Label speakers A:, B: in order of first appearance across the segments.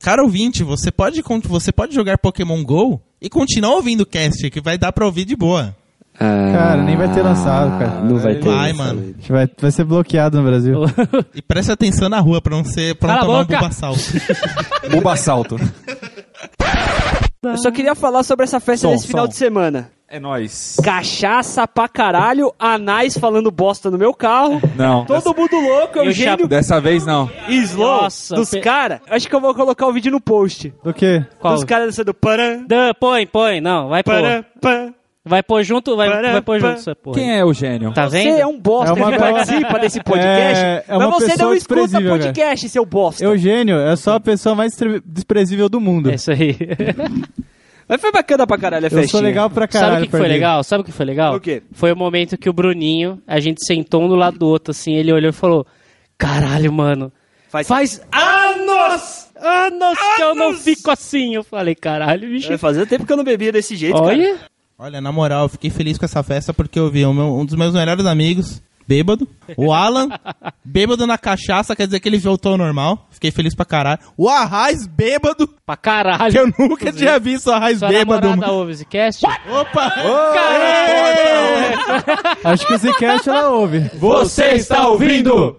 A: Cara ouvinte, você pode, con- você pode jogar Pokémon GO e continuar ouvindo o cast, que vai dar pra ouvir de boa.
B: Ah,
C: Cara, nem vai ter lançado, cara.
B: Não vai ter.
A: Vai,
B: lançado.
A: mano.
C: A gente vai, vai ser bloqueado no Brasil.
A: E preste atenção na rua pra não ser pra não
D: Cala
A: tomar um
D: a boca!
A: bomba salto.
E: Boba Salto.
F: Eu só queria falar sobre essa festa
E: Som,
F: desse final
E: som.
F: de semana.
E: É nóis.
F: Cachaça pra caralho, anais falando bosta no meu carro.
E: Não.
F: Todo mundo louco,
D: E o
F: Eugênio
E: Dessa vez não.
F: Slow
D: Nossa,
F: dos
D: pe-
F: caras. Acho que eu vou colocar o vídeo no post.
C: Do quê?
D: Qual?
F: Dos caras dançando paran,
D: Dan, põe, põe. Não, vai
F: paran,
D: pôr.
F: paran.
D: Vai pôr junto, vai,
F: Para,
D: vai pôr
F: para.
D: junto essa porra.
E: Quem é o gênio?
D: Tá vendo?
F: Você é um bosta
C: É uma
F: que
C: pessoa-
F: participa desse podcast,
C: É- é
F: mas
C: uma
F: você não
C: pessoa
F: escuta
C: desprezível,
F: podcast, seu bosta.
C: Eugênio é só a pessoa mais tre- desprezível do mundo.
D: É isso aí.
F: Mas foi bacana pra caralho a
C: Eu
F: festinha.
C: sou legal pra caralho.
D: Sabe o que que foi
C: perdido.
D: legal? Sabe o que foi legal?
F: O quê?
D: Foi o momento que o Bruninho, a gente sentou um do lado do outro, assim, ele olhou e falou: Caralho, mano.
F: Faz-
D: Faz, anos! Anos que eu não
F: Anos!
D: fico assim. Eu falei, caralho, bicho.
F: É, Fazia tempo que eu não bebia desse jeito, cara.
D: Olha,
A: Olha, na moral, eu fiquei feliz com essa festa porque eu vi o meu- um dos meus melhores amigos, bêbado. O Alan, bêbado na cachaça, quer dizer que ele voltou ao normal. Fiquei feliz pra caralho. O Arraiz bêbado,
D: pra caralho.
A: que eu nunca tinha visto o Arraiz
D: Sua
A: bêbado.
D: namorada ouve esse cast?
A: Opa!
C: Acho que esse cast ela ouve.
E: Você está ouvindo?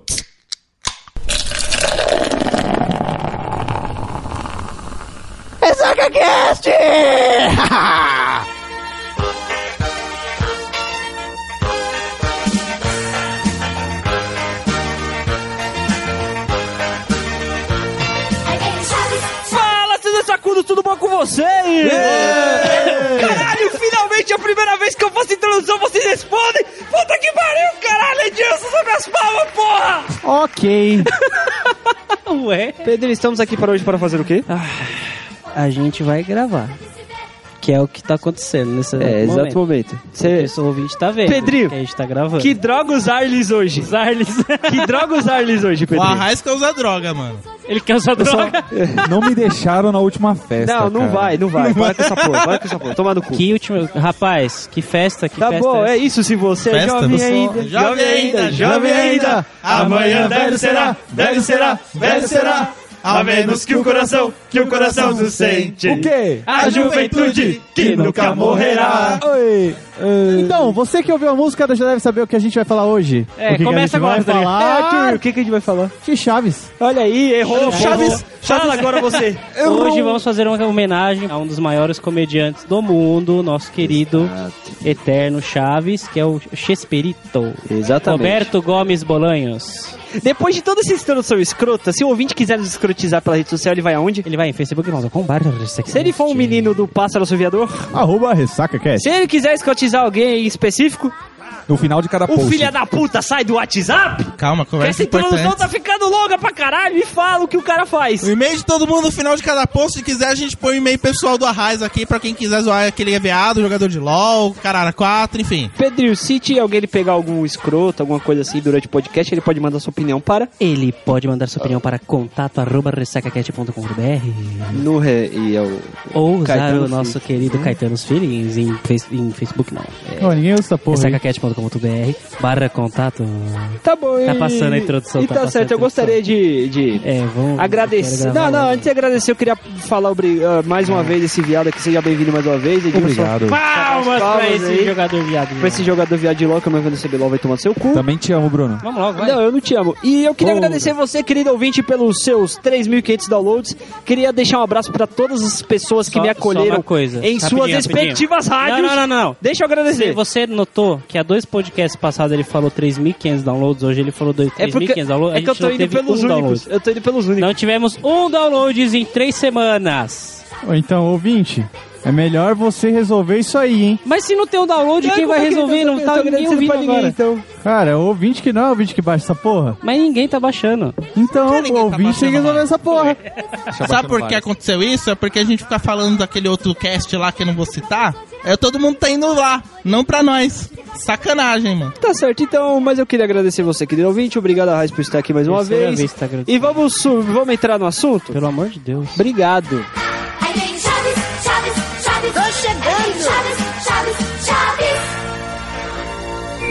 F: Fala, César Sacudo, tudo bom com vocês? Caralho, finalmente é a primeira vez que eu faço introdução, vocês respondem! Puta que pariu, caralho, Edilson, sobre as palmas, porra!
C: Ok.
D: Ué.
F: Pedro, estamos aqui para hoje para fazer o quê?
D: A gente vai gravar. Que é o que tá acontecendo nesse
B: É, exato momento. Você
D: Esse ouvinte tá vendo.
F: Pedrinho,
D: que a gente tá gravando.
F: Que droga os Arles hoje? Que droga os Arles hoje,
A: O
F: Pedro?
A: Arraiz que usa droga, mano.
D: Ele quer usar droga.
E: Não me deixaram na última festa.
F: Não, não
E: cara.
F: vai, não vai. Para com essa porra, para com essa porra. Toma no cu.
D: Que último... Rapaz, que festa, que
F: Tá
D: festa.
F: bom, é isso. Se você é
A: Festa? Eu
F: jovem
A: sou
F: ainda,
A: jovem ainda,
C: jovem ainda.
A: Amanhã velho será,
F: velho será, velho será.
A: A menos que o coração, que o coração se sente.
E: O quê?
F: Ah,
A: A juventude que nunca morrerá.
C: Oi. eh, Então, você que ouviu a música já deve saber o que a gente vai falar hoje.
D: É,
C: o que que
D: começa
C: a gente
D: agora, Ah!
C: vai
D: Pedrinho.
C: falar
F: o que, que a gente vai falar?
C: de Chaves.
F: Olha aí, errou.
C: Chaves,
F: Fala agora você.
D: Hoje vamos fazer uma homenagem a um dos maiores comediantes do mundo, nosso querido eterno Chaves, que é o Chesperito.
B: Exatamente.
D: Roberto Gomes Bolanhos.
F: Depois de toda essa introdução escrota, se o ouvinte quiser nos escrotizar pela rede social, ele vai aonde?
D: Ele vai em facebook.com
F: Se ele for um menino do pássaro assoviador,
C: Arroba ressaca cast.
F: se ele quiser escrotizar alguém em específico,
E: No final de cada
F: o
E: post.
F: filho da puta sai do WhatsApp,
A: Calma,
F: que
A: conversa
F: essa introdução
A: importante.
F: tá ficando longa pra caralho, e fala o que o cara faz.
A: O e-mail de todo mundo no final de cada post. Se quiser, a gente põe o e-mail pessoal do Arraiz aqui pra quem quiser zoar aquele veado, jogador de LOL, carara 4, enfim.
F: Pedrinho, se te- alguém ele pegar algum escroto, alguma coisa assim durante o podcast, ele pode mandar sua opinião para.
D: Ele pode mandar sua opinião para contato arroba ressacacat.com.br
B: No re... e é o...
D: ou usar
B: Caetano
D: o nosso querido Caetano Feelings em, face- em Facebook, não. É
C: Não, ninguém usa essa porra. aí.
D: ressacacat.com.br barra contato.
F: Tá bom,
D: Tá
F: e-
D: passando a introdução,
F: E
D: tá
F: tá,
D: passando
F: certo,
D: a
F: eu gostaria de. de...
D: É, vamos...
F: Agradecer.
D: eu quero
F: Não,
D: gravar
F: não,
D: hoje.
F: antes de agradecer, eu queria falar obri- ah, mais uma vez esse viado aqui. Seja bem-vindo mais uma vez. Edilson.
E: Obrigado.
F: Palmas
D: Palmas pra esse
F: aí.
D: jogador viado.
F: Pra esse jogador viado de LOL, que amanhã no CBLOL vai tomar seu cu.
E: Também te amo, Bruno.
D: Vamos logo, vai.
F: Não, eu não te amo. E eu queria
D: Boa.
F: agradecer você, querido ouvinte, pelos seus 3.500 downloads. Queria deixar um abraço pra todas as pessoas que
D: Só-
F: me
D: só
F: acolheram
D: uma coisa.
F: em
D: Rapidinho,
F: suas
D: rapidinho.
F: respectivas rádios.
D: Não, não, não, não.
F: Deixa eu
D: Se
F: agradecer. É
D: você notou que há dois podcasts passados ele falou 3.500 downloads, hoje ele falou dois- 3.500
F: É porque
D: downloads.
F: é que eu tô indo
D: um
F: pelos únicos. Eu tô indo pelos únicos.
D: Não tivemos um downloads em três semanas.
C: Ou então, ouvinte, é melhor você resolver isso aí, hein?
D: Mas se não tem um download,
F: Não,
D: quem
F: como
D: vai
F: é que
D: resolver?
F: eu tô-
D: Não
F: eu
D: tá
F: tô
D: ninguém
F: agradecendo
D: ouvindo
F: pra ninguém,
D: agora.
F: então.
C: Cara, é o ouvinte que não é o ouvinte que baixa essa porra.
D: Mas ninguém tá baixando.
C: Então,
A: Por que ninguém
C: o
A: tá
C: ouvinte tem
A: baixando
C: que resolver
A: mais?
C: essa porra. Tá
A: Sabe por que aconteceu isso? É porque a gente fica falando daquele outro cast lá que eu não vou citar. É todo mundo tá indo lá, não pra nós. Sacanagem, mano.
F: Tá certo, então, mas eu queria agradecer você, querido ouvinte. Obrigado a Raiz por estar aqui mais uma
D: Terceira
F: vez.
D: vez que tá agradecendo.
F: e vamos, su- vamos entrar no assunto?
D: Pelo amor de Deus.
F: Obrigado.
G: Ai, vem Chaves, Chaves, Chaves. Tô chegando. Chaves, Chaves, Chaves.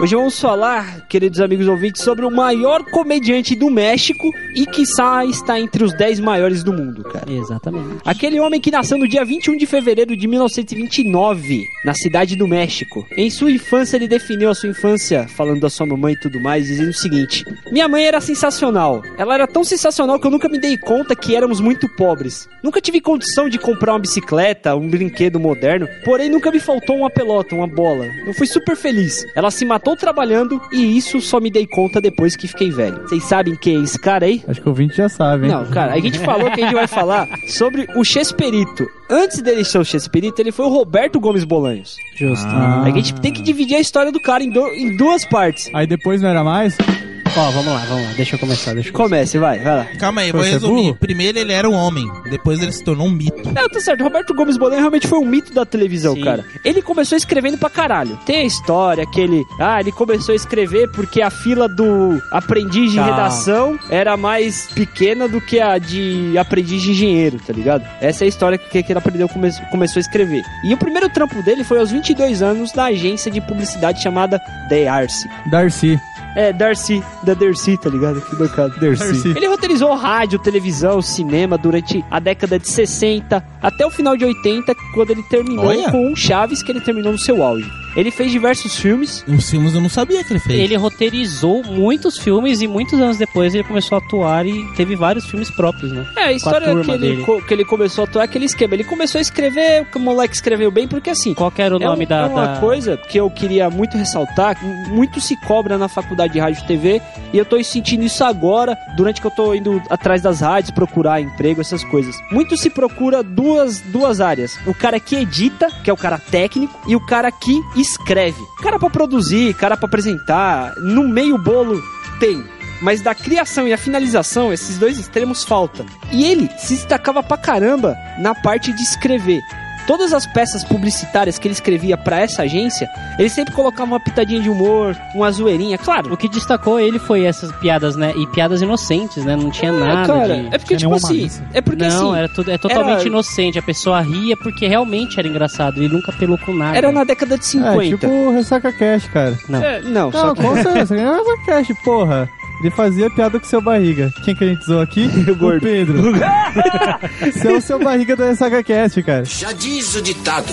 F: Hoje vamos falar, queridos amigos ouvintes, sobre o maior comediante do México e quiçá está entre os 10 maiores do mundo, cara.
D: Exatamente.
F: Aquele homem que nasceu no dia 21 de fevereiro de 1929, na cidade do México. Em sua infância, ele definiu a sua infância, falando da sua mamãe e tudo mais, dizendo o seguinte: Minha mãe era sensacional. Ela era tão sensacional que eu nunca me dei conta que éramos muito pobres. Nunca tive condição de comprar uma bicicleta, um brinquedo moderno, porém nunca me faltou uma pelota, uma bola. Eu fui super feliz. Ela se matou trabalhando e isso só me dei conta depois que fiquei velho. Vocês sabem quem é esse cara aí?
C: Acho que o ouvinte já sabe, hein?
F: Não, cara, a gente falou que a gente vai falar sobre o Chesperito. Antes dele ser o Chesperito, ele foi o Roberto Gomes Bolanhos.
D: Justo.
E: Ah.
F: A gente tem é que dividir a história do cara em, do- em duas partes.
C: Aí depois não era mais?
D: Ó, vamos lá, vamos lá. Deixa eu começar, deixa eu começar.
F: Comece, vai, vai lá.
A: Calma aí, vou
C: Você é
A: resumir.
C: burro?
A: Primeiro ele era um homem, depois ele se tornou um mito.
F: Não, tá certo. Roberto Gomes Bolanho realmente foi um mito da televisão,
D: Sim.
F: cara. Ele começou escrevendo pra caralho. Tem a história que ele... Ah, ele começou a escrever porque a fila do aprendiz de
D: Tá.
F: redação era mais pequena do que a de aprendiz de engenheiro, tá ligado? Essa é a história que, que ele aprendeu, come, começou a escrever. E o primeiro trampo dele foi aos 22 anos na agência de publicidade chamada The Arce.
C: Darcy.
F: É, Darcy, da Darcy, tá ligado? Que bancada.
C: Darcy.
F: Ele roteirizou rádio, televisão, cinema durante a década de 60 até o final de 80, quando ele terminou
A: Olha.
F: com um Chaves que ele terminou no seu auge. Ele fez diversos filmes.
A: Os filmes eu não sabia que ele fez.
D: Ele roteirizou muitos filmes e muitos anos depois ele começou a atuar e teve vários filmes próprios, né?
F: É, a história
D: turma
F: que ele,
D: dele.
F: co- que ele começou a atuar é aquele esquema. Ele começou a escrever, o moleque escreveu bem, porque assim.
D: Qual que era o
F: é um-
D: nome da,
F: é uma
D: da-
F: coisa que eu queria muito ressaltar, que muito se cobra na faculdade de rádio e TV, e eu tô sentindo isso agora, durante que eu tô indo atrás das rádios, procurar emprego, essas coisas. Muito se procura duas, duas áreas. O cara que edita, que é o cara técnico, e o cara que escreve. Cara pra produzir, cara pra apresentar, no meio bolo tem. Mas da criação e a finalização, esses dois extremos faltam. E ele se destacava pra caramba na parte de escrever. Todas as peças publicitárias que ele escrevia pra essa agência, ele sempre colocava uma pitadinha de humor, uma zoeirinha, claro.
D: O que destacou ele foi essas piadas, né? E piadas inocentes, né? Não tinha nada de...
F: é
E: tinha
F: porque, tipo
E: nenhuma
F: assim,
E: malícia.
F: é porque
D: não,
F: assim,
D: era tudo, é totalmente
F: era-
D: inocente. A pessoa ria porque realmente era engraçado. Ele nunca pelou com nada.
F: era na década de
C: É,
F: 50.
C: tipo Ressaca Cash, cara.
F: É, não, só
C: Não,
F: que
C: com certeza. Era Ressaca Cash, porra. Ele fazia piada com seu barriga. Quem que a gente zoou aqui? O
F: gordo.
C: Pedro. seu seu barriga do Ressaca Cast, cara.
H: Já diz o ditado: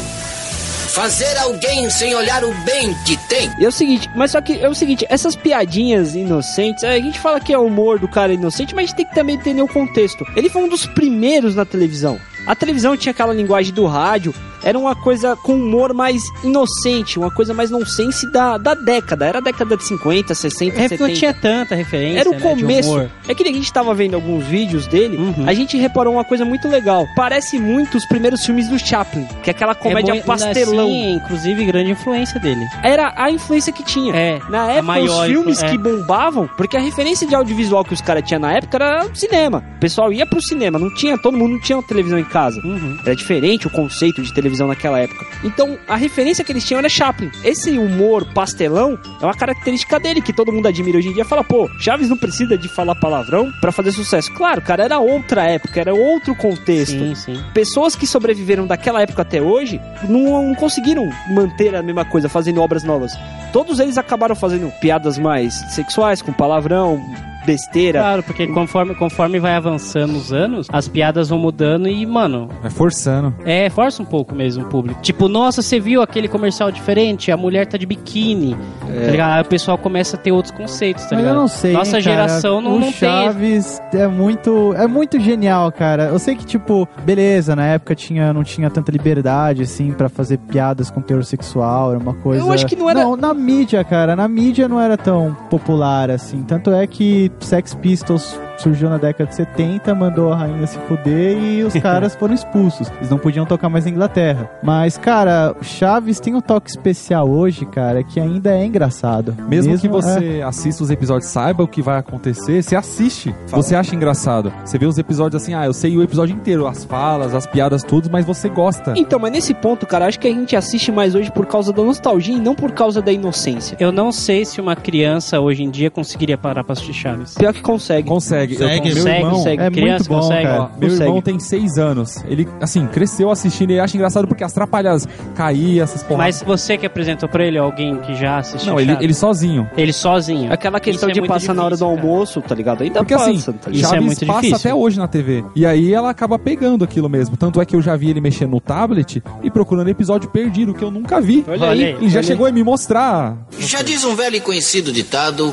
H: fazer alguém sem olhar o bem que tem.
F: E é o seguinte, mas só que é o seguinte, essas piadinhas inocentes, a gente fala que é o humor do cara inocente, mas a gente tem que também entender o contexto. Ele foi um dos primeiros na televisão. A televisão tinha aquela linguagem do rádio, era uma coisa com humor mais inocente, uma coisa mais nonsense da, da década. Era a década de 50, 60,
D: É porque
F: 70.
D: não tinha tanta referência.
F: Era o
D: né, de
F: começo.
D: humor.
F: É que a gente tava vendo alguns vídeos dele,
D: Uhum.
F: a gente reparou uma coisa muito legal. Parece muito os primeiros filmes do Chaplin, que é aquela comédia
D: bom- assim,
F: pastelão.
D: Sim, inclusive grande influência dele.
F: Era a influência que tinha.
D: É.
F: Na
D: A
F: época,
D: maior
F: os filmes
D: influ- é.
F: que bombavam, porque a referência de audiovisual que os caras tinham na época era o cinema. O pessoal ia pro cinema, não tinha, todo mundo não tinha televisão em casa.
D: Uhum.
F: Era diferente o conceito de televisão naquela época. Então, a referência que eles tinham era Chaplin. Esse humor pastelão é uma característica dele, que todo mundo admira hoje em dia. Fala, pô, Chaves não precisa de falar palavrão pra fazer sucesso. Claro, cara, era outra época, era outro contexto
D: Sim, sim.
F: pessoas que sobreviveram daquela época até hoje não conseguiram manter a mesma coisa, fazendo obras novas. Todos eles acabaram fazendo piadas mais sexuais, com palavrão, besteira.
D: Claro, porque conforme, conforme vai avançando os anos, as piadas vão mudando e, mano,
E: É forçando.
D: é, força um pouco mesmo o público. Tipo, nossa, você viu aquele comercial diferente? A mulher tá de biquíni.
E: É.
D: Tá ligado? Aí o pessoal começa a ter outros conceitos, tá
C: Mas
D: ligado?
C: eu não sei.
D: Nossa
C: hein, cara.
D: geração não,
C: o
D: não tem.
C: Chaves é muito, é muito genial, cara. Eu sei que tipo, beleza, na época tinha, não tinha tanta liberdade assim pra fazer piadas com teor sexual, era uma coisa.
F: Eu acho que não era-
C: Não, na mídia, cara, na mídia não era tão popular assim. Tanto é que Sex Pistols surgiu na década de 70, mandou a rainha se fuder e os caras foram expulsos. Eles não podiam tocar mais na Inglaterra. Mas, cara, Chaves tem um toque especial hoje, cara, que ainda é engraçado.
E: Mesmo, que
C: é.
E: você assista os episódios, saiba o que vai acontecer, você assiste. Você acha engraçado. Você vê os episódios assim, ah, eu sei o episódio inteiro, as falas, as piadas, tudo, mas você gosta.
F: Então, mas nesse ponto, cara, acho que a gente assiste mais hoje por causa da nostalgia e não por causa da inocência.
D: Eu não sei se uma criança hoje em dia conseguiria parar pra assistir Chaves.
C: Chaves.
F: Pior que consegue.
E: Consegue. Eu-
A: Consegue,
E: meu
D: consegue,
E: irmão,
D: consegue.
C: é
D: Criança
C: muito bom,
D: consegue.
C: cara.
E: Ó, meu
F: Consegue.
E: irmão tem seis anos. Ele, assim, cresceu assistindo e acha engraçado porque as trapalhadas caíam, essas porradas.
D: Mas você que apresentou pra ele, alguém que já assistiu
E: Não, ele,
D: Chaves?
E: ele sozinho.
D: Ele sozinho.
F: Aquela questão
D: Isso é
F: de
D: muito
F: passar na hora do
D: difícil, cara.
F: almoço, tá ligado? Ainda
E: Porque
F: passa,
E: assim,
F: tá ligado?
D: Isso é
E: Chaves
D: muito
E: passa
D: difícil.
E: até hoje na TV. E aí ela acaba pegando aquilo mesmo. Tanto é que eu já vi ele mexendo no tablet e procurando episódio perdido, que eu nunca vi.
D: Olha aí,
E: Ele já chegou a me mostrar.
H: Já diz um velho e conhecido ditado: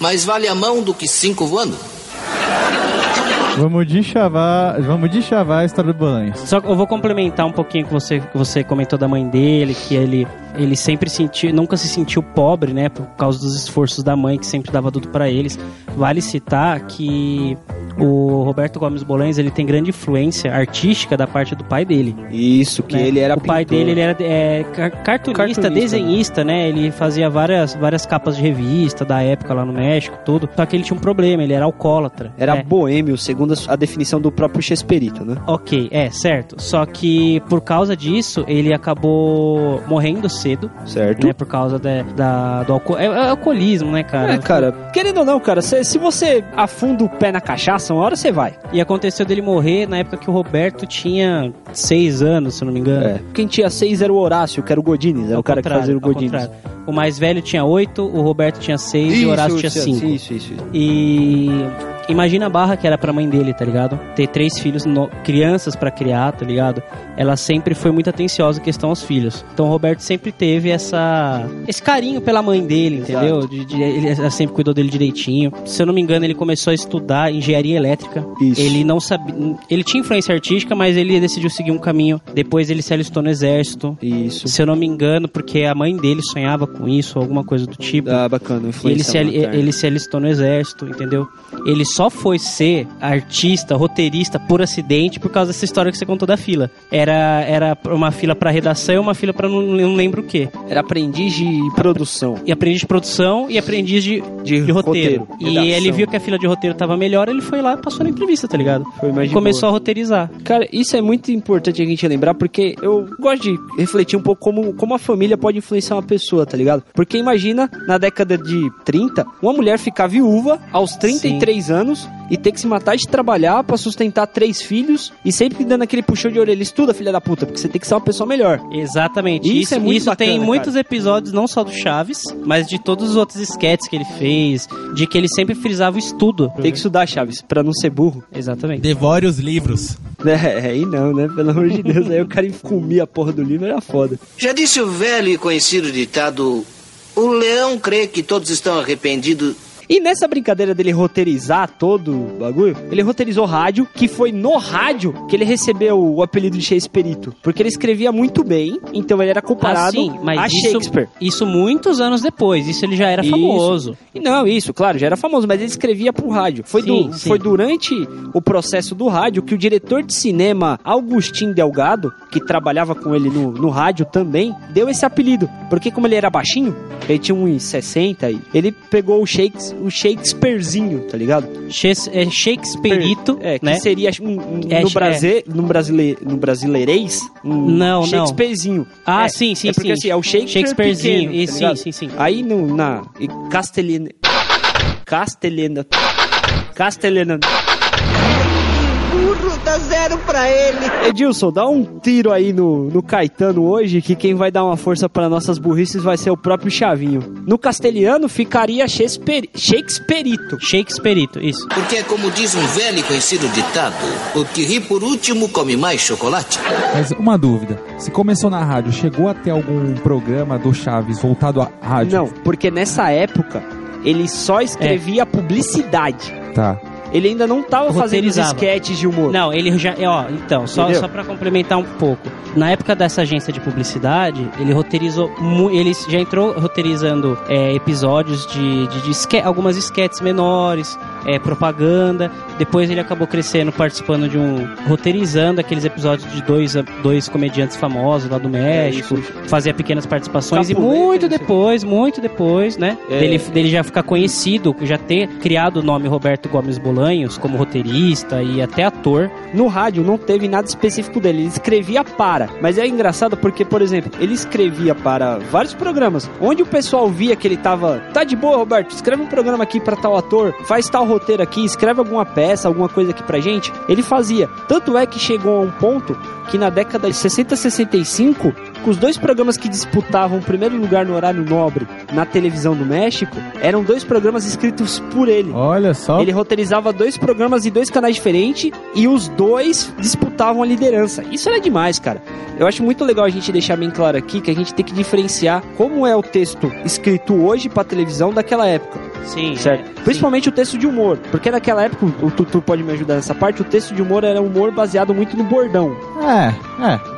H: mais vale a mão do que cinco voando.
C: Vamos deschavar, vamos deschavar a história do Bolanhos.
D: Só que eu vou complementar um pouquinho que você, que você comentou da mãe dele, que ele, ele sempre sentiu, nunca se sentiu pobre, né, por causa dos esforços da mãe que sempre dava tudo pra eles. Vale citar que o Roberto Gomes Bolanes, ele tem grande influência artística da parte do pai dele.
F: Isso, que
D: né?
F: ele era
D: o pai
F: pintor.
D: dele ele era é, car- cartunista,
F: Cartunista.
D: desenhista, né? Ele fazia várias, várias capas de revista da época lá no México, tudo. Só que ele tinha um problema, ele era alcoólatra.
F: Era
D: né?
F: boêmio, segundo a su- a definição do próprio Chesperito, né?
D: Ok, é, certo. Só que por causa disso, ele acabou morrendo cedo,
F: Certo?
D: né? Por causa da, da- do alco é, é alcoolismo, né, cara?
F: É, cara, querendo ou não, cara, cê- se você afunda o pé na cachaça, uma hora você vai.
D: E aconteceu dele morrer na época que o Roberto tinha seis anos, se eu não me engano.
F: É. Quem tinha seis era o Horácio, que era o Godines, era
D: Ao
F: o cara que
D: contrário,
F: fazia o
D: ao
F: Godines.
D: contrário. O mais velho tinha oito, o Roberto tinha seis e o Horácio tinha
F: isso,
D: cinco.
F: Isso, isso, isso.
D: E imagina a barra que era pra mãe dele, tá ligado? Ter três filhos, no- crianças pra criar, tá ligado? Ela sempre foi muito atenciosa em questão aos filhos. Então o Roberto sempre teve essa esse carinho pela mãe dele, entendeu? De- de- ele, ela sempre cuidou dele direitinho. Se eu não me engano, ele começou a estudar engenharia elétrica.
F: Isso.
D: Ele não sabia, ele tinha influência artística, mas ele decidiu seguir um caminho. Depois ele se alistou no exército.
F: Isso.
D: Se eu não me engano, porque a mãe dele sonhava com isso, alguma coisa do tipo.
F: Ah, bacana,
D: E ele
F: influência
D: se, ali-
F: materna.
D: ele se alistou no exército, entendeu? Ele só foi ser artista, roteirista por acidente por causa dessa história que você contou da fila. Era, era uma fila pra redação e uma fila pra não, não lembro o quê.
F: Era aprendiz de produção.
D: E aprendiz de produção e aprendiz de,
F: De,
D: de roteiro. E
F: redação.
D: ele viu que a fila de roteiro tava melhor, ele foi lá e passou na entrevista, tá ligado?
F: Foi mais de
D: Começou
F: boa.
D: a roteirizar.
F: Cara, isso é muito importante a gente lembrar, porque eu gosto de refletir um pouco como, como a família pode influenciar uma pessoa, tá ligado? Porque imagina, na década de 30, uma mulher ficar viúva aos 33 anos e ter que se matar de trabalhar pra sustentar três filhos e sempre dando aquele puxão de orelha, estuda, filha da puta, porque você tem que ser uma pessoa melhor.
D: Exatamente.
F: Isso
D: Isso,
F: é muito
D: isso tem
F: bacana,
D: muitos episódios, não só do Chaves, mas de todos os outros sketches que ele fez, de que ele sempre frisava o estudo.
F: Tem que estudar, Chaves, pra não ser burro.
D: Exatamente.
A: Devore os livros.
F: É, aí não, né? Pelo amor de Deus, aí o cara comia a porra do livro, era foda.
H: Já disse o velho e conhecido ditado: o leão crê que todos estão arrependidos.
F: E nessa brincadeira dele roteirizar todo o bagulho, ele roteirizou rádio, que foi no rádio que ele recebeu o apelido de Shakespeareito. Porque ele escrevia muito bem, então ele era comparado
D: Ah, sim, mas
F: a
D: isso-
F: Shakespeare.
D: Isso muitos anos depois. Isso ele já era
F: Isso.
D: famoso.
F: E não, isso, claro, já era famoso, mas ele escrevia pro rádio. Foi,
D: Sim,
F: du-
D: sim.
F: foi durante o processo do rádio que o diretor de cinema, Agustin Delgado, que trabalhava com ele no, no rádio também, deu esse apelido. Porque como ele era baixinho, ele tinha uns 60, e ele pegou o, Shakes, o Shakespearezinho, tá ligado?
D: Shakes- é Shakespeareito,
F: É, que
D: né?
F: seria um, um-
D: É,
F: no,
D: é.
F: Brasile, no, brasile, no brasileireis um
D: Não, não.
F: Shakespearezinho.
D: Ah,
F: É,
D: sim, sim,
F: é porque,
D: sim.
F: assim, é o Shakespeare
D: Shakespearezinho.
F: pequeno, tá
D: e, sim,
F: ligado?
D: sim, sim.
F: Aí no, na e castelhana... Castelhana... Castelhana...
I: burro, dá zero pra ele.
F: Edilson, dá um tiro aí no, no Caetano hoje, que quem vai dar uma força para nossas burrices vai ser o próprio Chavinho. No castelhano ficaria Shakespeare, Shakespeareito.
D: Shakespeareito, isso.
H: Porque é como diz um velho e conhecido ditado: o que ri por último come mais chocolate.
E: Mas uma dúvida. Se começou na rádio, chegou até algum programa do Chaves voltado à rádio?
F: Não, porque nessa época ele só escrevia publicidade.
E: Tá.
F: Ele ainda não tava fazendo os
D: Roteirizava.
F: esquetes de humor.
D: Não, ele já. é, Ó, então, só,
F: Entendeu?
D: só pra complementar um pouco. Na época dessa agência de publicidade, ele roteirizou. mu- Ele já entrou roteirizando é, episódios de, de, de esque- algumas esquetes menores. é, propaganda. Depois ele acabou crescendo, participando de um. roteirizando aqueles episódios de dois, dois comediantes famosos lá do
F: É
D: México, fazia pequenas participações.
F: Capuleta,
D: e muito
F: não sei.
D: depois, muito depois, né?
F: né? É.
D: Dele, dele já ficar conhecido, já ter criado o nome Roberto Gomes Bolanhos como roteirista e até ator.
F: No rádio não teve nada específico dele, ele escrevia para. Mas é engraçado porque, por exemplo, ele escrevia para vários programas, onde o pessoal via que ele tava. Tá de boa, Roberto, escreve um programa aqui pra tal ator, faz tal roteiro aqui, escreve alguma peça, alguma coisa aqui pra gente. Ele fazia. Tanto é que chegou a um ponto que na década de 60 65, que os dois programas que disputavam o primeiro lugar no horário nobre na televisão do México eram dois programas escritos por ele.
C: Olha só.
F: Ele roteirizava dois programas e dois canais diferentes e os dois disputavam a liderança. Isso era demais, cara. Eu acho muito legal a gente deixar bem claro aqui que a gente tem que diferenciar como é o texto escrito hoje pra televisão daquela época,
D: Sim.
F: certo? Principalmente o texto de humor, porque naquela época, o Tutu pode me ajudar nessa parte, o texto de humor era um humor baseado muito no bordão.
C: É,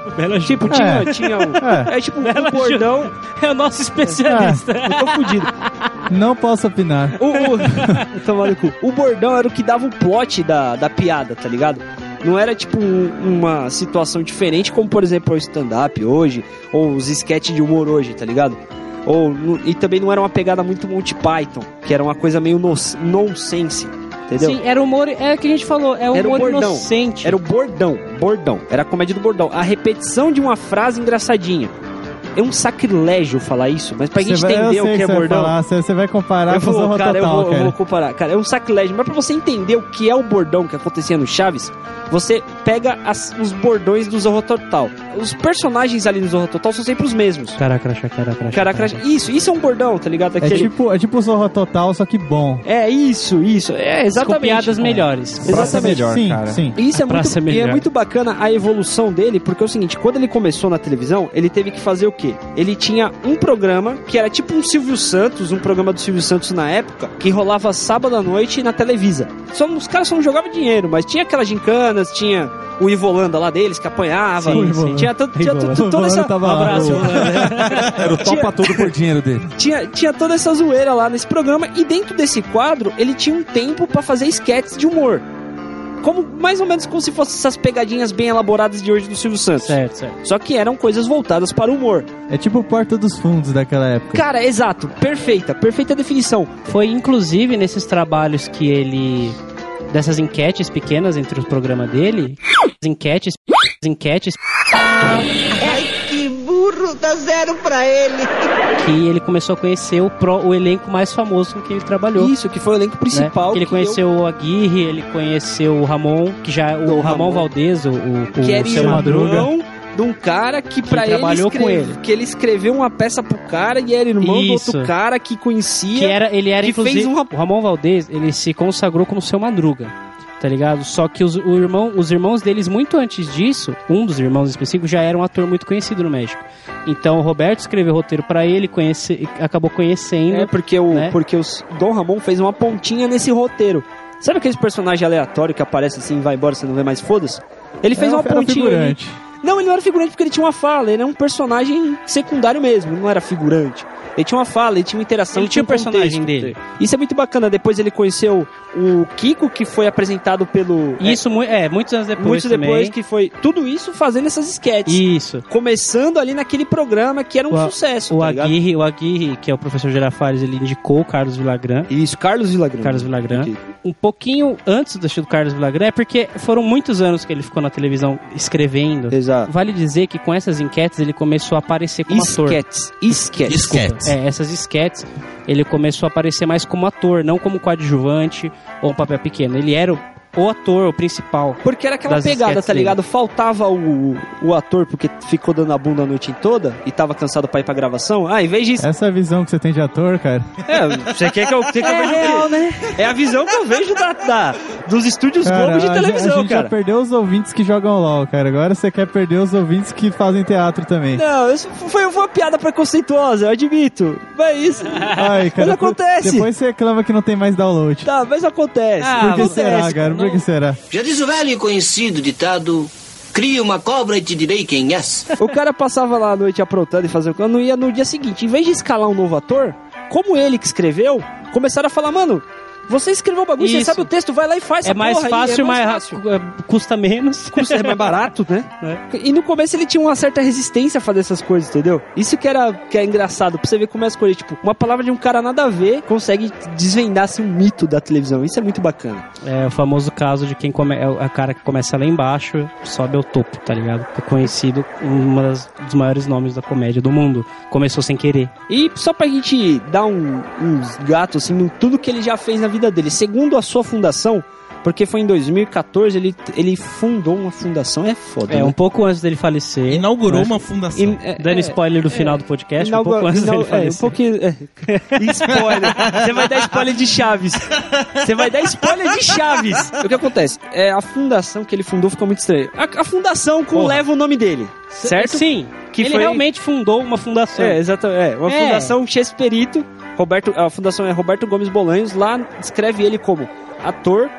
F: Tipo, tinha, tinha um...
C: é,
F: É tipo um bordão,
D: É o nosso especialista.
F: eu tô fudido.
C: é. Não posso opinar.
F: O, Então, o, Tomar no cu. o bordão era o que dava o plot da, da piada, tá ligado? Não era tipo um- uma situação diferente, como por exemplo o stand-up hoje, ou os sketches de humor hoje, tá ligado? Ou, nu- e também não era uma pegada muito Monty Python, que era uma coisa meio no, nonsense, entendeu?
D: Sim, era humor. É o que a gente falou, é
F: Era o
D: humor
F: bordão.
D: inocente.
F: Era o bordão, bordão. Era a comédia do bordão. A repetição de uma frase engraçadinha. É um sacrilégio falar isso, mas pra gente
C: vai- eu
F: entender o
C: sei
F: que
C: você
F: é
C: vai
F: bordão.
C: falar, Você você vai comparar
F: Eu
C: com o
F: vou,
C: Zorro
F: cara, eu
C: Total,
F: vou, eu
C: cara.
F: vou comparar. Cara, é um sacrilégio. Mas pra você entender o que é o bordão que acontecia no Chaves, você pega as- os bordões do Zorro Total. Os personagens ali no Zorro Total são sempre os mesmos.
D: Caraca, caraca,
F: Caraca, isso, isso é um bordão, tá ligado?
C: É
F: Aquele-
C: tipo, é tipo o Zorro Total, só que bom.
F: É isso, isso. É,
D: Com
F: exatamente.
D: piadas melhores.
F: Exatamente.
E: Praça é melhor,
C: sim,
E: cara.
C: sim.
F: E isso é muito,
D: praça é
F: e é
D: melhor.
F: muito bacana a evolução dele, porque é o seguinte, quando ele começou na televisão, ele teve que fazer o quê? Ele tinha um programa que era tipo um Silvio Santos, um programa do Silvio Santos na época, que rolava sábado à noite na Televisa. Só, os caras só não jogavam dinheiro, mas tinha aquelas gincanas, tinha o Ivolanda lá deles, que apanhava,
C: Sim, sim.
F: tinha, to- tinha to-
C: Ivolanda.
F: toda essa...
C: Ivolanda tava lá,
F: Abraço,
C: o-
F: Ivolanda.
E: Era o topa tudo por dinheiro dele.
F: tinha, tinha toda essa zoeira lá nesse programa e dentro desse quadro ele tinha um tempo pra fazer esquetes de humor. Como mais ou menos como se fossem essas pegadinhas bem elaboradas de hoje do Silvio Santos.
D: Certo, certo.
F: Só que eram coisas voltadas para o humor.
C: É tipo o Porta dos Fundos daquela época.
F: Cara, exato, perfeita, perfeita definição.
D: Foi inclusive nesses trabalhos que ele. dessas enquetes pequenas entre os programas dele. Enquetes. Enquetes.
I: Que burro, dá zero pra ele.
D: Que ele começou a conhecer o, pro, o elenco mais famoso com que ele trabalhou.
F: Isso, que foi o elenco
D: né?
F: principal.
D: Que ele
F: que
D: conheceu o Aguirre, ele conheceu o Ramon, que já é o,
F: O Ramon.
D: Ramon, Valdez, o, o,
F: eu- que
D: o
I: é
F: era
D: seu
F: irmão
D: Madruga.
F: de um cara que, pra ele,
D: trabalhou com
F: escreve-
D: ele.
F: que ele escreveu uma peça pro cara e era irmão do
D: Isso.
F: outro cara que conhecia.
D: Que era, ele era
F: que
D: inclusive.
F: fez um rap-
D: O Ramon Valdez, ele se consagrou como seu Madruga. Tá ligado? Só que os, o irmão, os irmãos deles, muito antes disso, um dos irmãos específicos, já era um ator muito conhecido no México. Então o Roberto escreveu o roteiro pra ele, conhece, e acabou conhecendo.
F: É, porque o,
D: né?
F: porque o Dom Ramon fez uma pontinha nesse roteiro. Sabe aqueles personagens aleatórios que aparece assim, vai embora, você não vê mais, foda-se? Ele
D: É
F: fez
D: um
C: Era-
F: uma
C: era
F: pontinha. ali.
C: figurante.
F: Não, ele não era figurante porque ele tinha uma fala, ele era um personagem secundário mesmo, ele não era figurante. Ele tinha uma fala, ele tinha uma interação. um
D: Ele tinha o personagem dele.
F: Isso é muito bacana. Depois ele conheceu o Kiko, que foi apresentado pelo.
D: E Isso mu- é, muitos anos depois.
F: muito
D: também.
F: depois, que foi. Tudo isso fazendo essas sketches.
D: Isso.
F: Começando ali naquele programa que era um
D: O A-
F: sucesso.
D: O
F: tá ligado?
D: Aguirre, o Aguirre, que é o professor Girafales, ele indicou o Carlos Vilagran.
F: Isso, Carlos Villagrande.
D: Carlos Villagrán. um pouquinho antes do estilo Carlos Villagrán é porque foram muitos anos que ele ficou na televisão escrevendo.
F: Exato.
D: Vale dizer que com essas enquetes ele começou a aparecer
F: Um
D: como ator.
F: Esquetes. Esquetes.
A: Esquete.
D: É, essas esquetes ele começou a aparecer mais como ator, não como coadjuvante ou um papel pequeno. Ele era o, o ator, o principal.
F: Porque era aquela
D: Das
F: pegada,
D: esquetes
F: tá ligado? Faltava o, o ator porque ficou dando a bunda a noite toda e tava cansado pra ir pra gravação. Ah, em vez disso.
C: Essa é visão que você tem de ator, cara.
F: É, você quer que eu, você quer que eu veja o quê?
D: né?
F: É a visão que eu vejo da, da- dos estúdios
C: cara
F: Globo de
C: a
F: televisão,
C: gente, a gente já
F: cara.
C: perdeu os ouvintes que jogam LOL, cara. Agora você quer perder os ouvintes que fazem teatro também.
F: Não, isso foi, foi uma piada preconceituosa, eu admito. Mas é isso.
C: Ai, cara.
F: Mas acontece.
C: Depois você reclama que não tem mais download.
F: Tá, mas acontece.
D: Ah,
C: Por que
F: acontece.
C: será, cara? Por que será?
H: Já diz o velho e conhecido ditado: cria uma cobra e te direi quem és.
F: O cara passava lá a noite aprontando e fazendo coisa, não ia no dia seguinte. Em vez de escalar um novo ator, como ele que escreveu, começaram a falar, mano, Você escreveu o bagulho, você
D: Isso.
F: sabe o texto, vai lá e faz
D: É
F: essa
D: mais
F: porra aí,
D: fácil,
F: é mais
D: mas
F: fácil.
D: eh, custa menos.
F: Custa- É mais barato, né? E no começo ele tinha uma certa resistência a fazer essas coisas, entendeu? Isso que era, que era engraçado, pra você ver como é as coisas. Tipo, uma palavra de um cara nada a ver consegue desvendar assim, um mito da televisão. Isso é muito bacana.
D: É o famoso caso de quem come, é o a cara que começa lá embaixo, sobe ao topo, tá ligado? É conhecido um das- dos maiores nomes da comédia do mundo. Começou sem querer.
F: E só pra gente dar um, uns gatos assim, em tudo que ele já fez na vida dele. Segundo a sua fundação, porque foi em 2014, ele, ele fundou uma fundação. É foda.
D: É,
F: né?
D: um pouco antes dele falecer.
A: Inaugurou uma fundação.
F: In- é-
D: Dando
F: é-
D: spoiler do final do podcast, um
F: Inaugu-
D: pouco antes
F: inau-
D: dele assim.
F: é, um
D: falecer.
F: pouquinho. é. Spoiler. Você vai dar spoiler de Chaves. Você vai dar spoiler de Chaves. O que acontece? É, a fundação que ele fundou ficou muito estranha. A, a fundação com
D: Porra.
F: leva o nome dele, certo?
D: Sim, que ele
F: foi-
D: realmente fundou uma fundação.
F: É, exatamente. É, uma
D: É.
F: fundação Chesperito. Roberto, a fundação é Roberto Gomes Bolanhos. Lá descreve ele como ator,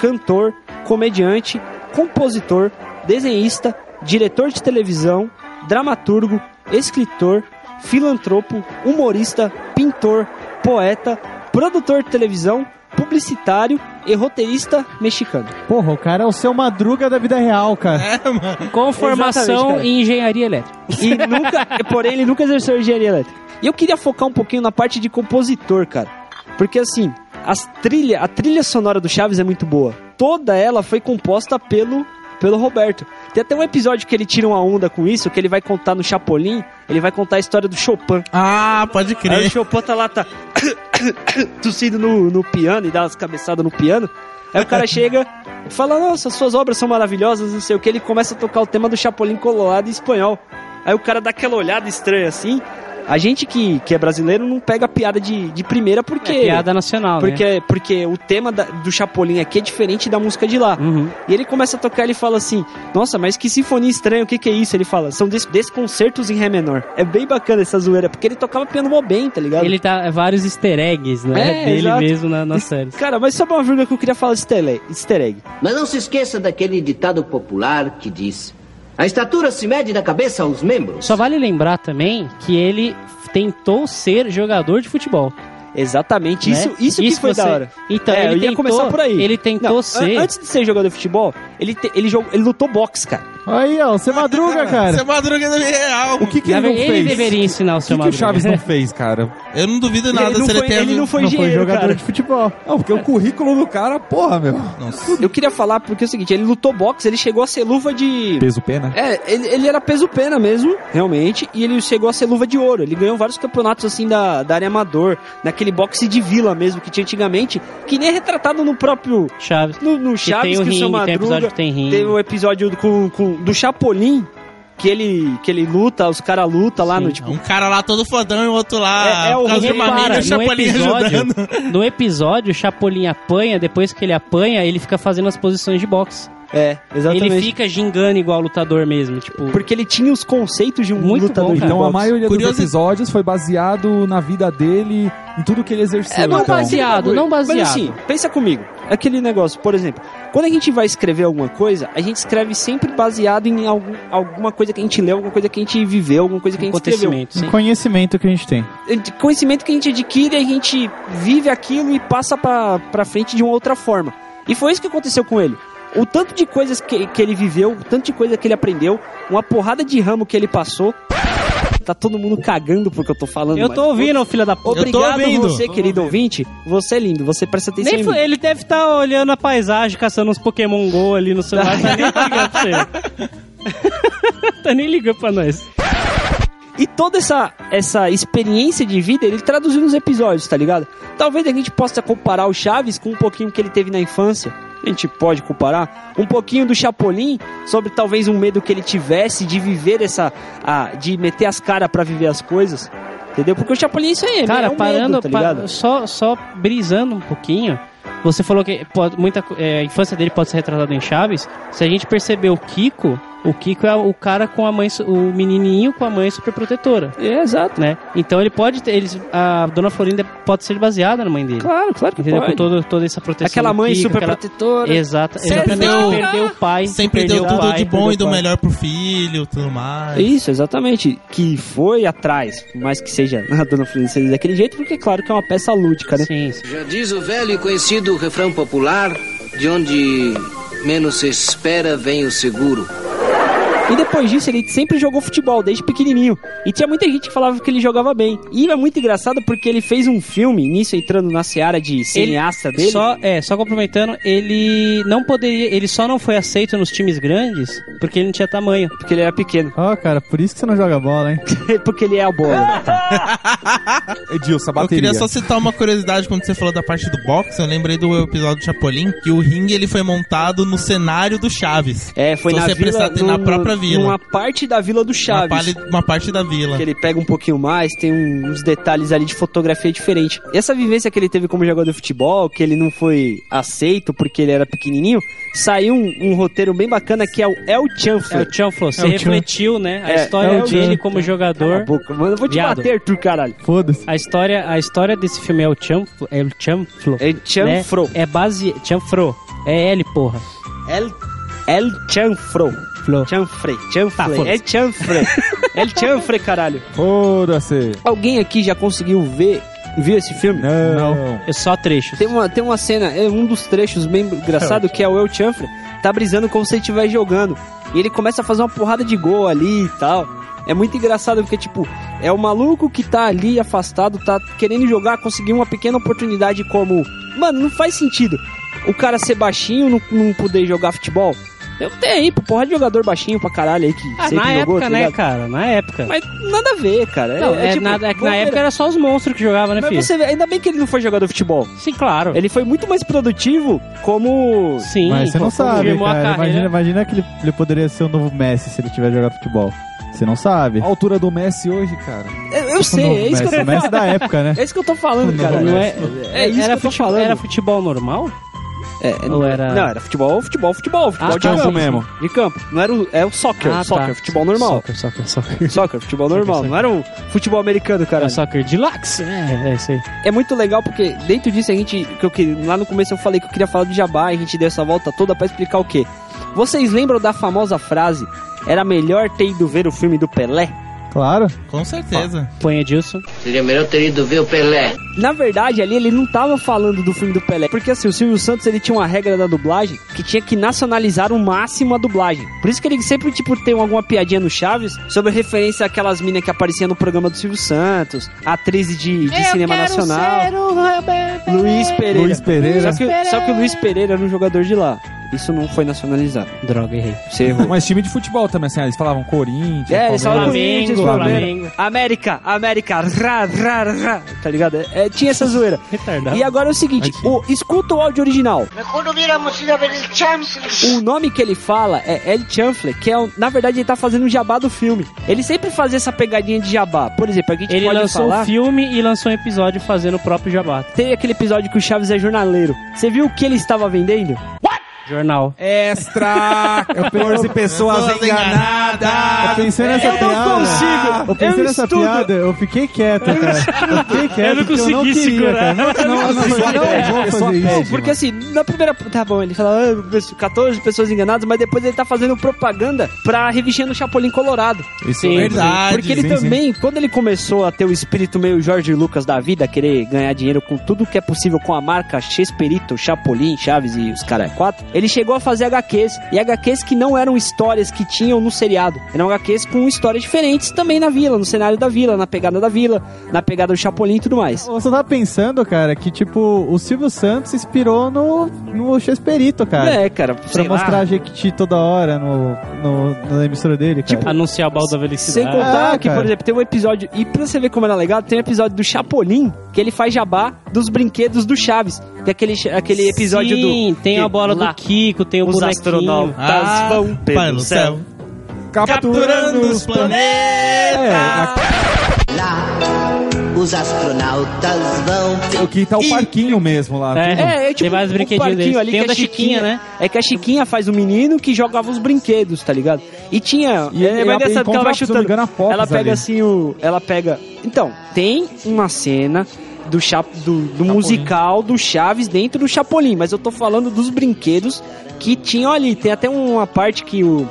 F: cantor, comediante, compositor, desenhista, diretor de televisão, dramaturgo, escritor, filantropo, humorista, pintor, poeta, produtor de televisão, publicitário e roteirista mexicano.
C: Porra, o cara é o seu madruga da vida real, cara.
A: É, mano.
D: Com formação
F: cara.
D: em engenharia elétrica.
F: E nunca, porém, ele nunca exerceu engenharia elétrica. E eu queria focar um pouquinho na parte de compositor, cara. Porque assim, as trilha, a trilha sonora do Chaves é muito boa. Toda ela foi composta pelo pelo Roberto. Tem até um episódio que ele tira uma onda com isso, que ele vai contar no Chapolin, ele vai contar a história do Chopin.
A: Ah, pode
F: Aí o
A: crer.
F: Chopin tá lá, tá tossindo no, no piano e dá umas cabeçadas no piano. Aí o cara chega e fala: Nossa, suas obras são maravilhosas, não sei o que. Ele começa a tocar o tema do Chapolin Colorado em espanhol. Aí o cara dá aquela olhada estranha assim. A gente que, que é brasileiro não pega piada de, de primeira porque.
D: É piada nacional, né?
F: Porque, porque o tema da- do Chapolin aqui é diferente da música de lá.
D: Uhum.
F: E ele começa a tocar ele fala assim: Nossa, mas que sinfonia estranha, o que, que é isso? Ele fala: São des desconcertos em Ré menor. É bem bacana essa zoeira, porque ele tocava piano mó bem, tá ligado?
D: Ele tá vários easter eggs, né?
F: É,
D: dele
F: exato.
D: mesmo na, na
F: Isso-
D: série.
F: Cara, mas só uma vírgula que eu queria falar de easter egg- easter egg.
H: Mas não se esqueça daquele ditado popular que diz: A estatura se mede da cabeça aos membros.
D: Só vale lembrar também que ele tentou ser jogador de futebol.
F: Exatamente,
D: né?
F: isso, isso, que foi
D: você-
F: da hora.
D: Então,
F: É,
D: ele
F: eu ia
D: tentou,
F: começar por aí.
D: Ele tentou
F: Não, an-
D: ser.
F: Antes de ser jogador de futebol, ele, te- ele, jogou, ele lutou boxe, cara.
C: Aí, ó, o seu madruga,
A: Você é
C: cara.
A: madruga da vida real.
E: O que, que
D: Na
E: ele não
D: verdade, ele
E: fez?
D: deveria ensinar o
E: O que,
D: seu
E: que o
D: Madruga.
E: Chaves não fez, cara?
A: Eu não duvido nada
F: ele não
A: se
F: foi,
A: ele tenha...
F: ele não foi
C: não foi
F: engenheiro,
C: jogador
F: cara.
C: de futebol.
E: Não, porque o currículo do cara, porra, meu.
A: Nossa.
F: Eu queria falar porque é o seguinte, ele lutou boxe, ele chegou a ser luva de...
E: Peso pena.
F: É, ele, ele era peso pena mesmo, realmente, e ele chegou a ser luva de ouro. Ele ganhou vários campeonatos assim da, da área amador, naquele boxe de vila mesmo que tinha antigamente, que nem é retratado no próprio.
D: Chaves.
F: No, no
D: Que
F: Chaves,
D: tem o
F: que o seu
D: ringue, tem episódio
F: Madruga.
D: que tem ringue.
F: Tem o episódio do- com, com- do Chapolin, que ele, que ele luta, os caras lutam lá
D: Sim.
F: no tipo.
A: Um cara lá todo fodão e o outro lá...
F: É- é o
A: por causa
D: E
A: de uma mina,
D: repara,
A: o
D: no
A: Chapolin
D: episódio,
A: ajudando.
D: no episódio, o Chapolin apanha, depois que ele apanha, ele fica fazendo as posições de boxe.
F: É, exatamente.
D: Ele fica gingando igual lutador mesmo, tipo...
F: Porque ele tinha os conceitos de um
D: Muito
F: lutador
D: bom,
F: de
D: cara.
E: Então a
F: boxe.
E: maioria dos
A: Curioso-
E: episódios foi baseado na vida dele, em tudo que ele exerceu.
D: não
E: então.
D: baseado. não baseado.
F: É Mas assim, pensa comigo. Aquele negócio, por exemplo, quando a gente vai escrever alguma coisa, a gente escreve sempre baseado em algum- alguma coisa que a gente leu, alguma coisa que a gente viveu, alguma coisa que a gente escreveu.
D: acontecimento,
C: O
D: sim.
C: conhecimento que a gente tem.
F: De Conhecimento que a gente adquire, a gente vive aquilo e passa pra, pra frente de uma outra forma. E foi isso que aconteceu com ele. O tanto de coisas que, que ele viveu, o tanto de coisa que ele aprendeu, uma porrada de ramo que ele passou. Tá todo mundo cagando porque eu tô falando.
D: Eu
F: mas-
D: tô ouvindo, filha da puta.
A: Eu tô
F: Obrigado
A: ouvindo.
F: você,
A: Tô
F: querido ouvinte. Você é lindo, você presta atenção
D: Nem
F: em
D: foi-
F: mim.
D: ele deve estar olhando a paisagem, caçando uns Pokémon GO ali no celular, tá nem ligando pra você. tá nem ligando pra nós.
F: E toda essa, essa experiência de vida, ele traduziu nos episódios, tá ligado? Talvez a gente possa comparar o Chaves com um pouquinho que ele teve na infância. A gente pode comparar um pouquinho do Chapolin sobre talvez um medo que ele tivesse de viver essa... ah, de meter as caras pra viver as coisas, entendeu? Porque o Chapolin é isso aí,
D: Cara,
F: é um
D: parando,
F: medo, tá
D: pa-
F: ligado?
D: só, só brisando um pouquinho, você falou que pode- muita co- é, a infância dele pode ser retratada em Chaves. Se a gente perceber o Kiko, O Kiko é o cara com a mãe, su- o menininho com a mãe superprotetora,
F: É, exato.
D: né? Então ele pode ter, eles, a dona Florinda pode ser baseada na mãe dele.
F: Claro, claro que
D: Entendeu? Com
F: pode.
D: todo, toda essa proteção.
F: Aquela
D: do
F: mãe
D: Kiko,
F: super
D: aquela-
F: protetora.
D: Exato.
A: Sempre
D: Sempre
A: deu-
D: deu, perdeu o pai.
A: Sempre
D: perdeu
A: deu
D: o
A: tudo
D: pai,
A: de bom e
D: perdeu
A: do
D: o pai.
A: melhor pro filho, tudo mais.
F: Isso, exatamente. Que foi atrás, por mais que seja a Dona Florinda seja daquele jeito, porque claro que é uma peça lúdica, né?
D: Sim, sim.
H: Já diz o velho e conhecido refrão popular: de onde menos se espera vem o seguro.
F: E depois disso, ele sempre jogou futebol, desde pequenininho. E tinha muita gente que falava que ele jogava bem. E é muito engraçado porque ele fez um filme, nisso entrando na seara de cineasta dele.
D: Só, é, só complementando, ele não poderia, ele só não foi aceito nos times grandes porque ele não tinha tamanho.
F: Porque ele era pequeno.
C: Ó, cara, por isso que você não joga bola, hein?
F: porque ele é a bola.
E: Edilson, a
A: Eu
E: bateria.
A: queria só citar uma curiosidade quando você falou da parte do boxe. Eu lembrei do episódio do Chapolin, que o ringue ele foi montado no cenário do Chaves.
F: É, foi
A: Se
F: na
A: você
F: vila,
A: prestar- na própria vila.
F: Numa parte da vila do
A: Uma,
F: Chaves.
A: pali- uma parte da vila.
F: Que ele pega um pouquinho mais, tem um- uns detalhes ali de fotografia diferente. Essa vivência que ele teve como jogador de futebol, que ele não foi aceito porque ele era pequenininho, saiu um, um roteiro bem bacana que é o El
D: É
F: Chanfle.
D: o Tchan falou, você
C: É o Tchan.
D: refletiu, né? A
F: É,
D: história
C: é o Tchan.
D: dele como
F: Cala a
D: jogador.
F: boca, mano, eu vou te
D: Viado.
F: bater, tu caralho.
C: Foda-se.
D: A história, a história desse filme é o Chanfro, é o Chanfro,
F: El Chanfro.
D: é base Chanfro, é L, porra.
F: El, El Chanfro.
D: Flo. Tá,
F: Chanfre, Chanfre,
D: foda-se.
F: El Chanfre. El Chanfre, caralho.
E: Foda-se.
F: Alguém aqui já conseguiu ver, viu esse filme?
E: Não.
D: É só trechos.
F: Tem uma, tem uma cena, é um dos trechos bem engraçado, que é o El Chanfre tá brisando como se ele estivesse jogando. E ele começa a fazer uma porrada de gol ali e tal. É muito engraçado porque, tipo, é o maluco que tá ali afastado, tá querendo jogar, conseguir uma pequena oportunidade como. Mano, não faz sentido o cara ser baixinho não, não poder jogar futebol. Eu tenho aí, pô, porra de jogador baixinho pra caralho aí que
D: Ah,
F: sempre
D: na
F: jogou,
D: época,
F: tá
D: né,
F: ligado?
D: cara? Na época.
F: Mas nada a ver, cara.
D: não, é,
F: tipo,
D: nada, é que na
F: bobeira.
D: época era só os monstros que jogavam, né, filho?
F: Mas você, vê, ainda bem que ele não foi jogador de futebol.
D: Sim, claro.
F: Ele foi muito mais produtivo como.
D: Sim.
C: Mas você não sabe,
D: confirmou a
C: cara.
D: carreira.
C: Imagina, imagina que ele, ele poderia ser o novo Messi se ele tiver jogado futebol. Você não sabe.
E: A altura do Messi hoje, cara.
F: Eu, eu sei,
C: O novo
F: é isso,
C: Messi,
F: que eu
C: o
F: tô
C: Messi
F: falando.
C: da época, né?
F: É isso que eu tô falando, cara.
D: Não é,
F: É isso
D: era
F: que eu tô
D: futebol,
F: falando.
D: Era futebol normal?
F: É,
D: Ou era...
F: Não, era futebol, futebol, futebol. Futebol
D: Ah,
F: de
D: tá,
F: campo
D: sim, sim.
E: mesmo.
F: De campo. Não era o. É o soccer.
D: Ah,
F: soccer,
D: tá.
F: futebol normal.
D: Soccer, soccer, soccer.
F: Soccer, futebol normal.
D: soccer. É
F: Não era o futebol americano, cara.
D: Era soccer de lax. É, é isso aí.
F: É muito legal porque dentro disso a gente. Que eu, que, lá no começo eu falei que eu queria falar do jabá, a gente deu essa volta toda pra explicar o quê? Vocês lembram da famosa frase? Era melhor ter ido ver o filme do Pelé?
C: Claro.
A: Com certeza.
D: Põe Edilson.
H: Seria melhor ter ido ver o Pelé.
F: Na verdade, ali ele não tava falando do filme do Pelé, porque assim, o Silvio Santos ele tinha uma regra da dublagem que tinha que nacionalizar o máximo a dublagem. Por isso que ele sempre, tipo, tem alguma piadinha no Chaves sobre referência àquelas minas que apareciam no programa do Silvio Santos, atrizes de, de cinema nacional. Luiz Pereira.
E: Luiz Pereira.
F: Só, que, só que o Luiz Pereira era um jogador de lá. Isso não foi nacionalizado.
D: Droga, errei.
F: Você errou.
E: Mas time de futebol também, assim, ah, eles falavam Corinthians.
F: É,
E: Palmeiras.
F: eles falavam Corinthians, Palmeiras.
D: Flamengo.
F: América, América, ra, ra, ra. Tá ligado? É, tinha essa zoeira.
D: Retardado.
F: E agora é o seguinte, o, escuta o áudio original.
I: Quando viramos a ver ele
F: O nome que ele fala é El Chanfle, que é, o- na verdade, ele tá fazendo um jabá do filme. Ele sempre fazia essa pegadinha de jabá. Por exemplo, aqui a gente
D: Ele
F: pode
D: lançou
F: falar...
D: um filme e lançou um episódio fazendo o próprio jabá.
F: Tem aquele episódio que o Chaves é jornaleiro. Você viu o que ele estava vendendo?
D: Jornal.
F: É,
E: Extra! Eu torço pessoas
A: Pessoas
C: Eu
E: enganadas.
C: pensei nessa piada.
F: consigo.
C: Eu pensei
F: Eu
C: nessa
F: estudo.
C: piada, eu fiquei quieto, cara. Eu fiquei quieto.
D: Eu não
C: porque não
D: consegui
C: queria,
D: segurar.
C: cara. Não, não, não, não,
E: Pessoa pede,
C: não vou
E: pessoa
C: fazer
E: pede.
C: isso.
F: Não, porque assim, na primeira... Tá bom, ele fala ah, pessoa- 14 pessoas enganadas, mas depois ele tá fazendo propaganda pra revistinha no Chapolin Colorado.
E: Isso é
D: Sim.
A: Verdade.
F: Porque ele
E: sim,
F: também, quando ele começou a ter o espírito meio Jorge Lucas da vida, querer ganhar dinheiro com tudo que é possível com a marca Chesperito, Chapolin, Chaves e os caras quatro, ele chegou a fazer HQs. E HQs que não eram histórias que tinham no seriado. Eram HQs com histórias diferentes também na vila, no cenário da vila, na pegada da vila, na pegada do Chapolin e tudo mais.
C: Eu só tava tá pensando, cara, que tipo, o Silvio Santos se inspirou no, no Chesperito, cara.
F: é, cara.
C: pra
F: sei lá.
C: mostrar a Jequiti toda hora no, no, na emissora dele, cara.
F: Tipo,
D: Anunciar o balde da
F: Sem
D: velocidade.
F: contar
C: Ah,
F: que,
C: cara.
F: por exemplo, tem um episódio. E pra você ver como era legal, tem um episódio do Chapolin que ele faz jabá dos brinquedos do Chaves. Que é aquele, aquele episódio do.
D: Sim, tem a bola
F: lá.
D: do Kiko, tem o
F: Os
D: bonequinho.
F: astronautas.
A: Ah,
F: vão pelo
A: pelo
F: céu.
A: céu.
E: Capturando os planetas.
A: planetas.
I: Lá, o os astronautas vão.
E: O que tá o parquinho mesmo lá.
D: É,
E: tudo.
F: É, é tipo
D: Tem vários brinquedinhos
F: parquinho
D: deles.
F: ali
D: Tem
F: que
D: o da
F: a
D: Chiquinha, né?
F: É que a Chiquinha faz o menino que jogava os brinquedos, tá ligado? E tinha.
E: E
F: é
E: ela-
F: mais engraçado que ela
E: encontra,
F: vai
E: se eu
F: chutando.
E: não me engano, a Fox
F: ela pega
E: ali.
F: assim o. Ela pega. Então, tem uma cena do, cha... do, do musical do Chaves dentro do Chapolin, mas eu tô falando dos brinquedos que tinham ali. Tem até uma parte que o.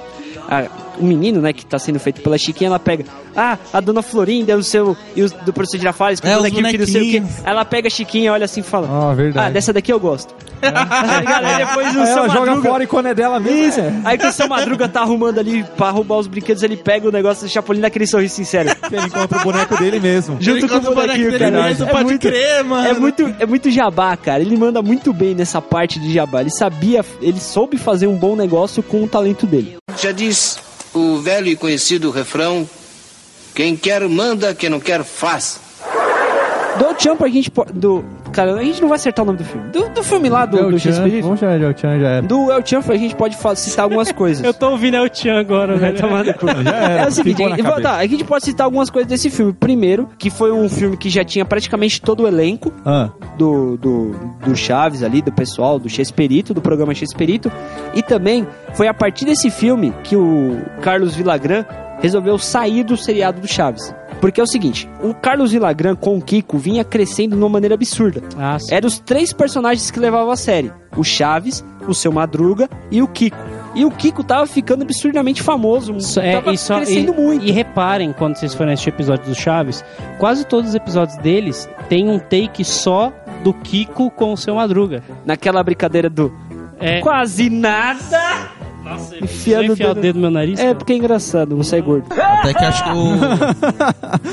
F: a- o menino, né, que tá sendo feito pela Chiquinha, ela pega. Ah, a dona Florinda, o seu. E os do professor Girafales, com
A: É,
F: tudo
A: os
F: aquilo que não sei o quê.
A: bonequinhos.
F: Ela pega a Chiquinha, olha assim e fala.
E: Ah,
F: Ah,
E: verdade.
F: dessa daqui eu gosto. Tá ligado? Aí depois o
E: Aí
F: seu
E: ela joga
F: Madruga.
E: fora e quando é dela mesmo.
F: Isso.
E: é.
F: Aí que o seu Madruga tá arrumando ali pra roubar os brinquedos, ele pega o negócio do Chapolin naquele sorriso sincero.
E: Que ele encontra o boneco dele mesmo.
F: Junto com o bonequinho, cara.
A: mesmo,
F: É
A: um pode
F: muito-
A: crer, mano.
F: É muito, é muito jabá, cara. Ele manda muito bem nessa parte de jabá. Ele sabia, ele soube fazer um bom negócio com o talento dele.
H: Já diz o velho e conhecido refrão: quem quer manda, quem não quer faz.
F: Do Jump a gente. po- Do, cara, a gente não vai acertar o nome do filme. Do, do filme lá do, do
C: Chan,
F: Shakespeare.
C: vamos chamar de Chan já era.
F: Do El Champ a gente pode fa- citar algumas coisas.
D: Eu tô ouvindo El Chan agora,
F: Vai
D: velho.
F: tomar no cu. É o seguinte,
E: ficou na
F: e-
E: cabeça.
F: tá, a gente pode citar algumas coisas desse filme. Primeiro, que foi um filme que já tinha praticamente todo o elenco
C: Ah,
F: do, do, do Chaves ali, do pessoal, do Chesperito, do programa Chesperito. E também foi a partir desse filme que o Carlos Villagrán resolveu sair do seriado do Chaves. Porque é o seguinte, o Carlos Villagrán com o Kiko vinha crescendo de uma maneira absurda.
D: Ah, sim.
F: Eram os É três personagens que levavam a série: o Chaves, o seu Madruga e o Kiko. E o Kiko tava ficando absurdamente famoso,
D: Só- é,
F: tava
D: e só-
F: crescendo
D: e-
F: muito.
D: E reparem, quando vocês forem assistir o episódio do Chaves, quase todos os episódios deles tem um take só do Kiko com o seu Madruga.
F: Naquela brincadeira do
D: É,
F: quase nada.
D: Nossa,
F: enfiando
D: enfiando enfiar
F: o
D: o
F: dedo-
D: dedo no meu nariz?
F: É
D: cara?
F: porque é engraçado, você é gordo.
A: Até que acho que o.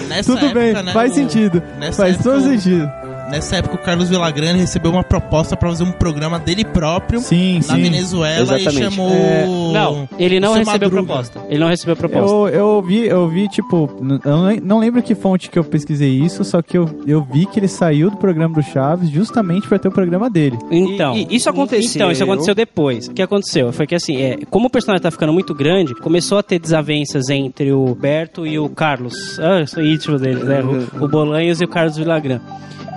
A: Nessa
C: tudo bem,
A: época, né,
C: faz
A: o-
C: sentido.
A: Nessa
C: Faz
A: época,
C: todo
A: o-
C: sentido.
A: Nessa época, o Carlos Villagrán recebeu uma proposta pra fazer um programa dele próprio
C: Sim,
A: na
C: sim.
A: Venezuela e
F: Exatamente.
A: chamou.
C: É,
D: Não, ele
A: o
D: não
A: seu
D: recebeu
A: Madruga.
D: proposta. Ele não recebeu proposta.
C: Eu, eu vi, eu vi, tipo, n- eu não- não lembro que fonte que eu pesquisei isso, só que eu, eu vi que ele saiu do programa do Chaves justamente pra ter o programa dele.
D: Então,
F: E- e isso aconteceu?
D: Então, isso aconteceu depois. O que aconteceu foi que assim, é, como o personagem tá ficando muito grande, começou a ter desavenças entre o Berto e o Carlos. Ah, eu sou íntimo deles, né?
F: Uhum.
D: O, o Bolanhos e o Carlos Villagrán.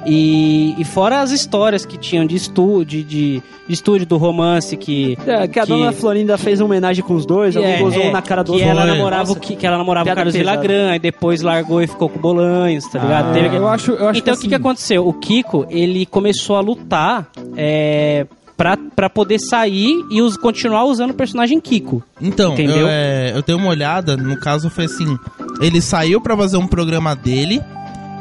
D: E, e fora as histórias que tinham de estúdio, de, de estúdio do romance que
F: É, que a
D: Que-
F: dona Florinda fez uma homenagem com os dois, alguém gozou um na cara do
D: que
F: outro.
D: ela
F: Foi.
D: namorava o
F: Nossa.
D: que, que ela namorava o
F: Piada
D: Carlos
F: pesada. Ah.
D: Villagrán e depois largou e ficou com o Bolanhos, tá ligado? Teve que-
E: Eu acho, eu acho
D: então, o
E: que
D: que, que
E: assim,
D: aconteceu? O Kiko, ele começou a lutar é, pra, pra poder sair e us- continuar usando o personagem Kiko.
A: Então,
D: Entendeu?
A: eu, é, eu dei uma olhada, no caso foi assim, ele saiu pra fazer um programa dele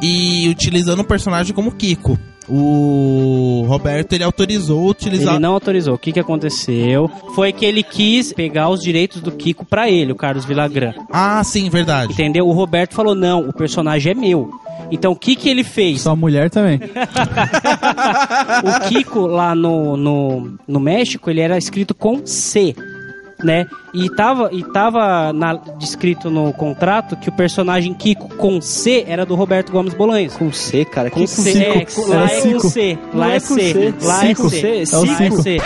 A: e utilizando o personagem como Kiko. O Roberto ele autorizou utilizar
D: Ele não autorizou. O que, que aconteceu? Foi que ele quis pegar os direitos do Kiko pra ele, o Carlos Villagrán.
A: Ah, sim, verdade.
D: Entendeu? O Roberto falou, não, o personagem é meu. Então, o que, que ele fez?
C: Só mulher também.
D: O Kiko, lá no, no, no México, ele era escrito com C, né? E tava, e tava na- descrito no contrato que o personagem Kiko com C era do Roberto Gomes Bolanhos.
F: Com C, cara.
D: Com
F: que
D: C,
F: C.
D: é, com- lá
C: É
D: é,
C: Cico.
D: com C, lá
F: Não
D: é
F: é com
D: C,
F: C,
D: lá é
F: Cico.
D: C,
F: É o
D: lá é
C: Cico.
D: C.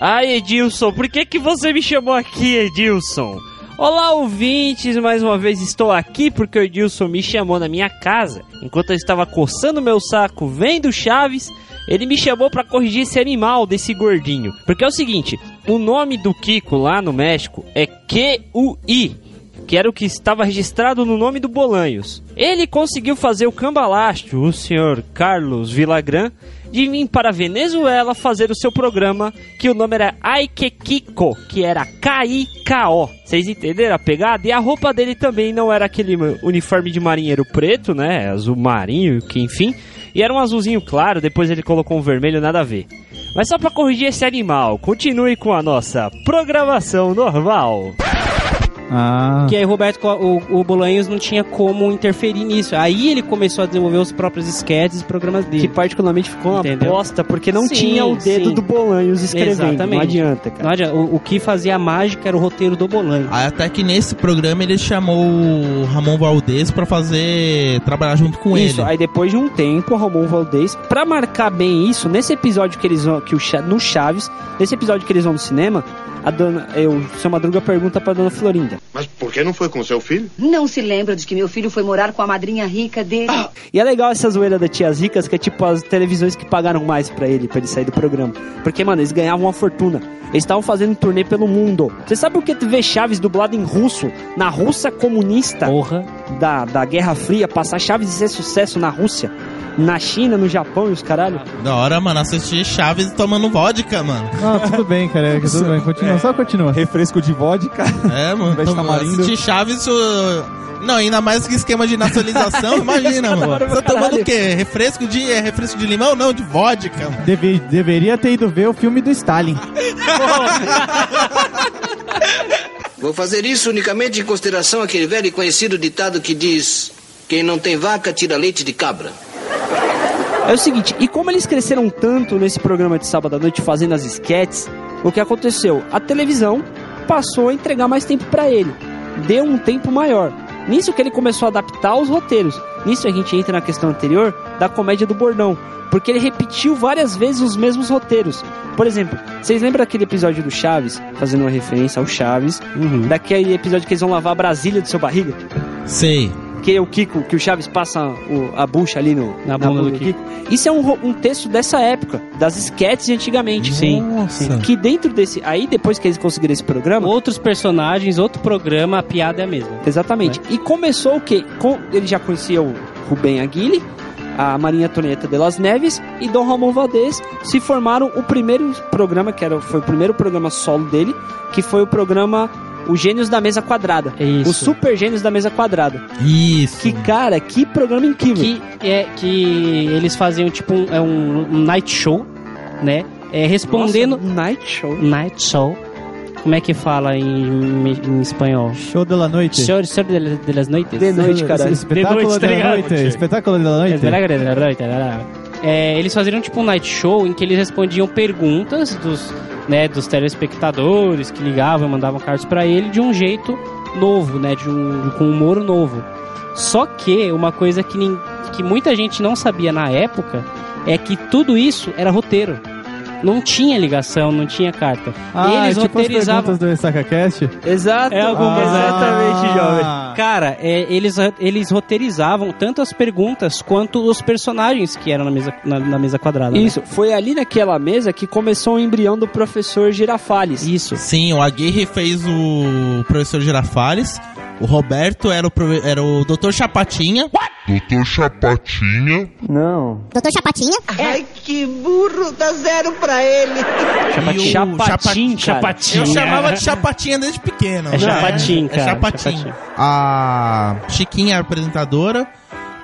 J: Ai, Edilson, por que, que você me chamou aqui, Edilson? Olá, ouvintes, mais uma vez estou aqui porque o Edilson me chamou na minha casa. Enquanto eu estava coçando meu saco vendo Chaves, ele me chamou pra corrigir esse animal desse gordinho. Porque é o seguinte, o nome do Kiko lá no México é Q-U-I que era o que estava registrado no nome do Bolanhos. Ele conseguiu fazer o cambalacho, o senhor Carlos Villagrán, de vir para a Venezuela fazer o seu programa, que o nome era Aike Kiko, que era K-I-K-O. Vocês entenderam a pegada? E a roupa dele também não era aquele uniforme de marinheiro preto, né? Azul marinho, que enfim. E era um azulzinho claro, depois ele colocou um vermelho, nada a ver. Mas só para corrigir esse animal, continue com a nossa programação normal.
C: Ah.
D: Que aí Roberto, Co- o, o Bolanhos não tinha como interferir nisso. Aí ele começou a desenvolver os próprios esquetes e programas
F: Que
D: dele.
F: particularmente ficou uma
D: Entendeu?
F: bosta, porque não
D: Sim,
F: tinha o dedo
D: sim.
F: do Bolanhos escrevendo.
D: Exatamente.
F: Não adianta, cara.
D: Não adianta, o, o que fazia a mágica era o roteiro do Bolanhos.
A: Aí até que nesse programa ele chamou o Ramon Valdez pra fazer trabalhar junto com
F: isso,
A: ele.
F: aí depois de um tempo, o Ramon Valdez, pra marcar bem isso, nesse episódio que eles vão, que o Cha- no Chaves, nesse episódio que eles vão no cinema, a dona, eu, o seu Madruga pergunta pra dona Florinda. Mas
K: Mas por que não foi com seu filho?
L: Não se lembra de que meu filho foi morar com a madrinha rica dele?
I: Ah,
F: E é legal essa zoeira das tias ricas, que é tipo as televisões que pagaram mais pra ele, pra ele sair do programa. Porque, mano, eles ganhavam uma fortuna. Eles estavam fazendo turnê pelo mundo. Você sabe o que é ver Chaves dublado em russo, na Rússia comunista Da, da Guerra Fria, passar Chaves e ser sucesso na Rússia, na China, no Japão e os caralho?
A: Da hora, mano, assistir Chaves tomando vodka, mano.
C: Ah, tudo bem, careca, tudo bem. Continua, só continua.
E: Refresco de vodka.
A: É, mano.
E: Veste
A: Então,
E: tamarindo.
A: Assistir Chaves. o- Não, ainda mais que esquema de nacionalização, imagina, mano. Você tá tomando o quê? Refresco de. É refresco de limão? Não, de vodka, mano.
C: Deve- deveria ter ido ver o filme do Stalin.
H: Vou fazer isso unicamente em consideração àquele velho e conhecido ditado que diz: quem não tem vaca tira leite de cabra.
F: É o seguinte, e como eles cresceram tanto nesse programa de sábado à noite fazendo as esquetes, o que aconteceu? A televisão passou a entregar mais tempo pra ele, deu um tempo maior. Nisso que ele começou a adaptar os roteiros. Nisso a gente entra na questão anterior da comédia do bordão, porque ele repetiu várias vezes os mesmos roteiros. Por exemplo, vocês lembram daquele episódio do Chaves, fazendo uma referência ao Chaves, daquele episódio que eles vão lavar a Brasília do seu barriga?
A: Sei.
F: Que é o Kiko, que o Chaves passa o- a bucha ali no, na,
D: bunda do Kiko.
F: Isso é um, ro- um texto dessa época, das esquetes de antigamente.
D: Sim.
F: Sim. Que dentro desse. Aí depois que eles conseguiram esse programa.
D: Outros personagens, outro programa, a piada é a mesma.
F: Exatamente.
D: É.
F: E começou o quê? Com, ele já conhecia o Rubem Aguile, a Marinha Antonieta de las Neves e Dom Ramon Valdez. Se formaram o primeiro programa, que era, foi o primeiro programa solo dele, que foi o programa Os Gênios da Mesa Quadrada.
D: Isso.
F: Os Super Gênios da Mesa Quadrada.
A: Isso.
F: Que cara, que programa incrível.
D: Que, é, que eles faziam tipo um, é um- um night show, né? É, respondendo.
F: night show.
D: Night show. Como é que fala em, em- em espanhol?
C: Show da noite.
D: Show, show de, las- de las noites.
F: De noite, cara.
D: De
C: Espetáculo
D: noite, tá
C: da
D: ligado?
C: noite. Espetáculo da noite.
D: Espetáculo da noite, lá, lá. tá, É, eles faziam tipo um night show em que eles respondiam perguntas dos, né, dos telespectadores que ligavam e mandavam cartas pra ele de um jeito novo, né, de um, com um humor novo. Só que uma coisa que, nin- que muita gente não sabia na época é que tudo isso era roteiro. Não tinha ligação, não tinha carta.
C: Ah,
D: eles
C: é tipo
D: roteirizavam.
C: as perguntas do SakaCast?
F: Exato. Ah.
D: É alguma coisa.
A: Ah.
C: Exatamente, jovem.
D: Cara, é, eles, eles roteirizavam tanto as perguntas quanto os personagens que eram na mesa, na, na mesa quadrada. né?
F: Isso, foi ali naquela mesa que começou o embrião do professor Girafales.
D: Isso.
A: Sim, o Aguirre fez o professor Girafales. O Roberto era o, pro- era o Dr. Chapatinha. Dr. Chapatinha?
B: Não.
G: Doutor Chapatinha?
L: É.
I: Ai, que burro, dá zero pra ele.
A: E o
D: Chapatim,
A: Chapatim,
D: cara. Chapatim.
A: Eu chamava de Chapatinha desde pequeno.
D: É Chapatim,
A: É,
D: cara,
A: Chapatim.
D: Chapatim.
A: A Chiquinha era apresentadora.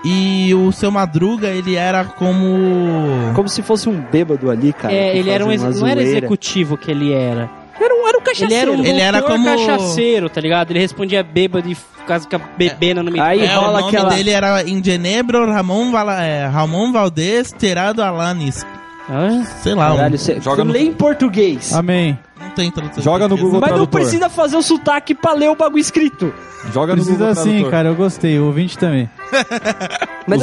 A: E o seu Madruga, ele era como.
F: Como se fosse um bêbado ali, cara.
D: É,
F: que
D: ele era um,
F: fazia
D: ex-
F: uma
D: não era
F: zoeira.
D: executivo que ele era.
F: Era um, era um
D: Ele era um
A: Ele era
D: doutor
A: como-
D: cachaceiro, tá ligado? Ele respondia bêbado e quase fica bebendo no meio.
F: Aí
A: É, o
F: rola
A: nome
F: aquela.
A: dele era Indienebro Ramon, Vala, é, Ramon Valdez Terado Alanis.
D: Ah,
A: Sei lá, um-
F: Caralho, você
E: Joga no-
F: lê em português.
C: Amém.
A: não tem tradução.
E: Joga no Google
F: mas não
E: Tradutor.
F: precisa fazer o sotaque pra ler o bagulho escrito.
E: Joga no
C: Precisa
E: Google
C: sim,
E: Tradutor.
C: cara. Eu gostei. O ouvinte também.
F: Mas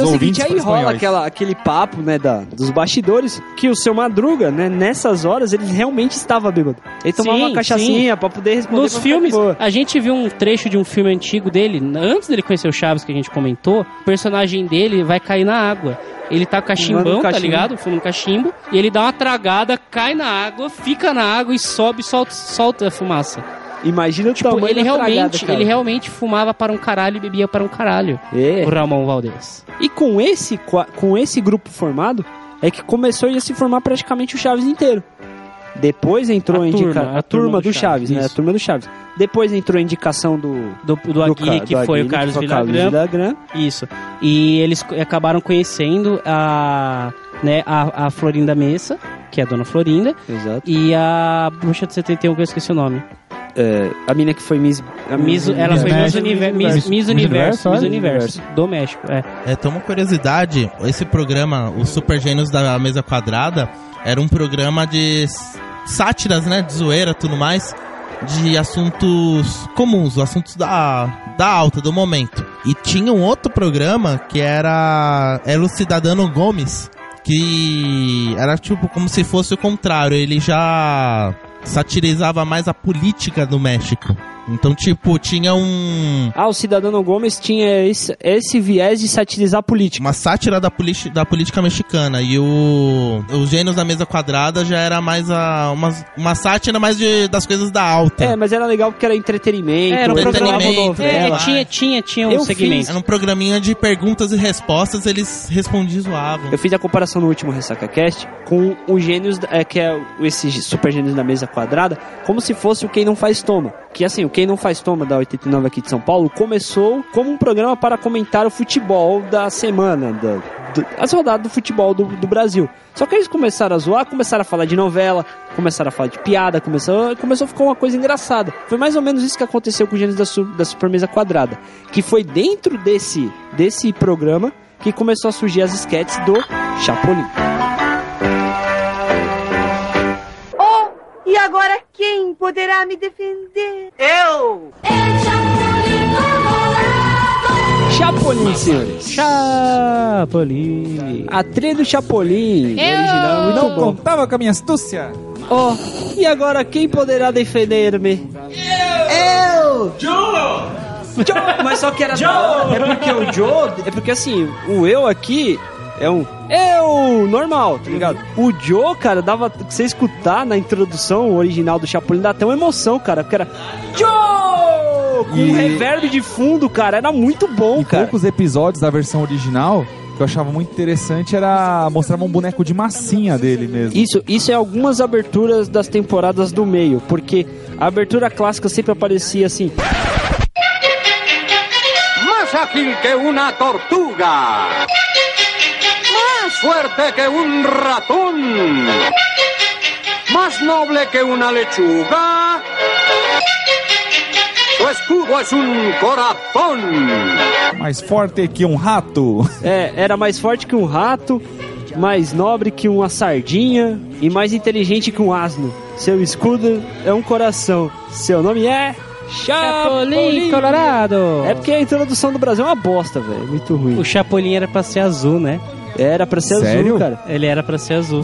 E: Os
F: é o seguinte,
E: ouvintes
F: aí rola
E: espanhóis.
F: aquela, aquele papo, né, da, dos bastidores, que o seu Madruga, né, nessas horas, ele realmente estava bêbado. Ele tomava
D: Sim,
F: uma cachaçinha pra poder responder.
D: Nos
F: pra
D: filmes,
F: ficar de boa.
D: a gente viu um trecho de um filme antigo dele, n- antes dele conhecer o Chaves que a gente comentou, o personagem dele vai cair na água. Ele tá com
F: Fumando
D: cachimbão,
F: um
D: tá
F: cachimbo.
D: ligado? Fumando um cachimbo, e ele dá uma tragada, cai na água, fica na água e sobe e solta, solta a fumaça.
F: Imagina o
D: Pô,
F: tamanho
D: Tipo, ele
F: da tragada,
D: realmente,
F: cara.
D: ele realmente fumava para um caralho e bebia para um caralho.
F: É.
D: O Ramon Valdez.
F: E com esse, qua- com esse grupo formado, é que começou a se formar praticamente o Chaves inteiro. Depois entrou
D: A
F: a, indica-
D: turma,
F: a turma do Chaves, né? A
D: isso.
F: turma do Chaves. Depois entrou a indicação do.
D: Do, do Aguirre,
F: Ca-
D: que
F: do
D: foi
F: Aguirre,
D: o Carlos
F: que foi o Carlos
D: Villagrán.
F: Villagrán.
D: Isso. E eles co- acabaram conhecendo a, né, a, a Florinda Messa, que é a dona Florinda,
F: Exato.
D: e a bruxa de 71, que eu esqueci o nome.
F: É, a mina que foi Miss. A
D: Miss, ela
C: Miss
D: foi Miss,
C: México,
D: Univer-
C: Miss
D: Miss, Miss
C: Universo,
D: Universo, Miss
C: olha.
D: Universo, do México, é.
A: É, tem uma curiosidade, esse programa, os Super Gênios da Mesa Quadrada, era um programa de s- sátiras, né, de zoeira, tudo mais, de assuntos comuns, assuntos da, da alta, do momento. E tinha um outro programa que era, era o Cidadano Gomes, que era tipo como se fosse o contrário, ele já satirizava mais a política do México. Então, tipo, tinha um.
F: Ah, o Cidadão Gomes tinha esse, esse viés de satirizar a política.
A: Uma sátira da, politi- da política mexicana. E o. Os Gênios da Mesa Quadrada já era mais a. Uma, uma sátira mais de, das coisas da alta.
F: É, mas era legal porque era entretenimento.
A: Era um
F: programa
A: entretenimento,
D: né?
F: novela.
A: é, tinha-
D: tinha, tinha
F: um Eu segmento. fiz-
A: Era um programinha de perguntas e respostas, eles respondiam e zoavam.
F: Eu fiz a comparação no último RessacaCast com o Gênios, da- é, que é o- esse Super Gênios da Mesa Quadrada, como se fosse o Quem Não Faz Toma. Que assim, o Quem Não Faz Toma da 89 aqui de São Paulo começou como um programa para comentar o futebol da semana, da, do- as rodadas do futebol do, do Brasil. Só que eles começaram a zoar, começaram a falar de novela, começaram a falar de piada, começou, começou a ficar uma coisa engraçada. Foi mais ou menos isso que aconteceu com o Gênios da, Su- da Super Mesa Quadrada. Que foi dentro desse, desse programa que começou a surgir as esquetes do Chapolin.
K: Oh, e agora quem poderá me defender? Eu!
F: Chapolin, senhores. Chapolin. A trilha do Chapolin. do
K: Eu.
F: Original, muito
K: Não
E: Então, Tá
F: bom. contava com a minha astúcia. Oh, e agora quem poderá defender-me? Eu! Joe! Joe! Mas só que era... Joe! É porque o Joe... É porque assim, o eu aqui... É um eu normal, tá ligado? O Joe, cara, dava. Você escutar na introdução original do Chapolin dá até uma emoção, cara. Porque era. Joe! Com um reverb de fundo, cara. Era muito bom, cara.
E: poucos episódios da versão original que eu achava muito interessante era mostrava um boneco de massinha dele mesmo.
F: Isso, isso é algumas aberturas das temporadas do meio, porque a abertura clássica sempre aparecia assim.
M: Más ágil que una tortuga. Más fuerte que un ratón. Más noble que una lechuga. Tu escudo es un corazón.
E: Mais forte que um rato.
F: É, era mais forte que um rato, mais nobre que uma sardinha e mais inteligente que um asno. Seu escudo é um coração. Seu nome é. Chapolin
D: Colorado.
F: É porque a introdução do Brasil é uma bosta, velho. é Muito ruim.
D: O Chapolin era pra ser azul, né?
F: Era pra ser azul, cara.
D: Ele era pra ser azul.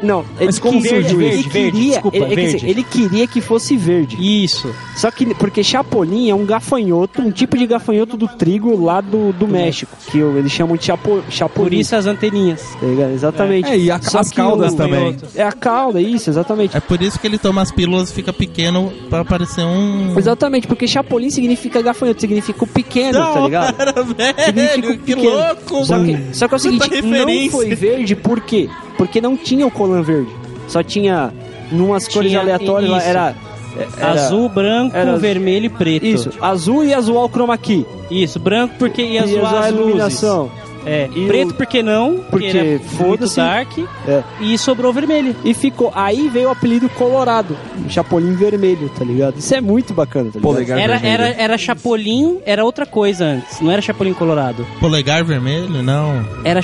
F: não, ele queria- ele queria, ele, é que, assim, ele queria que fosse verde.
D: Isso.
F: Só que, porque Chapolin é um gafanhoto, um tipo de gafanhoto do trigo lá do, do México, que o- eles chamam de chapo, Chapolin.
D: Por isso as anteninhas.
F: Tá ligado? Exatamente.
D: É. É, e a-
F: Só
D: as
F: que um
D: caudas também.
F: É a cauda, isso, exatamente.
A: É por isso que ele toma as pílulas e fica pequeno pra parecer um.
F: Exatamente, porque Chapolin significa gafanhoto, significa o pequeno,
A: Da
F: tá ligado?
A: hora, velho,
F: significa o
A: que
F: pequeno.
A: louco,
F: só que,
A: mano.
F: só que é
A: Puta
F: o seguinte, não
A: referência.
F: foi verde por quê? Porque não tinha o colan verde. Só tinha numas cores
D: Tinha
F: aleatórias lá,
D: isso.
F: era, era-
D: Azul, branco,
F: era-
D: vermelho e preto.
F: Isso, azul e azul ao chroma key.
D: Isso, branco porque ia
F: E
D: zoar
F: azul
D: as
F: a iluminação.
D: luzes. É,
F: E
D: preto
F: o-
D: porque não,
F: Porque
D: que era muito
F: foda-se. É.
D: dark.
F: E sobrou vermelho. E ficou. Aí veio o apelido Colorado. o Chapolin vermelho, tá ligado? Isso é muito bacana, tá ligado?
D: Era, era, era Chapolin, era outra coisa antes, não era Chapolin Colorado.
A: Polegar vermelho? Não.
D: Era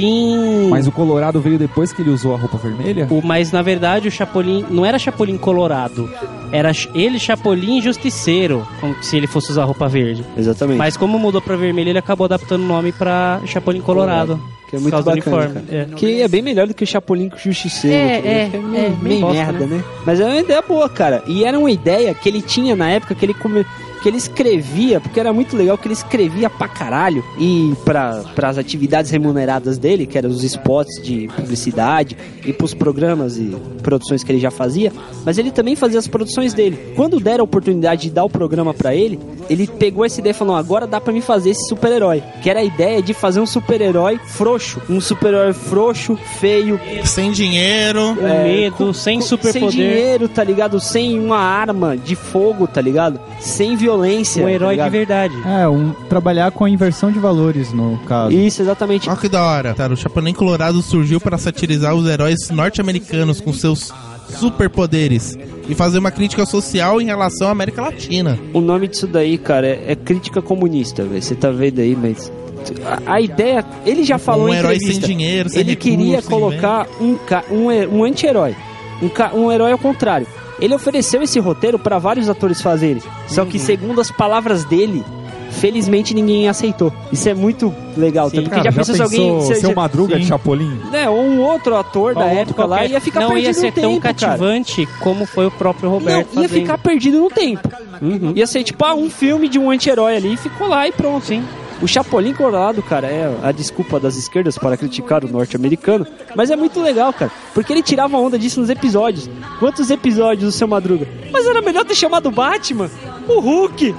D: Chapolin.
E: Mas o Colorado veio depois que ele usou a roupa vermelha?
D: O- mas na verdade o Chapolin não era Chapolin colorado. Era ch- ele Chapolin justiceiro, como que se ele fosse usar roupa verde.
F: Exatamente.
D: Mas como mudou pra vermelho, ele acabou adaptando o nome pra Chapolin colorado.
F: Que é muito
D: por causa do
F: bacana. cara. Que é bem melhor do que o Chapolin com o Justiceiro.
D: É,
F: tá ligado?
D: é,
F: Que meio,
D: é,
F: meio
D: bosta,
F: merda,
D: né?
F: né? Mas é uma ideia boa, cara. E era uma ideia que ele tinha na época que ele come- que ele escrevia, porque era muito legal que ele escrevia pra caralho e pra, pras atividades remuneradas dele, que eram os spots de publicidade e pros programas e produções que ele já fazia, mas ele também fazia as produções dele. Quando deram a oportunidade de dar o programa pra ele, ele pegou essa ideia e falou: agora dá pra me fazer esse super-herói. Que era a ideia de fazer um super-herói frouxo. Um super-herói frouxo, feio.
A: Sem dinheiro.
D: Com medo, sem
F: É, Sem
D: superpoder.
F: dinheiro, tá ligado? Sem uma arma de fogo, tá ligado? Sem violência.
C: Um herói
F: tá
C: de
D: verdade.
C: É, um, trabalhar com a inversão de valores, no caso.
F: Isso, exatamente.
A: Olha que da hora. Cara, o Chapolin Colorado surgiu para satirizar os heróis norte-americanos com seus superpoderes e fazer uma crítica social em relação à América Latina.
F: O nome disso daí, cara, é, é crítica comunista, velho. Você tá vendo aí, mas. A, a ideia. Ele já falou
A: Um
F: em
A: herói
F: entrevista.
A: sem dinheiro, sem
F: Ele
A: recurso,
F: queria
A: sem
F: colocar um, ca- um, he- um anti-herói. Um, ca- um herói ao contrário. Ele ofereceu esse roteiro pra vários atores fazerem. Só que, segundo as palavras dele, Felizmente ninguém aceitou. Isso é muito legal também. Porque
E: Cara,
F: já, pensou se alguém. se-
E: Seu
F: se-
E: Madruga de
F: Sim.
E: Chapolin?
F: Né, ou um outro ator da
D: Ou outro
F: época lá
D: qualquer.
F: ia ficar
D: Não
F: perdido
D: ia ser
F: no tempo,
D: tão
F: cara.
D: cativante como foi o próprio Roberto.
F: Não, ia
D: fazendo.
F: ficar perdido no tempo.
D: Uhum.
F: Ia ser tipo ah, um filme de um anti-herói ali e ficou lá e pronto, hein? O Chapolin Colorado, cara, é a desculpa das esquerdas para criticar o norte-americano, mas é muito legal, cara, porque ele tirava onda disso nos episódios. Quantos episódios do seu Madruga? Mas era melhor ter chamado o Batman, o Hulk,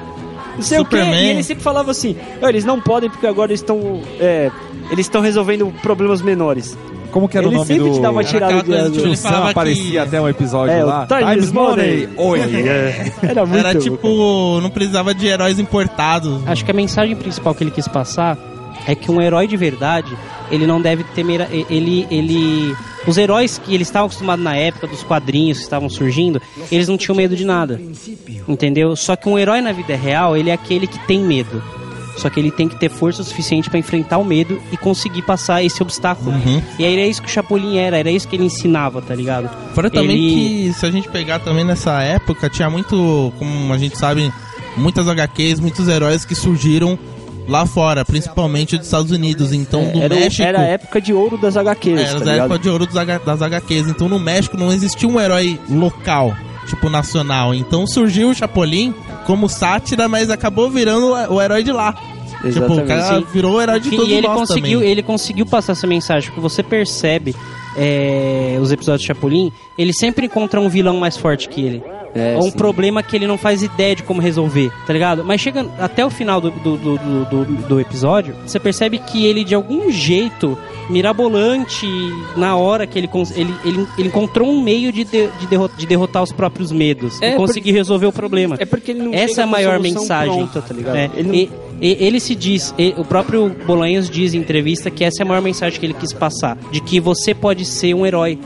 F: não sei o quê.
A: Superman.
F: E ele sempre falava assim: "Ah, eles não podem porque agora eles estão. é, eles estão resolvendo problemas menores.
E: Como que era
F: ele
E: o nome
F: sempre
E: do...
F: te dava uma tirada de
E: O Tio Sam aparecia até um episódio
F: É, o
E: lá.
F: Time is money.
E: Oi. é,
F: Era
A: Era tipo, não precisava de heróis importados.
D: Acho que a mensagem principal que ele quis passar é que um herói de verdade, ele não deve temer. a- Ele, ele, os heróis que eles estavam acostumados na época dos quadrinhos que estavam surgindo, eles não tinham medo de nada. Entendeu? Só que um herói na vida real, ele é aquele que tem medo. Só que ele tem que ter força suficiente pra enfrentar o medo e conseguir passar esse obstáculo.
A: Uhum.
D: E aí era isso que o Chapolin era, era isso que ele ensinava, tá ligado?
A: Fora também
D: Ele-
A: que, se a gente pegar também nessa época, tinha muito, como a gente sabe, muitas HQs, muitos heróis que surgiram lá fora, principalmente dos Estados Unidos. Então, no
F: É, Era, o-
A: México.
F: era a época de ouro das HQs.
A: Era
F: tá
A: da
F: ligado?
A: época de ouro dos H- das HQs. Então no México não existia um herói local, tipo nacional. Então surgiu o Chapolin como sátira, mas acabou virando o herói de lá. Tipo, o cara
D: Sim.
A: virou o herói de
D: E
A: todos
D: ele
A: nós
D: conseguiu,
A: também.
D: ele conseguiu passar essa mensagem, porque você percebe é, os episódios de Chapolin, ele sempre encontra um vilão mais forte que ele. Ou um
F: É, sim.
D: problema que ele não faz ideia de como resolver, tá ligado? Mas chega até o final do, do, do, do- do- do episódio, você percebe que ele, de algum jeito mirabolante, na hora que ele, cons- ele, ele, ele encontrou um meio de, de, de derro- de derrotar os próprios medos
F: É,
D: e conseguir resolver o problema.
F: É porque ele não
D: Essa
F: chega
D: é a
F: com
D: maior
F: solução
D: mensagem.
F: pronta, tá ligado?
D: É,
F: Ele não-
D: e- e- ele se diz, e- o próprio Bolanhos diz em entrevista que essa é a maior mensagem que ele quis passar, de que você pode ser um herói,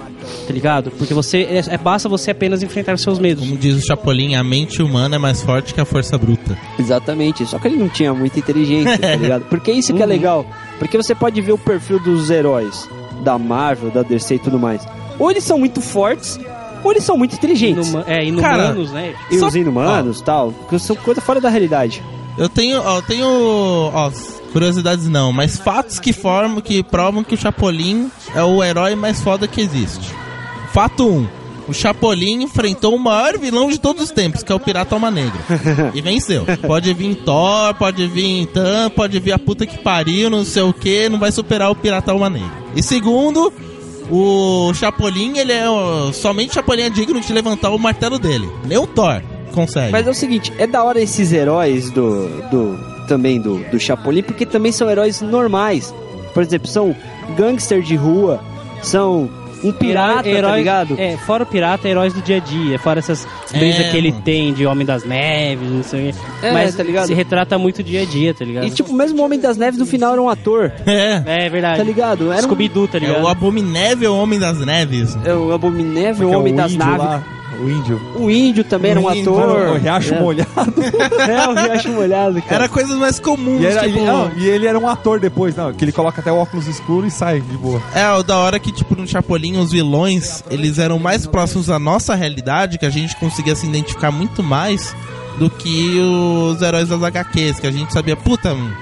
D: tá ligado? Porque você é, é- basta você apenas enfrentar os seus medos.
A: Como diz o Chapolin, a mente humana é mais forte que a força bruta.
F: Exatamente, só que ele não tinha muita inteligência, tá ligado? Porque isso que é legal. Porque você pode ver o perfil dos heróis da Marvel, da DC e tudo mais. Ou eles são muito fortes, ou eles são muito inteligentes.
D: Inuma- é, inumanos, né?
F: E
D: Só-
F: os inumanos e tal, que são coisa fora da realidade.
A: Eu tenho, ó, eu tenho, ó, s- curiosidades não, mas fatos que formam, que provam que o Chapolin é o herói mais foda que existe. Fato 1. O Chapolin enfrentou o maior vilão de todos os tempos, que é o Pirata Alma Negra. E venceu. Pode vir Thor, pode vir Tan, pode vir a puta que pariu, não sei o que, não vai superar o Pirata Alma Negra. E segundo, o Chapolin, ele é. o- Somente o Chapolin é digno de levantar o martelo dele. Nem o Thor consegue.
F: Mas é o seguinte, é da hora esses heróis do. do também do, do Chapolin, porque também são heróis normais. Por exemplo, são gangster de rua, são um pirata, tá ligado?
D: Tipo, É, fora o pirata, heróis do dia a dia, fora essas
A: É.
D: brisas que ele
F: mano.
D: tem de Homem das Neves, não sei o quê.
F: É,
D: Mas
F: tá ligado?
D: se retrata muito o dia a dia, tá ligado?
F: E tipo, mesmo o Homem das Neves no final era um ator.
A: É.
D: É verdade.
F: Tá ligado? Era um-
D: Scooby-Doo, tá ligado?
A: É o Abominável Homem das Neves.
F: É o Abominável
A: Porque é
E: um
F: Homem
A: o
F: das
A: índio
F: Naves.
A: lá,
E: O índio.
F: O índio também era um
A: O índio,
F: ator.
A: o riacho
F: É.
E: molhado.
F: é, o Riacho Molhado, cara.
A: Era coisas mais comuns,
E: E, era-
A: tipo...
E: e- não, e ele era um ator depois, não, que ele coloca até o óculos escuro e sai de boa.
A: É, o da hora que, tipo, no Chapolin, os vilões, eles eram mais próximos da nossa realidade, que a gente conseguia se identificar muito mais do que os heróis das HQs, que a gente sabia, puta, mano,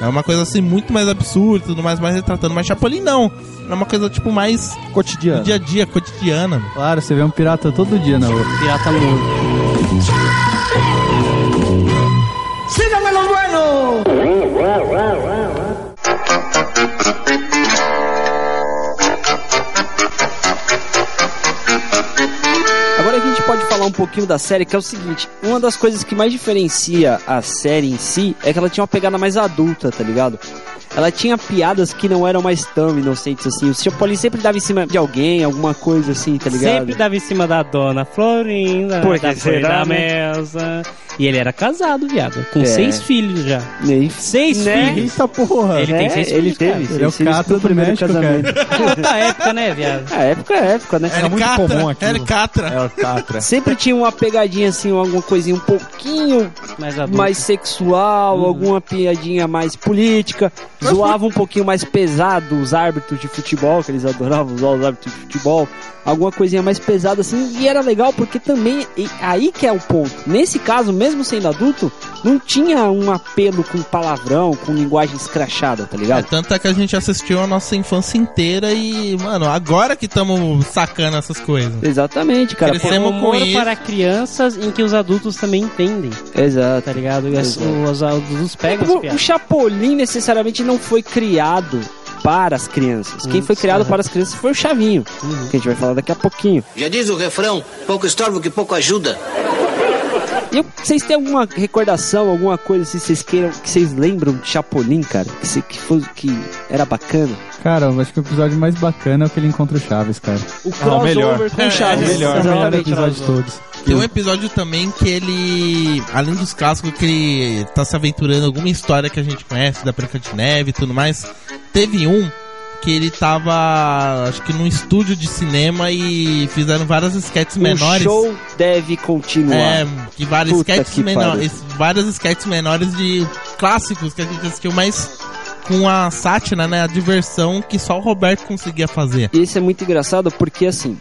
A: é uma coisa assim muito mais absurda, tudo mais, mais retratando. Mas Chapolin não, é uma coisa, tipo, mais.
C: É.
E: Cotidiana.
A: do dia a dia, cotidiana. mano.
C: Claro, você vê um pirata todo dia na rua.
D: Pirata mundo.
G: Síganme los buenos.
F: Agora a gente pode falar um pouquinho da série, que é o seguinte: uma das coisas que mais diferencia a série em si é que ela tinha uma pegada mais adulta, tá ligado? Ela tinha piadas que não eram mais tão inocentes assim. O Chapolin sempre dava em cima de alguém, alguma coisa assim, tá ligado?
D: Sempre dava em cima da dona Florinda,
F: Por que
D: da flor
F: será,
D: da
F: né?
D: mesa. E ele era casado, viado. Com
F: É. Né?
D: seis filhos já. Seis filhos.
C: Eita porra!
D: Ele tem seis
F: É, ele
D: filhos, cara.
F: teve.
C: Ele é o
F: seis filhos
C: Catra
F: pelo
C: do
F: primeiro
C: México,
F: casamento.
D: Da época, né, viado?
F: A época é época, né?
A: Era muito Catra, comum aquilo. era Catra.
E: Era Catra.
F: Sempre tinha uma pegadinha assim, alguma coisinha um pouquinho
D: Mais
F: mais,
D: adulta.
F: sexual, alguma piadinha mais política, zoava um pouquinho mais pesado os árbitros de futebol, que eles adoravam zoar os árbitros de futebol. alguma coisinha mais pesada assim, e era legal porque também e aí que é o ponto. Nesse caso, mesmo sendo adulto, não tinha um apelo com palavrão, com linguagem escrachada, tá ligado?
A: Tanto é que a gente assistiu a nossa infância inteira e, mano, agora que estamos sacando essas coisas.
F: Exatamente, cara.
D: É um
A: Crescemos com
D: humor
A: isso.
D: para crianças em que os adultos também entendem.
F: Exato.
D: Tá ligado? E as-
F: Exato.
D: Os adultos pegam as
F: O- O
D: piadas.
F: Chapolin necessariamente não foi criado para as crianças.
D: Hum,
F: Quem foi criado para as crianças foi o Chavinho,
D: Uhum.
F: que a gente vai falar daqui a pouquinho.
H: Já diz o refrão: pouco estorvo que pouco ajuda.
F: E eu- vocês têm alguma recordação, alguma coisa assim, vocês queiram, que vocês lembram de Chapolin, cara? Que, se- que, foi, que era bacana?
C: Cara, eu acho que o episódio mais bacana é o que ele encontra o Chaves, cara.
F: O crossover
E: melhor.
F: com o Chaves.
C: Esse é o melhor episódio de todos.
A: Tem um episódio também que ele, além dos clássicos, que ele tá se aventurando em alguma história que a gente conhece, da Branca de Neve e tudo mais. Teve um que ele tava, acho que num estúdio de cinema e fizeram várias esquetes menores.
F: O show deve continuar.
A: É, que vários
F: Puta
A: sketches
F: que pariu.
A: menores, vários sketches menores de clássicos que a gente assistiu, mas com a sátira, né, a diversão que só o Roberto conseguia fazer.
F: E isso é muito engraçado porque, assim,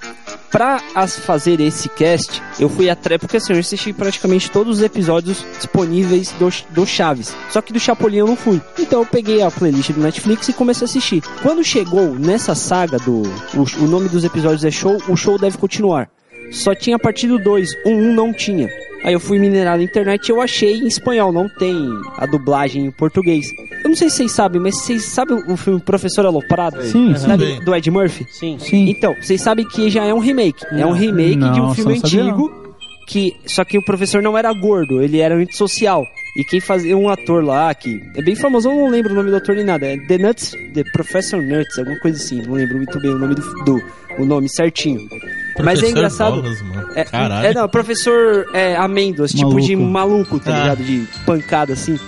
F: pra as fazer esse cast, eu fui atrás. Porque, assim, eu assisti praticamente todos os episódios disponíveis do, do Chaves. Só que do Chapolin eu não fui. Então eu peguei a playlist do Netflix e comecei a assistir. Quando chegou nessa saga do. O, o nome dos episódios é Show, o show deve continuar. Só tinha a partir do 2, o 1 não tinha. Aí eu fui minerar na internet e eu achei em espanhol, não tem a dublagem em português. Eu não sei se vocês sabem, mas vocês sabem o filme Professor Aloprado?
C: Sim, sim.
F: Sabe? do Ed Murphy? Sim. Então, vocês sabem que já é um remake. É um
C: Não.
F: remake de um
C: Não,
F: filme
C: só não sabia,
F: antigo. Que, só que o professor não era gordo, ele era antissocial. E quem fazia um ator lá que é bem famoso, eu não lembro o nome do ator nem nada. É The Nuts, The Professor Nuts, alguma coisa assim. Não lembro muito bem o nome do, do- o nome certinho. Mas
A: Professor
F: é engraçado.
A: Bolas, mano.
F: É,
A: Caralho.
F: é, não, professor é, Amêndoas, tipo de
A: Maluco.
F: maluco, tá
A: Ah.
F: ligado? De pancada assim.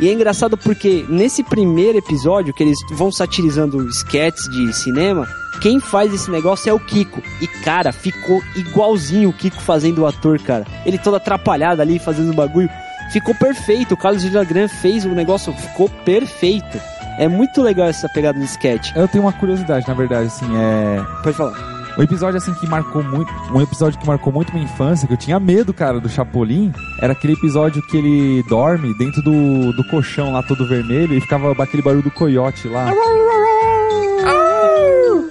F: E é engraçado porque nesse primeiro episódio, que eles vão satirizando sketches de cinema, quem faz esse negócio é o Kiko. E cara, ficou igualzinho o Kiko fazendo o ator, cara. Ele todo atrapalhado ali, fazendo o bagulho. Ficou perfeito. O Carlos Villagrán fez o negócio, ficou perfeito. É muito legal essa pegada do sketch.
E: Eu tenho uma curiosidade, na verdade, assim, é.
F: Pode falar.
E: Um episódio assim que marcou muito. Um episódio que marcou muito minha infância, que eu tinha medo, cara, do Chapolin, era aquele episódio que ele dorme dentro do, do colchão lá todo vermelho e ficava aquele barulho do coiote lá.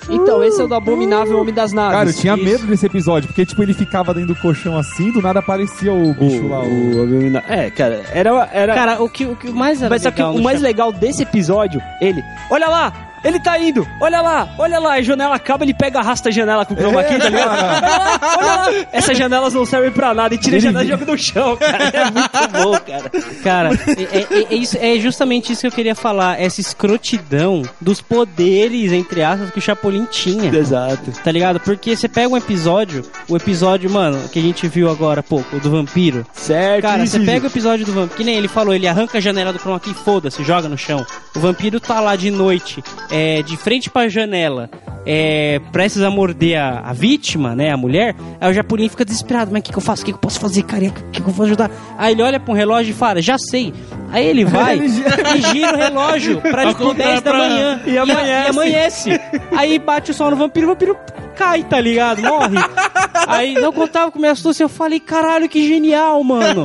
F: Então, esse é o do Abominável Homem das Naves.
E: Cara, eu tinha
F: Isso.
E: medo desse episódio, porque tipo, ele ficava dentro do colchão assim, do nada aparecia o bicho lá. O...
F: É, cara, era. era...
D: Cara, o que, o que mais era
F: Mas só que
D: legal
F: o
D: no
F: mais
D: Chapolin-
F: legal desse episódio, ele. Olha lá! Ele tá indo! Olha lá! Olha lá! A janela acaba, ele pega e arrasta a janela com o chroma key, tá ligado? Olha lá! Olha lá! Essas janelas não servem pra nada e tira a janela e joga no chão, cara. É muito bom, cara.
D: Cara, é, é- é isso, é justamente isso que eu queria falar. Essa escrotidão dos poderes, entre aspas, que o Chapolin tinha.
F: Exato.
D: Tá ligado? Porque você pega um episódio, o episódio, mano, que a gente viu agora há pouco, o do vampiro.
F: Certo.
D: Cara,
F: isso,
D: você
F: isso.
D: pega o episódio do vampiro, que nem ele falou, ele arranca a janela do chroma key, foda-se, joga no chão. O vampiro tá lá de noite, é, de frente pra janela, é, prestes a morder a, a vítima, né, a mulher. Aí o Japulim fica desesperado, mas o que, que eu faço? O que, que eu posso fazer, cara? O que, que eu vou ajudar? Aí ele olha pro relógio e fala, já sei. Aí ele vai
J: Ele gira-
D: e gira o relógio pra
J: Ao
D: tipo 10
J: contrário,
D: da
J: pra-
D: manhã.
J: e
D: a-
J: amanhece.
D: E amanhece. Aí bate o sol no vampiro, o vampiro cai, tá ligado? Morre. Aí não contava com minha astúcia, eu falei, caralho, que genial, mano.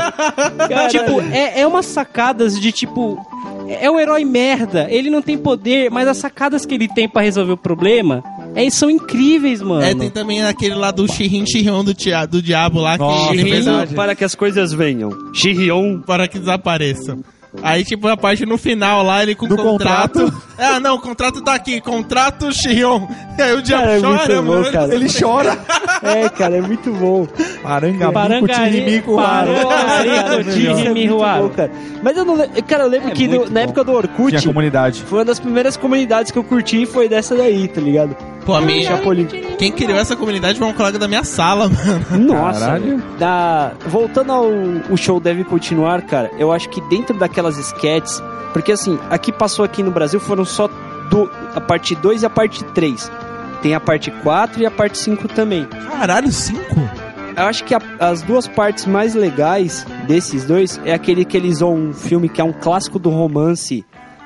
D: Tipo, é, é umas sacadas de tipo. É um herói merda, ele não tem poder, mas as sacadas que ele tem pra resolver o problema é, são incríveis, mano.
A: É, tem também aquele lá do Chirin Chirrão do, tia- do Diabo lá, que
D: Nossa,
A: ele fez a-
F: Para que as coisas venham. Chirrion.
A: para que desapareçam. Aí, tipo, a parte no final lá, ele com o contrato. Ah, não, o contrato tá aqui, contrato Chirrão. E aí o diabo
F: Cara, é
A: chora,
F: muito
A: mano.
F: bom, cara.
A: Ele
E: chora.
F: É, cara, é muito bom.
E: Paranga,
D: tá
F: Bom, é cara. Mas eu não lembro. Cara, eu lembro que no- na época do Orkut.
E: Tinha comunidade.
F: Foi uma das primeiras comunidades que eu curti e foi dessa daí, tá ligado?
A: Pô, a minha-
F: Chapolin.
A: Quem criou essa comunidade foi um colega da minha sala, mano.
F: Nossa, da... voltando ao o show deve continuar, cara. Eu acho que dentro daquelas sketches, porque assim, aqui passou aqui no Brasil foram só do... a parte 2 e a parte 3. Tem a parte 4 e a parte 5 também.
A: Caralho, 5?
F: Eu acho que a- as duas partes mais legais desses dois é aquele que eles vão um filme que é um clássico do eh, romance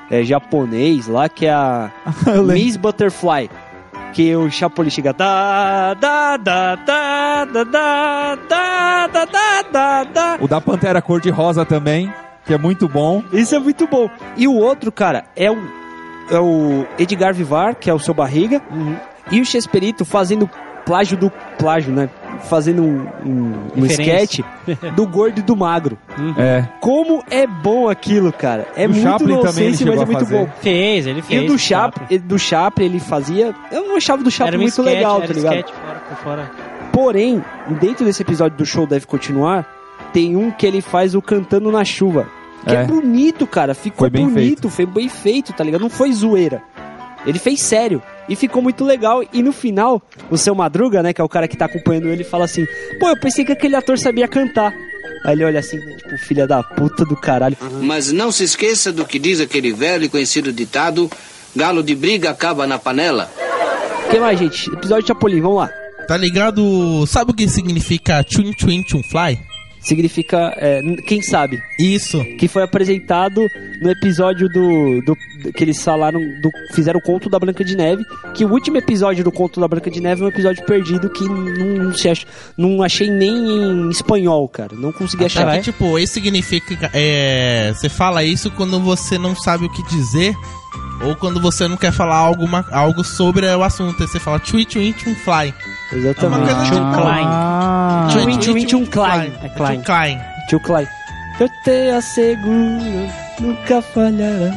F: é, japonês lá, que é a Miss Butterfly. que o Chapolin chega da da da da da da da da da da da
E: O da Pantera Cor-de-Rosa também, que é muito bom.
F: Isso é muito bom. E o outro, cara, é o, é o Edgar Vivar, que é o seu barriga, e o Chesperito fazendo plágio do plágio, né? Fazendo um, um, um
D: Referência.
F: sketch do gordo e do magro.
E: É.
F: Como é bom aquilo, cara. É
E: O
F: muito
E: Chaplin também ele
F: nonsense,
E: chegou
F: mas é
E: a
F: muito
E: fazer.
F: bom.
D: Fez, ele
F: E
D: fez.
F: o do Chaplin, do Chaplin, ele fazia... Eu não achava do Chaplin
D: Era um
F: muito
D: sketch,
F: legal,
D: era
F: tá ligado?
D: sketch fora, por fora.
F: Porém, dentro desse episódio do show deve continuar, tem um que ele faz o cantando na chuva. Que é,
E: É.
F: bonito, cara. Ficou
E: Foi bem
F: bonito, foi bem feito, tá ligado? Não foi zoeira. Ele fez sério. E ficou muito legal. E no final, o seu Madruga, né, que é o cara que tá acompanhando ele, fala assim: Pô, eu pensei que aquele ator sabia cantar. Aí ele olha assim, tipo, filha da puta do caralho.
H: Mas não se esqueça do que diz aquele velho e conhecido ditado: galo de briga acaba na panela.
F: O que mais, gente? Episódio de Chapolin, vamos lá.
A: Tá ligado? Sabe o que significa Chun Chun Chun Fly?
F: Significa, é, n- quem sabe?
A: Isso.
F: que foi apresentado no episódio do, do- do- que eles falaram do fizeram o conto da Branca de Neve, que o último episódio do conto da Branca de Neve é um episódio perdido que não, não se ach- não achei nem em espanhol, cara, não consegui achar.
A: Até que, tipo, esse significa. É, você fala isso quando você não sabe o que dizer. Ou quando você não quer falar alguma, algo sobre o assunto. Aí você fala tchui tchui tchum um fly.
F: Exatamente.
A: É uma coisa
F: Tchum,
A: tipo-
F: Klein.
C: Ah,
A: Tchui,
F: Tchum,
A: tchui,
F: tchum,
A: tchum,
F: Klein. É
A: Klein.
F: Klein.
A: Tchum, Klein.
F: Tio Klein. Eu te asseguro, é nunca falhará.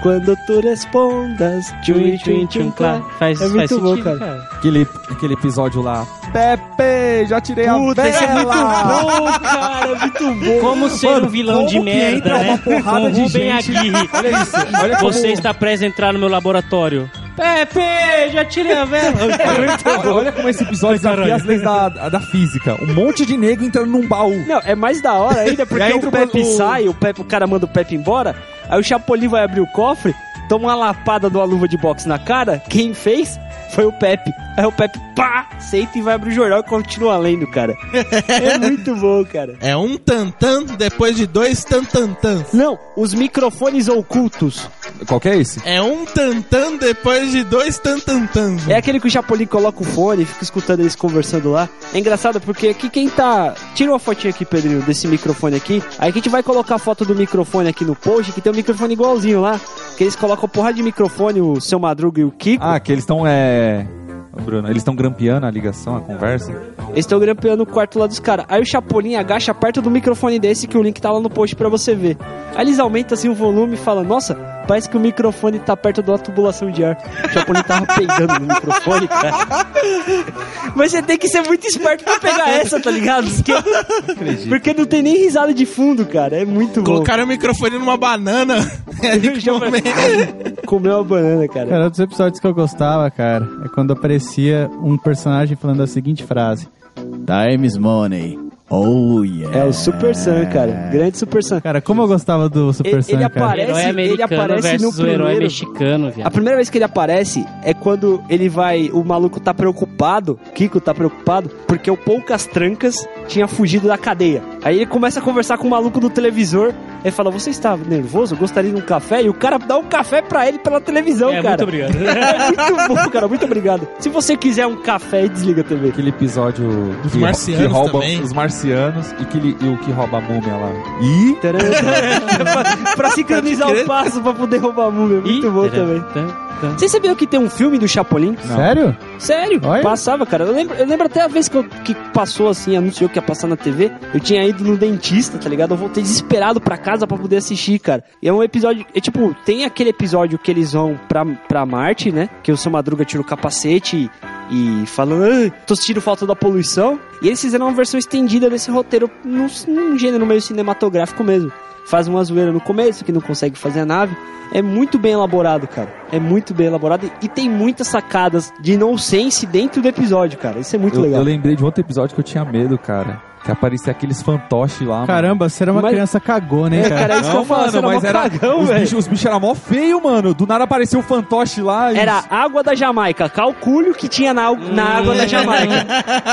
F: Quando tu respondas, tchui, tchui, tchum, Klein.
D: Faz,
F: É
D: faz
F: muito bom,
D: sentido,
F: cara.
E: Aquele, aquele episódio lá. Pepe, já tirei
F: Puta,
E: a vela.
F: esse é muito bom, cara, muito bom.
D: Como ser um vilão
E: como
D: de
E: que
D: merda,
E: entra
D: né?
E: uma porrada
D: Com
E: de
D: Rubem
E: gente?
D: Aguirre.
E: Olha isso, olha como-
D: Você está prestes a entrar no meu laboratório.
F: Pepe, É, já tirei a vela.
E: É Olha, olha como esse episódio desafia as leis da, da física. Um monte de negro entrando num baú.
F: Não, é mais da hora ainda, porque
E: E aí
F: o
E: entra o
F: Pepe
E: Ban- o-
F: sai, o, Pepe, o cara manda o Pepe embora, aí o Chapolin vai abrir o cofre, toma uma lapada de uma luva de boxe na cara, quem fez foi o Pepe. Aí o Pepe, pá, senta e vai abrir o jornal e continua lendo, cara. É muito bom, cara.
A: É um tantan depois de dois tantantans.
F: Não, os microfones ocultos.
E: Qual que é esse?
A: É um tantan depois de dois tantantans.
F: É aquele que o Chapolin coloca o fone e fica escutando eles conversando lá. É engraçado porque aqui quem tá. Tira uma fotinha aqui, Pedrinho, desse microfone aqui. Aí que a gente vai colocar a foto do microfone aqui no post, que tem um microfone igualzinho lá. Que eles colocam porra de microfone, o seu Madruga e o Kiko.
E: Ah, que eles estão é. Ô, Bruno, eles estão grampeando a ligação, a conversa.
F: Eles estão grampeando o quarto lá dos caras. Aí o Chapolin agacha perto do microfone desse, que o link tá lá no post pra você ver. Aí eles aumentam assim o volume e falam: Nossa, parece que o microfone tá perto de uma tubulação de ar. O Chapolin tava peidando no microfone, cara. Mas você tem que ser muito esperto pra pegar essa, tá ligado? Porque, porque não tem nem risada de fundo, cara. É muito bom.
A: Colocaram o microfone numa banana.
F: Comeu uma banana, cara.
C: Cara, um dos episódios que eu gostava, cara, é quando aparecia um personagem falando a seguinte frase: Times Money. Oh yeah.
F: É o Super Sam, cara. Grande Super Sam.
C: Cara, como eu gostava do Super
F: Ele-
C: Sam,
F: ele
C: cara.
F: aparece-
D: Herói
F: ele
D: americano
F: aparece no
D: versus o herói
F: primeiro.
D: mexicano,
F: A
D: viado.
F: primeira vez que ele aparece é quando ele vai. O maluco tá preocupado, Kiko tá preocupado, porque o Poucas Trancas tinha fugido da cadeia. Aí ele começa a conversar com o maluco do televisor. Ele fala: Você está nervoso? Gostaria de um café? E o cara dá um café pra ele pela televisão,
D: É,
F: cara.
D: muito obrigado.
F: É muito bom, cara. Muito obrigado. Se você quiser um café, desliga a TV.
E: Aquele episódio
A: Dos
E: que,
A: marcianos
E: que rouba
A: também.
E: os marcianos e, que ele- e o que rouba a múmia lá. E
F: Tcharam. pra, pra sincronizar
A: Pode
F: o
A: crer.
F: passo pra poder roubar a múmia. é Muito
D: Ih, é, tá,
F: bom
D: tcharam,
F: também.
D: tcharam.
F: Vocês sabiam que tem um filme do Chapolin?
C: Sério?
F: Sério,
C: Olha.
F: passava, cara. Eu lembro, eu lembro até a vez que, eu- que passou assim, anunciou que ia passar na TV. Eu tinha ido no dentista, tá ligado? Eu voltei desesperado pra casa pra poder assistir, cara. E é um episódio. É tipo, tem aquele episódio que eles vão pra, pra Marte, né? Que o seu Madruga tira o capacete e, e fala, "Ah, tô sentindo falta da poluição. E eles fizeram uma versão estendida desse roteiro num, num gênero meio cinematográfico mesmo. Faz uma zoeira no começo, que não consegue fazer a nave. É muito bem elaborado, cara. É muito bem elaborado e- e tem muitas sacadas de nonsense dentro do episódio, cara. Isso é muito
E: eu, eu
F: legal.
E: lembrei de um outro episódio que eu tinha medo, cara. Que aparecia aqueles fantoches lá. mano.
C: Caramba, você era uma
F: Mas-
C: criança cagona, hein,
F: É,
C: cara?
F: cara, é isso que eu
E: Não,
F: falo, você
E: mano,
F: era mó
E: mas era.
F: cagão,
E: os
F: velho.
E: bichos bicho eram mó feio, mano. Do nada apareceu um fantoche lá. e-
F: Era água da Jamaica. Calcule o que tinha na, na água
E: Hum.
F: da Jamaica.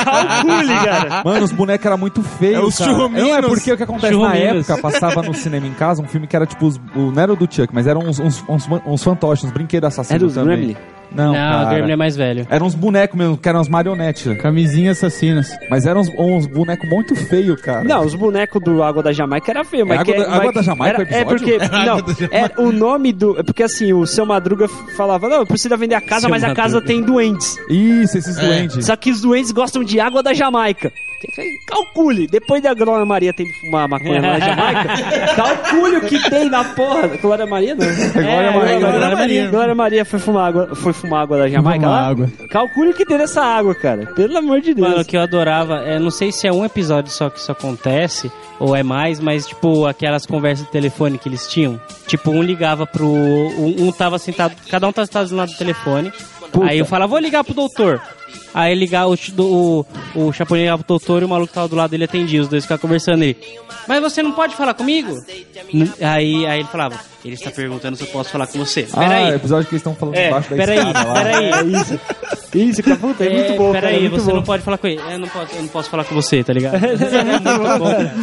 F: Calcule, cara.
E: Mano, os bonecos eram muito feios.
A: É os
E: cara.
A: churruminos.
E: Não, é porque o que acontece na
D: Churruminos.
E: época, passava no cinema em casa um filme que era tipo. Os, o, não era o do Chuck, mas eram uns, uns, uns, uns fantoches, uns brinquedos assassinos.
F: Era os
E: também.
F: Gremlin.
E: Não,
D: o Gremlin é mais velho.
E: Eram uns bonecos mesmo, que eram umas marionetes.
C: Camisinhas assassinas.
E: Mas eram uns, uns bonecos muito feios, cara.
F: Não, os bonecos do Água da Jamaica era feio, mas
E: É Água
F: que-
E: da-
F: mas
E: Água da Jamaica
F: era-
E: o
F: é
E: episódio?
F: porque
E: Era
F: não,
E: Água da
F: é o nome do, é porque assim, o seu Madruga falava: "Não, eu preciso vender a casa,
E: Seu
F: mas a casa
E: Madruga.
F: tem doentes".
E: Isso, esses doentes.
F: Só que os doentes gostam de água da Jamaica. Calcule, depois da Glória Maria tendo que fumar maconha lá na Jamaica, calcule o que tem na porra. Glória Maria não. É,
E: Glória Maria.
F: Glória Maria. Glória Maria foi fumar água, foi fumar água da Jamaica
D: Fumar
F: lá.
D: água.
F: Calcule o que tem nessa água, cara. Pelo amor de Deus.
D: Mano, o que eu adorava, é, não sei se é um episódio só que isso acontece, ou é mais, mas tipo, aquelas conversas de telefone que eles tinham. Tipo, um ligava pro. Um, um tava sentado, cada um tava sentado do lado do telefone. Aí eu falava, vou ligar pro doutor. Aí ligava o, ch- do- o, o Chapolin ligava pro doutor e o maluco que tava do lado dele atendia, os dois ficavam conversando ele. Mas você não pode falar comigo? N- Aí, aí ele falava, ele está perguntando se eu posso falar com você.
E: Ah,
D: Peraí.
E: é o episódio que eles estão falando
D: É,
E: embaixo da
D: peraí,
E: escada lá.
D: peraí. É isso.
F: Isso, cara, puta, é, muito bom, cara,
D: Peraí,
F: é muito
D: você
F: bom.
D: não pode falar com ele. Eu não posso, eu não posso falar com você, tá ligado? É muito bom, cara.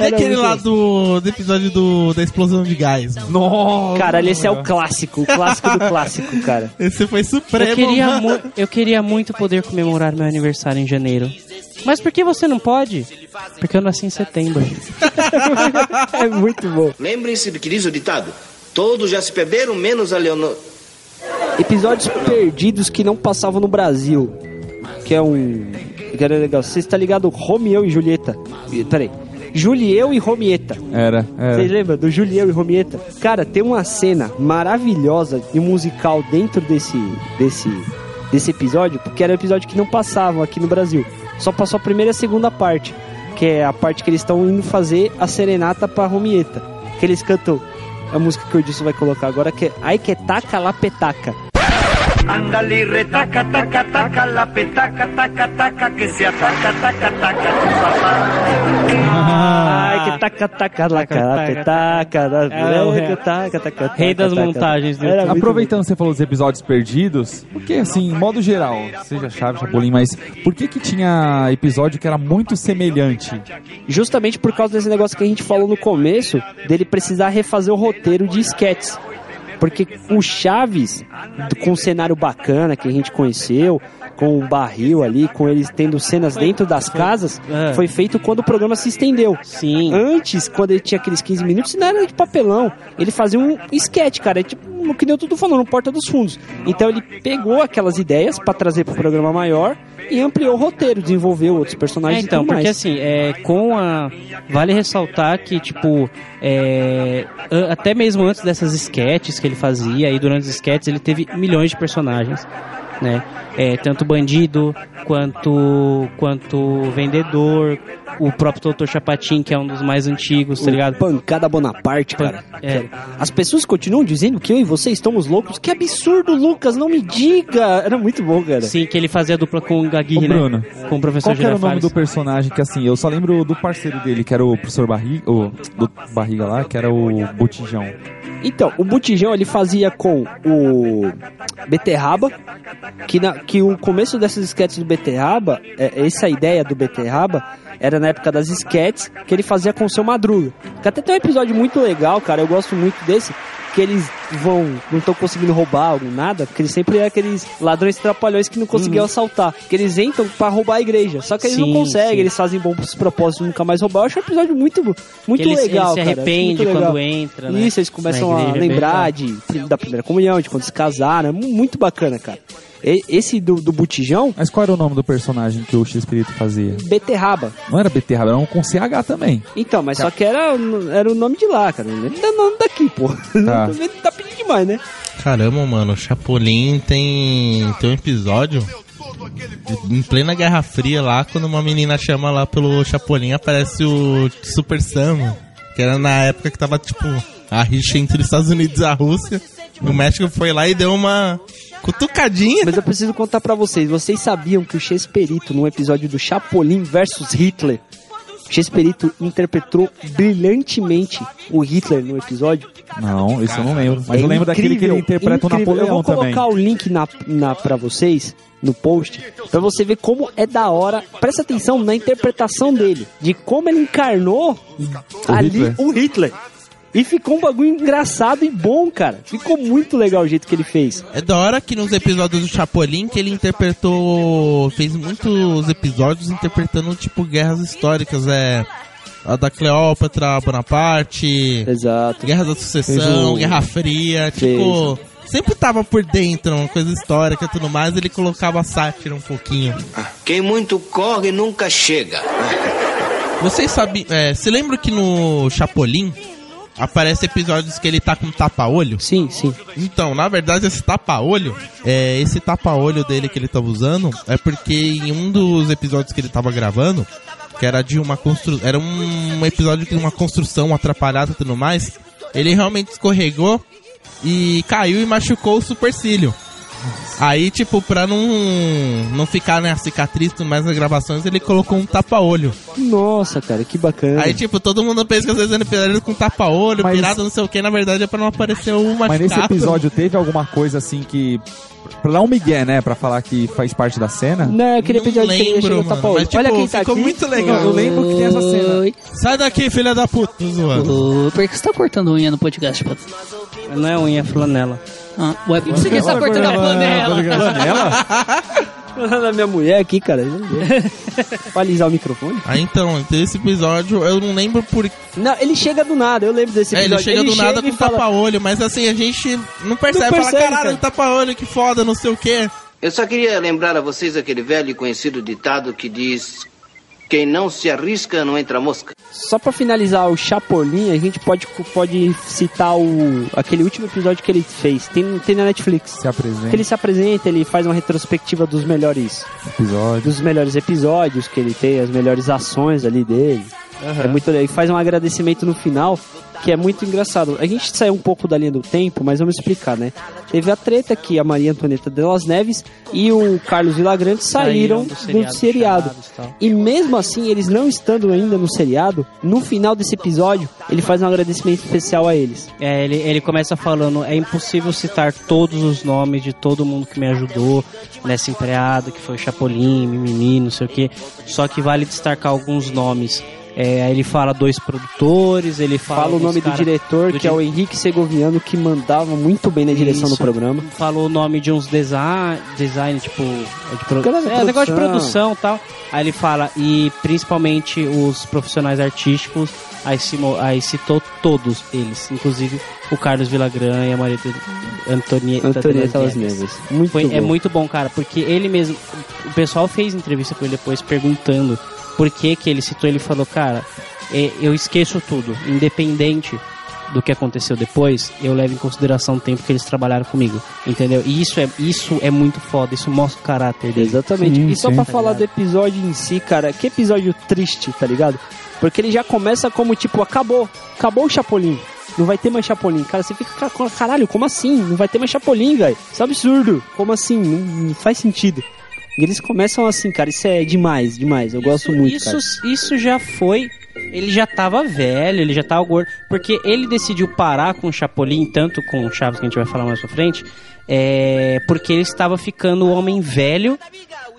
A: É aquele lá do, do episódio do, da explosão de gás.
F: Nossa! Caralho, esse é o clássico, o clássico do clássico, cara.
A: Esse foi supremo. né?
D: Eu queria,
A: mano.
D: mu- eu queria muito poder comemorar meu aniversário em janeiro. Mas por que você não pode? Porque eu nasci em setembro.
F: é muito bom.
H: Lembrem-se do que diz o ditado. Todos já se perderam, menos a Leonor...
F: Episódios perdidos que não passavam no Brasil. Que é um. Que era legal. Você está ligado? Romeu e Julieta. E- Peraí. Julieu e Romieta.
E: Era,
F: Vocês
E: era.
F: lembram do Julieu e Romieta? Cara, tem uma cena maravilhosa e musical dentro desse, desse, desse episódio, porque era um episódio que não passavam aqui no Brasil. Só passou a primeira e a segunda parte, que é a parte que eles estão indo fazer a serenata pra Romieta. Que eles cantam a música que o Edilson vai colocar agora, que é Aiketaka La Petaca.
M: Ándale, retaca, taca, taca, la petaca, taca, taca, que se ataca, taca, taca, tu
F: Ai, que taca, taca, laca, la petaca, la petaca, taca, taca,
D: Rei das
F: taca, taca.
D: montagens do
F: Era muito
E: Aproveitando que você falou dos episódios perdidos, porque assim, em modo geral, seja chave, Chapolin, mas por que que tinha episódio que era muito semelhante?
F: justamente por causa desse negócio que a gente falou no começo, dele precisar refazer o roteiro de esquetes. Porque o Chaves, com um cenário bacana que a gente conheceu, com um barril ali, com eles tendo cenas dentro das casas,
D: é.
F: foi feito quando o programa se estendeu.
D: Sim.
F: Antes, quando ele tinha aqueles 15 minutos, não era de papelão. Ele fazia um esquete, cara. É tipo o que deu tudo falando, Porta dos Fundos. Então ele pegou aquelas ideias pra trazer pro programa maior e ampliou o roteiro, desenvolveu outros
D: É,
F: personagens e
D: então,
F: tudo mais.
D: porque assim, é, com a. Vale ressaltar que, tipo, é, a- até mesmo antes dessas sketches que ele fazia, e durante os sketches ele teve milhões de personagens, né? É, tanto bandido, quanto, quanto vendedor, o próprio Doutor Chapatin, que é um dos mais antigos, tá
F: O
D: ligado?
F: Pancada Bonaparte, cara.
D: É.
F: As pessoas continuam dizendo que eu e você estamos loucos. Que absurdo, Lucas, não me diga. Era muito bom, cara.
D: Sim, que ele fazia a dupla com o Gaguinho,
E: Ô, Bruno,
D: né? Com o professor
E: Qual que era o nome
D: Girafales.
E: do personagem que assim, eu só lembro do parceiro dele, que era o professor Barriga, o do Barriga lá, que era o Botijão.
F: Então, o Botijão ele fazia com o Beterraba, que, na, que o começo dessas esquetes do Beterraba, é, essa ideia do Beterraba, era na época das esquetes, que ele fazia com o Seu Madruga. Que até tem um episódio muito legal, cara, eu gosto muito desse, que eles vão, não estão conseguindo roubar algo, nada, porque eles sempre é aqueles ladrões trapalhões que não conseguiam
D: Uhum.
F: assaltar, que eles entram pra roubar a igreja, só que eles não
D: Sim,
F: conseguem,
D: sim.
F: eles fazem bons propósitos de nunca mais roubar. Eu acho um episódio muito, muito
D: Que ele- ele
F: legal,
D: se
F: cara, acho
D: arrepende
F: muito
D: quando entra, né?
F: Isso, eles começam
D: Na
F: a
D: igreja, é bem
F: lembrar
D: legal.
F: de, da primeira comunhão, de quando se casaram. é mu- Muito bacana, cara. E- Esse do, do botijão,
E: Mas qual era o nome do personagem que o X-Espírito fazia?
F: beterraba.
E: Não era beterraba, era um com CH também.
F: Então, mas só que era, era o nome de lá, cara. Não dá nome daqui, pô. Tá. tá pedindo demais, né?
A: Caramba, mano, o Chapolin tem, tem um episódio de- em plena Guerra Fria lá, quando uma menina chama lá pelo Chapolin, aparece o Super Sam, que era na época que tava tipo a rixa entre os Estados Unidos e a Rússia. O México foi lá e deu uma cutucadinha.
F: Mas eu preciso contar pra vocês. Vocês sabiam que o Chesperito, num episódio do Chapolin versus Hitler, o Chesperito interpretou brilhantemente o Hitler no episódio?
E: Não, isso eu não lembro. Mas
F: É
E: eu lembro daquele que
F: incrível,
E: ele interpreta o
F: incrível. Eu
E: Napoleão
F: vou
E: também.
F: colocar o link na, na, pra vocês, no post, pra você ver como é da hora. Presta atenção na interpretação dele, de como ele encarnou ali
E: Hitler.
F: o Hitler. E ficou um bagulho engraçado e bom, cara. Ficou muito legal o jeito que ele fez.
A: É da hora que nos episódios do Chapolin que ele interpretou. fez muitos episódios interpretando, tipo, guerras históricas, é. A da Cleópatra, Bonaparte.
F: Exato.
A: Guerra da Sucessão,
F: Fez o-
A: Guerra Fria,
F: Fez.
A: tipo. Sempre tava por dentro, uma coisa histórica e tudo mais, ele colocava sátira um pouquinho.
H: Quem muito corre nunca chega.
A: Vocês sabem. É, se lembra que no Chapolin aparece episódios que ele tá com tapa-olho?
F: Sim, sim.
A: Então, na verdade, esse tapa-olho, é, esse tapa-olho dele que ele tava usando, é porque em um dos episódios que ele tava gravando, que era de uma construção. Era um episódio de uma construção atrapalhada e tudo mais, ele realmente escorregou e caiu e machucou o supercílio. Aí, tipo, pra não, não ficar, né, a cicatriz e tudo mais nas gravações, ele colocou um tapa-olho.
F: Nossa, cara, que bacana.
A: Aí, tipo, todo mundo pensa que às vezes ele é pirado com tapa-olho,
E: Mas-
A: pirado não sei o que, na verdade é pra não aparecer o machucado. né?
E: Mas nesse episódio teve alguma coisa assim que. Pra dar um migué, né? Pra falar que faz parte da cena?
F: Não, eu queria pedir a
A: lembro,
F: audiência do
A: mano,
F: tapa olho.
A: mas, tipo,
F: Olha quem tá
A: ficou
F: aqui.
A: muito legal. Eu lembro que tem essa cena. Sai daqui, filha da puta, tô zoando.
N: Ô, por que você tá cortando unha no podcast, Pato?
D: Não é unha, é flanela.
N: Ah, ué, por que você está cortando a panela?
F: da minha mulher aqui, cara. Palizar o microfone.
A: Ah, então, esse episódio, eu não lembro por...
F: Não, ele chega do nada, eu lembro desse
A: É,
F: episódio.
A: ele chega do nada
F: e
A: com tapa-olho, mas assim, a gente não percebe.
H: Não
A: fala,
H: percebe,
A: caralho,
H: cara."
A: um tapa-olho, que foda, não sei o que.
H: Eu só queria lembrar a vocês aquele velho e conhecido ditado que diz: Quem não se arrisca não entra mosca.
F: Só pra finalizar o Chapolin, a gente pode, pode citar o aquele último episódio que ele fez. Tem, tem na Netflix.
E: Se apresenta.
F: Que ele se apresenta, ele faz uma retrospectiva dos melhores
E: episódios.
F: Dos melhores episódios que ele tem, as melhores ações ali dele.
J: Aham.
F: É muito legal. E faz um agradecimento no final, que é muito engraçado. A gente saiu um pouco da linha do tempo, mas vamos explicar, né? Teve a treta que a Maria Antonieta de Las Neves e o Carlos Villagrande saíram,
J: Saíram do seriado,
F: do seriado.
J: chamados e tal.
F: E mesmo assim, eles não estando ainda no seriado, no final desse episódio, ele faz um agradecimento especial a eles.
D: É, ele, ele começa falando: é impossível citar todos os nomes de todo mundo que me ajudou nessa empreitada, que foi o Chapolin, Mimimi, não sei o que. Só que vale destacar alguns nomes. É, aí ele fala dois produtores, ele fala.
F: Fala o
D: alguns
F: nome do
D: cara-
F: diretor,
D: do
F: que é o
D: di-
F: Henrique Segoviano, que mandava muito bem na direção
D: Isso.
F: do programa.
D: Falou o nome de uns design, design tipo. é De pro...
F: Galera,
D: É, negócio de
F: produção.
D: produção e tal. Aí ele fala, e principalmente os profissionais artísticos, aí, cimo- aí citou todos eles, inclusive o Carlos Vilagran e a Maria do- Antonieta,
F: Antonieta Las
D: das
F: Neves. Muito
D: Foi- É
F: bom.
D: muito bom, cara, porque ele mesmo, o pessoal fez entrevista com ele depois perguntando por que que ele citou, ele falou, cara, é, eu esqueço tudo, independente do que aconteceu depois, eu levo em consideração o tempo que eles trabalharam comigo, entendeu? E isso é, isso é muito foda, isso mostra o caráter dele.
F: Exatamente. e só pra
D: Tá
F: falar
D: ligado?
F: do episódio em si, cara, que episódio triste, tá ligado? Porque ele já começa como tipo, acabou, acabou o Chapolin. Não vai ter mais Chapolin. Cara, você fica, ca- com- caralho, como assim? Não vai ter mais Chapolin, velho. Isso é absurdo. Como assim? Não, não faz sentido. E eles começam assim, cara, isso é demais, demais. Eu gosto muito,
D: isso,
F: cara.
D: isso já foi. Ele já tava velho, ele já tava gordo. Porque ele decidiu parar com o Chapolin, tanto com o Chaves, que a gente vai falar mais pra frente. É, porque ele estava ficando um homem velho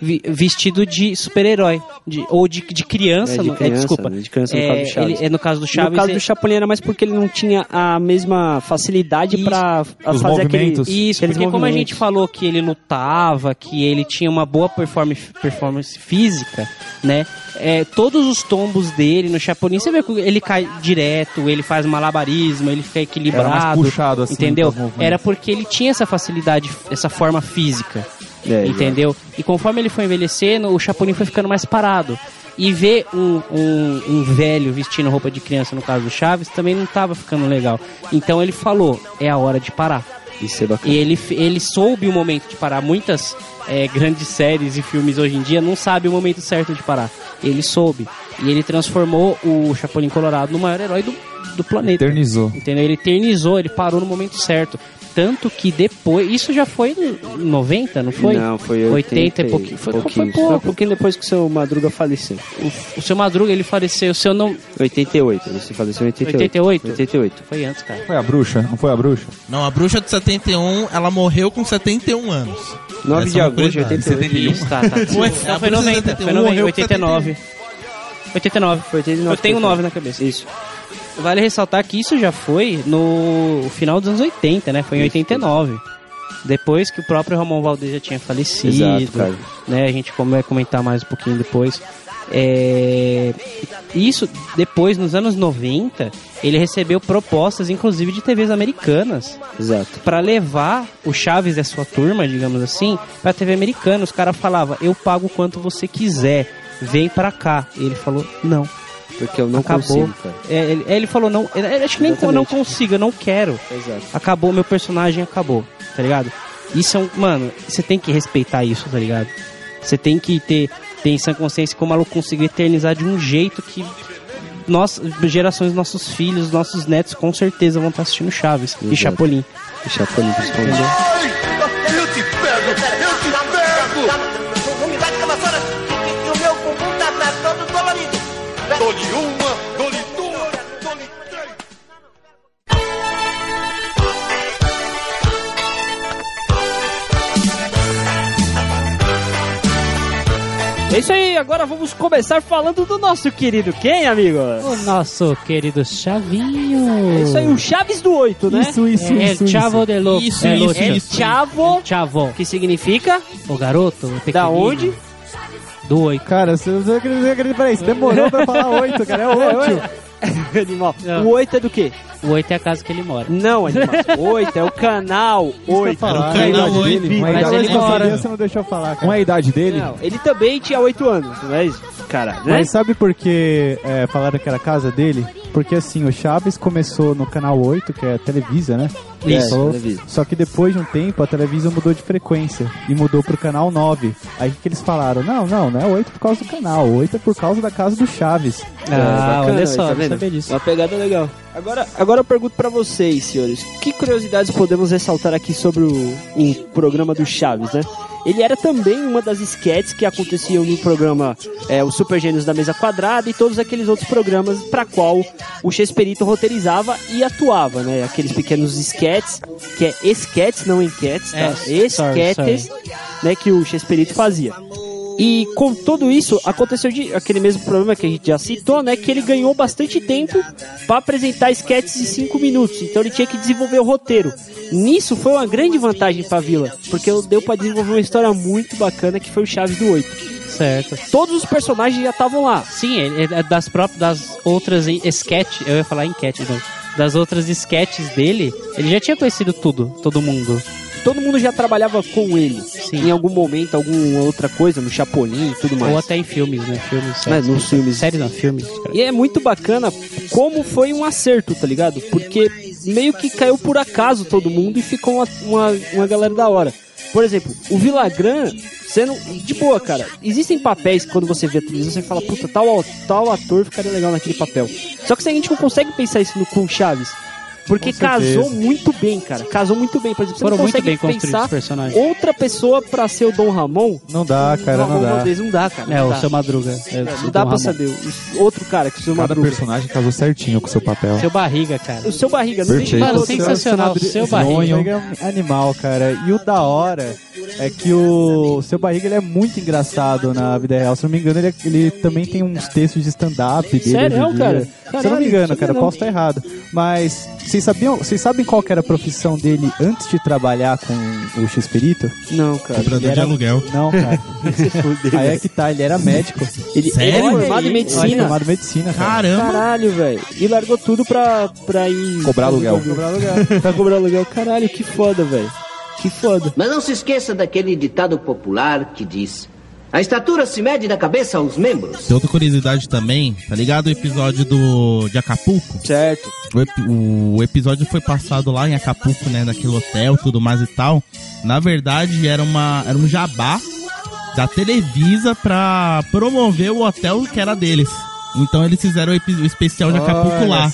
D: vi- vestido de super-herói. de- ou de, de criança,
F: É, de
D: no- é,
F: criança,
D: desculpa.
F: de criança no caso do Chaves.
D: ele- é no caso do Chaves.
F: No caso
D: é-
F: do Chapolin era mais porque ele não tinha a mesma facilidade pra f-
D: Os
F: fazer aquele,
D: Isso,
F: aqueles
D: porque como a
F: movimentos.
D: gente falou que ele lutava, que ele tinha uma boa perform- performance física, né? É, todos os tombos dele no Chapolin, você vê que ele cai direto, ele faz malabarismo, ele fica equilibrado.
E: Era mais puxado, assim,
D: Entendeu?
E: com os movimentos.
D: Era porque ele tinha essa facilidade, essa forma física.
F: É,
D: entendeu? E conforme ele foi envelhecendo, o Chapolin foi ficando mais parado. E ver um, um, um velho vestindo roupa de criança, no caso do Chaves, também não tava ficando legal. Então ele falou: é a hora de parar.
F: Isso é bacana.
D: E ele, f- ele soube o momento de parar. Muitas eh, grandes séries e filmes hoje em dia não sabem o momento certo de parar. Ele soube. E ele transformou o Chapolin Colorado no maior herói do, do planeta.
E: Eternizou.
D: Entendeu? Ele eternizou, ele parou no momento certo. Tanto que depois. Isso já foi em 90, não foi?
F: Não, foi 80
D: 80 e
F: e
D: pouquinho. Foi, foi
F: pouquinho.
D: pouco.
F: Foi um pouquinho depois que o seu Madruga faleceu.
D: O, o seu Madruga, ele faleceu. O seu não.
F: 88, você faleceu em 88.
D: 88?
F: 88.
D: Foi antes, cara.
E: Foi a bruxa? Não foi a bruxa?
A: Não, a bruxa de 71, ela morreu com 71 anos.
F: 9
A: Essa
F: de
A: é uma
F: agosto de
A: curiosidade.
F: 88.
D: Isso, tá, tá.
A: Ué,
D: Não,
A: a bruxa
D: foi
A: de 71
D: 90, foi 90,
A: morreu com
D: 89. 89.
F: Foi 89.
D: Eu tenho 9 um na cabeça.
F: Isso.
D: Vale ressaltar que isso já foi no final dos anos 80, né? Foi em 89. Depois que o próprio Ramon Valdez já tinha falecido.
B: Exato, cara.
D: né? A gente como vai comentar mais um pouquinho depois. É, Isso, depois, nos anos 90, ele recebeu propostas, inclusive, de TVs americanas.
B: Exato.
D: Pra levar o Chaves e a sua turma, digamos assim, pra TV americana. Os caras falavam, eu pago quanto você quiser, vem pra cá. E ele falou, não.
B: Porque eu não
D: Acabou.
B: consigo, cara.
D: É, ele, é, ele falou, não, ele- ele- acho que nem eu não consigo, eu não quero.
B: Exato.
D: Acabou, meu personagem acabou, tá ligado? Isso é um. Mano, você tem que respeitar isso, tá ligado? Você tem que ter, ter em sã consciência como o maluco conseguiu eternizar de um jeito que nós, gerações, nossos filhos, nossos netos com certeza vão estar assistindo Chaves e Chapolin.
B: E Chapolin, principalmente.
M: Eu te pego, eu te pego. Não me dá aquelas horas que o meu bumbum tá, todo dolorido. Dole uma, dole duas, dole três.
J: É isso aí, agora vamos começar falando do nosso querido quem, amigo? O nosso querido Chavinho. É isso aí, o Chaves do Oito, né?
N: Isso, isso,
J: é,
N: isso,
J: El Chavo
N: isso.
J: de Louco.
N: Isso,
J: é,
N: isso,
J: El
N: isso.
J: Chavo. Chavo. Que significa? O garoto. O da onde? Do oito.
C: Cara, você não acredita. Peraí, você demorou pra falar oito, cara. É oito.
J: Animal. O oito é do quê? O oito é a casa que ele mora. Não, animal. O oito é o canal oito.
C: falar.
J: É o canal
C: Mas
J: oito.
C: ele
J: Mas ele
C: sabia,
J: mora.
C: você não deixou eu falar, cara.
E: Qual é a idade dele?
J: Não, ele também tinha oito anos, mas, cara, né?
C: Mas sabe por que é, falaram que era a casa dele? Porque assim, o Chaves começou no canal 8, que é a Televisa, né?
B: Isso,
C: Falou.
B: Televisa.
C: Só que depois de um tempo, a Televisa mudou de frequência e mudou pro canal 9. Aí que eles falaram: não, não, não é 8 por causa do canal, 8 é por causa da casa do Chaves.
D: Ah,
F: olha só, É, tá vendo? Uma pegada legal. Agora, agora eu pergunto pra vocês, senhores, que curiosidades podemos ressaltar aqui sobre o, o programa do Chaves, né? Ele era também uma das esquetes que aconteciam no programa é, Os Super Gênios da Mesa Quadrada e todos aqueles outros programas pra qual o Chesperito roteirizava e atuava, né? Aqueles pequenos esquetes, que é esquetes, não enquetes, tá?
D: É, sorry,
F: Esquetes,
D: sorry.
F: né, que o Chesperito fazia. E com tudo isso, aconteceu de- aquele mesmo problema que a gente já citou, né? Que ele ganhou bastante tempo para apresentar esquetes de 5 minutos. Então ele tinha que desenvolver o roteiro. Nisso foi uma grande vantagem pra Vila, porque deu para desenvolver uma história muito bacana que foi o Chaves do 8.
D: Certo.
F: Todos os personagens já estavam lá.
D: Sim, é- é das próprias das outras em- sketch, eu ia falar enquete, não. Das outras sketches dele, ele já tinha conhecido tudo, todo mundo.
F: Todo mundo já trabalhava com ele. Em algum momento, alguma outra coisa, no Chapolin e tudo mais.
D: Ou até em filmes, né? Filmes,
F: Mas
D: séries.
F: nos filmes.
D: Séries não, filmes.
F: E é muito bacana como foi um acerto, tá ligado? Porque meio que caiu por acaso todo mundo e ficou uma, uma, uma galera da hora. Por exemplo, o Vilagran, sendo de boa, cara. Existem papéis que quando você vê a televisão, você fala, puta, tal, au- tal ator ficaria legal naquele papel. Só que a gente não consegue pensar isso no com o Chaves. Porque
D: Com certeza.
F: casou muito bem, cara. Casou muito bem. Por exemplo, você
D: Foram
F: não
D: muito
F: consegue
D: bem construídos
F: pensar
D: os personagens.
F: outra pessoa pra ser o Dom Ramon.
C: Não dá,
F: cara, não dá. Não dá, cara.
D: É,
F: não
D: o
F: dá.
D: seu Madruga. É,
F: Não,
D: o
F: não
D: seu
F: dá
D: Dom
F: pra
D: Ramon.
F: saber. O- Outro cara que o seu
E: Cada
F: Madruga.
E: personagem casou certinho com seu papel.
D: Seu barriga, cara.
F: O seu barriga, não
E: Perfeito.
F: tem
E: Mano,
F: outro.
D: sensacional, seu barriga.
C: é um animal, cara. E o da hora é que o seu barriga ele é muito engraçado na vida real. Se eu não me engano, ele, é, ele também tem uns textos de stand-up dele.
F: Sério,
C: hoje em dia.
F: cara?
C: Se eu não
F: Caralho,
C: me engano, cara,
F: não.
C: posso estar errado. Mas vocês sabiam, vocês sabem qual que era a profissão dele antes de trabalhar com o X-Perito?
F: Não, cara.
C: Ele
A: Comprador de
C: era-
A: aluguel.
C: Não, cara. Aí é que tá, ele era médico.
F: Ele
A: Sério?
F: é formado em
A: Olha aí.
F: medicina.
C: Ele é formado em medicina, cara.
F: Caralho, velho. E largou tudo pra, pra ir.
E: Cobrar aluguel.
F: Cobrar aluguel. pra cobrar aluguel. Caralho, que foda, velho. Que foda.
O: Mas não se esqueça daquele ditado popular que diz: A estatura se mede da cabeça aos membros.
A: Tem outra curiosidade também, tá ligado? O episódio do de Acapulco.
F: Certo.
A: O, epi- o episódio foi passado lá em Acapulco, né? Naquele hotel, tudo mais e tal. Na verdade, era, uma, era um jabá da Televisa pra promover o hotel que era deles. Então eles fizeram o, epi- o especial de Acapulco lá.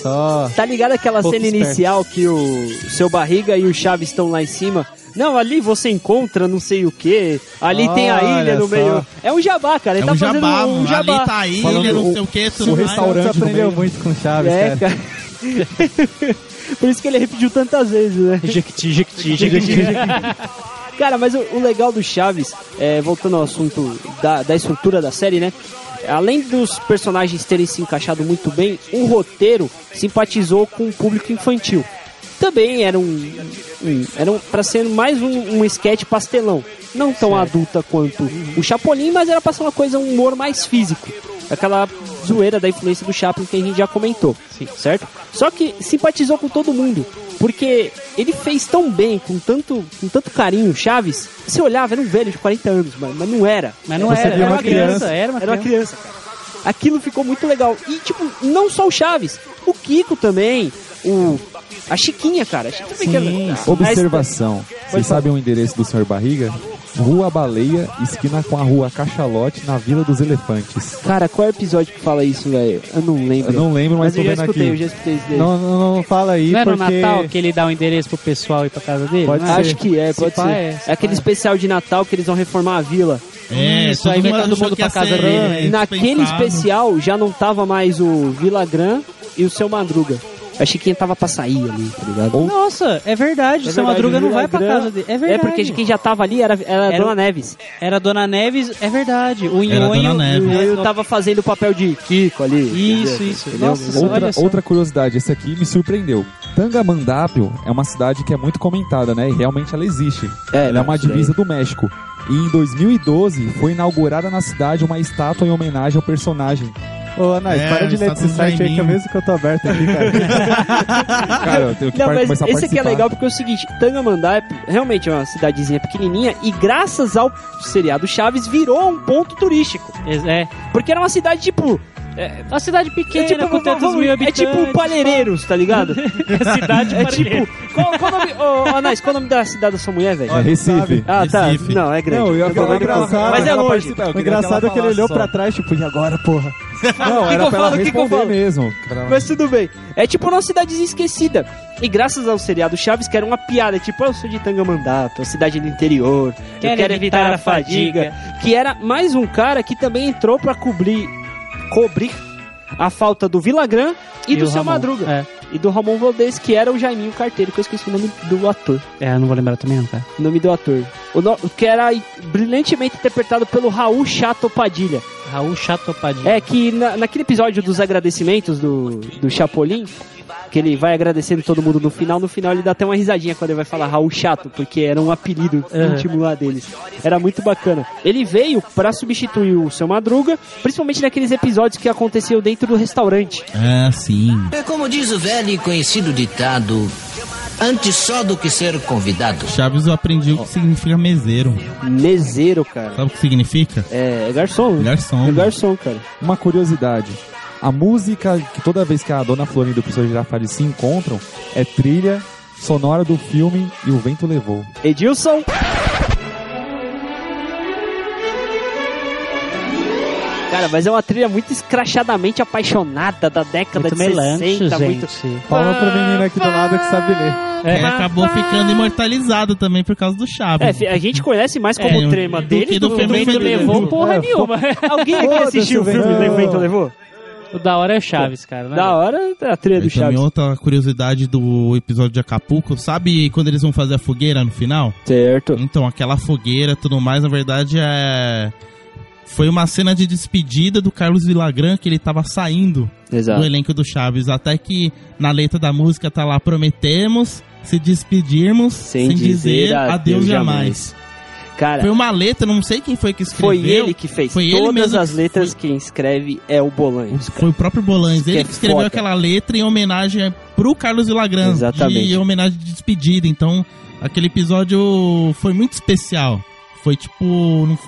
F: Tá ligado aquela
A: Pouco
F: cena
A: esperto.
F: inicial que o seu barriga e o Chaves estão lá em cima? Não, ali você encontra não sei o que. Ali tem a
C: Olha
F: ilha no
C: só.
F: meio. É um jabá, cara. Ele
A: É
F: tá
A: um
F: fazendo
A: jabá,
F: um
A: mano.
F: jabá.
A: Ali tá a ilha, Falando não o- sei o quê, tudo o mais. restaurante
C: Você aprendeu
A: no meio.
C: muito com o Chaves,
F: É,
C: tá, cara.
F: Por isso que ele repetiu tantas vezes, né? Jequiti, jequiti, jequiti. Cara, mas o, o legal do Chaves, é, voltando ao assunto da, da estrutura da série, né? Além dos personagens terem se encaixado muito bem, o roteiro simpatizou com o público infantil. Também era um. um era um, pra ser mais um, um sketch pastelão. Não tão adulta quanto o Chapolin, mas era pra ser uma coisa, um humor mais físico. Aquela zoeira da influência do Chaplin que a gente já comentou, certo? Só que simpatizou com todo mundo, porque ele fez tão bem, com tanto, com tanto carinho, o Chaves. Você olhava, era um velho de 40 anos, mano, mas não era.
D: Mas não Você era, via era uma uma criança, criança.
F: era uma criança. cara. Aquilo ficou muito legal. E, tipo, não só o Chaves, o Kiko também, o... A Chiquinha, cara. A Chiquinha também que era- Ah,
E: Observação. Vocês sabem o endereço do Sr. Barriga? Rua Baleia, esquina com a Rua Cachalote, na Vila dos Elefantes.
F: Cara, qual é o episódio que fala isso, velho? Eu não lembro.
E: Eu não lembro, mas,
F: Mas eu
E: tô
F: já
E: vendo
F: escutei,
E: aqui.
F: eu já escutei isso daí.
C: Não, não, não fala aí,
D: Não era no
C: porque...
D: Natal que ele dá o endereço pro pessoal ir pra casa dele?
F: Pode
D: Não é?
F: Acho que é,
D: Se
F: pode
D: pá,
F: ser.
D: é,
F: É,
D: se
F: aquele
D: pá,
F: especial de Natal que eles vão reformar a vila.
D: É, Isso, todo aí vai mundo todo achou mundo que pra ia casa ser dele, né?
F: E naquele
D: dispensado.
F: especial já não tava mais o Vila Gran e o seu Madruga. A Chiquinha tava pra sair ali, tá ligado?
D: é. Nossa, é verdade.
F: É
D: seu
F: verdade,
D: Madruga não
F: Vila
D: vai pra
F: Gran-
D: casa dele. É verdade.
F: É porque quem já tava ali era, era, a
D: Era-
F: Dona Neves.
D: Era a Dona Neves, é verdade. O
F: Era a Dona
D: Nhonho.
F: Neves. Nhonho tava fazendo o papel de Kiko ali.
D: Isso,
F: entendeu?
D: isso.
F: Entendeu?
D: Nossa,
E: Outra,
D: olha só.
E: outra curiosidade, esse aqui me surpreendeu. Tangamandápio é uma cidade que é muito comentada, né? E realmente ela existe.
F: É,
E: ela é uma
F: isso daí.
E: divisa do México. E em 2012 foi inaugurada na cidade uma estátua em homenagem ao personagem.
C: Ô, Anais,
E: É,
C: para de ler
E: está
C: esse
E: tudo
C: site aí que é
E: velhinho.
C: mesmo que eu tô aberto aqui, cara.
E: Cara, eu tenho que
F: Não,
E: par-
F: mas
E: começar a
F: esse aqui é
E: participar.
F: legal porque é o seguinte, Tangamandap realmente é uma cidadezinha pequenininha e graças ao seriado Chaves virou um ponto turístico.
D: É.
F: Porque era uma cidade tipo... É,
D: Uma cidade pequena, com tantos
F: vamos-
D: mil
F: É tipo
D: habitantes,
F: Palheireiros, tá ligado? é
D: cidade
F: É
D: Parelheiros.
F: tipo... Qual, qual o nome... Ô, Anais, qual o nome da cidade da sua mulher, velho?
E: É Recife.
F: Ah, tá. Não, é grande.
E: Não, eu ia falar
F: Mas é
E: engraçado,
F: Mas é
E: ela
F: longe.
E: participa, eu
C: O
E: queria
C: engraçado é que ele
E: ela
C: olhou
E: falasse
C: pra trás, tipo, e agora, porra?
E: Não,
F: que
E: era
F: que eu
E: pra
F: falo?
E: ela
F: Que que eu
E: responder
F: falo?
E: mesmo.
F: Mas tudo bem. É tipo uma cidadezinha esquecida. E graças ao seriado Chaves, que era uma piada, tipo, "Ah, eu sou de Tangamandap, uma cidade do interior, eu
D: Quero
F: quero evitar a fadiga. Que era mais um cara que também entrou pra cobrir, cobrir a falta do Vilagrã e,
D: E
F: do
D: o
F: seu
D: Ramon,
F: Madruga.
D: é.
F: E do Ramon Valdez, que era o Jaiminho Carteiro, que eu esqueci o nome do ator.
D: É, eu não vou lembrar também, não, cara.
F: O nome do ator. O no- que era brilhantemente interpretado pelo Raul Chato Padilha.
D: Raul Chato Padilha.
F: É que na- naquele episódio dos agradecimentos do, do Chapolin, que ele vai agradecendo todo mundo no final, no final ele dá até uma risadinha quando ele vai falar Raul Chato, porque era um apelido
D: Uhum.
F: íntimo lá deles. Era muito bacana. Ele veio pra substituir o seu Madruga, principalmente naqueles episódios que aconteciam dentro do restaurante.
A: Ah, sim.
O: É como diz o velho e conhecido ditado: antes só do que ser convidado.
A: Chaves eu aprendi o que significa meseiro.
F: Meseiro, cara.
A: Sabe o que significa?
F: É, garçom.
A: Garçom.
F: garçom, cara.
E: Uma curiosidade. A música que toda vez que a Dona Florinda e o professor Girafales se encontram é trilha sonora do filme E o Vento Levou.
F: Edilson! Cara, mas é uma trilha muito escrachadamente apaixonada da década
D: Muito
F: de
D: melancho,
F: 60,
D: gente.
F: muito.
C: Palma pra menina aqui do lado que sabe ler.
A: É, acabou ficando imortalizado também por causa do
F: É,
A: Chaves.
F: fi- a gente conhece mais como
A: É,
F: trema
A: do
F: dele
A: que
F: do,
A: do
F: do
A: filme
F: Vento
A: do
F: Levou
A: Vento.
F: porra
A: É,
F: nenhuma. Alguém aqui
D: Foda-se,
F: assistiu o
D: Vento
F: filme do
D: Levou.
F: Vento Levou?
D: O da hora é o Chaves, cara. né?
F: Da hora é a trilha do
A: E também
F: Chaves.
A: outra curiosidade do episódio de Acapulco, sabe quando eles vão fazer a fogueira no final?
F: Certo.
A: Então, aquela fogueira e tudo mais, na verdade, é. Foi uma cena de despedida do Carlos Villagrán que ele tava saindo
F: Exato.
A: do elenco do Chaves. Até que na letra da música tá lá, prometemos se despedirmos sem, dizer, adeus jamais.
F: Cara,
A: Foi uma letra, não sei quem foi que escreveu.
F: foi ele que fez.
A: Foi ele
F: Todas
A: mesmo
F: as
A: que-
F: letras quem escreve é o Bolanhos.
A: Foi o próprio Bolanes, ele
F: Que é
A: que escreveu
F: foda.
A: aquela letra em homenagem pro Carlos Villagrán.
F: Exatamente.
A: E homenagem de despedida. Então, aquele episódio foi muito especial. Foi tipo. não-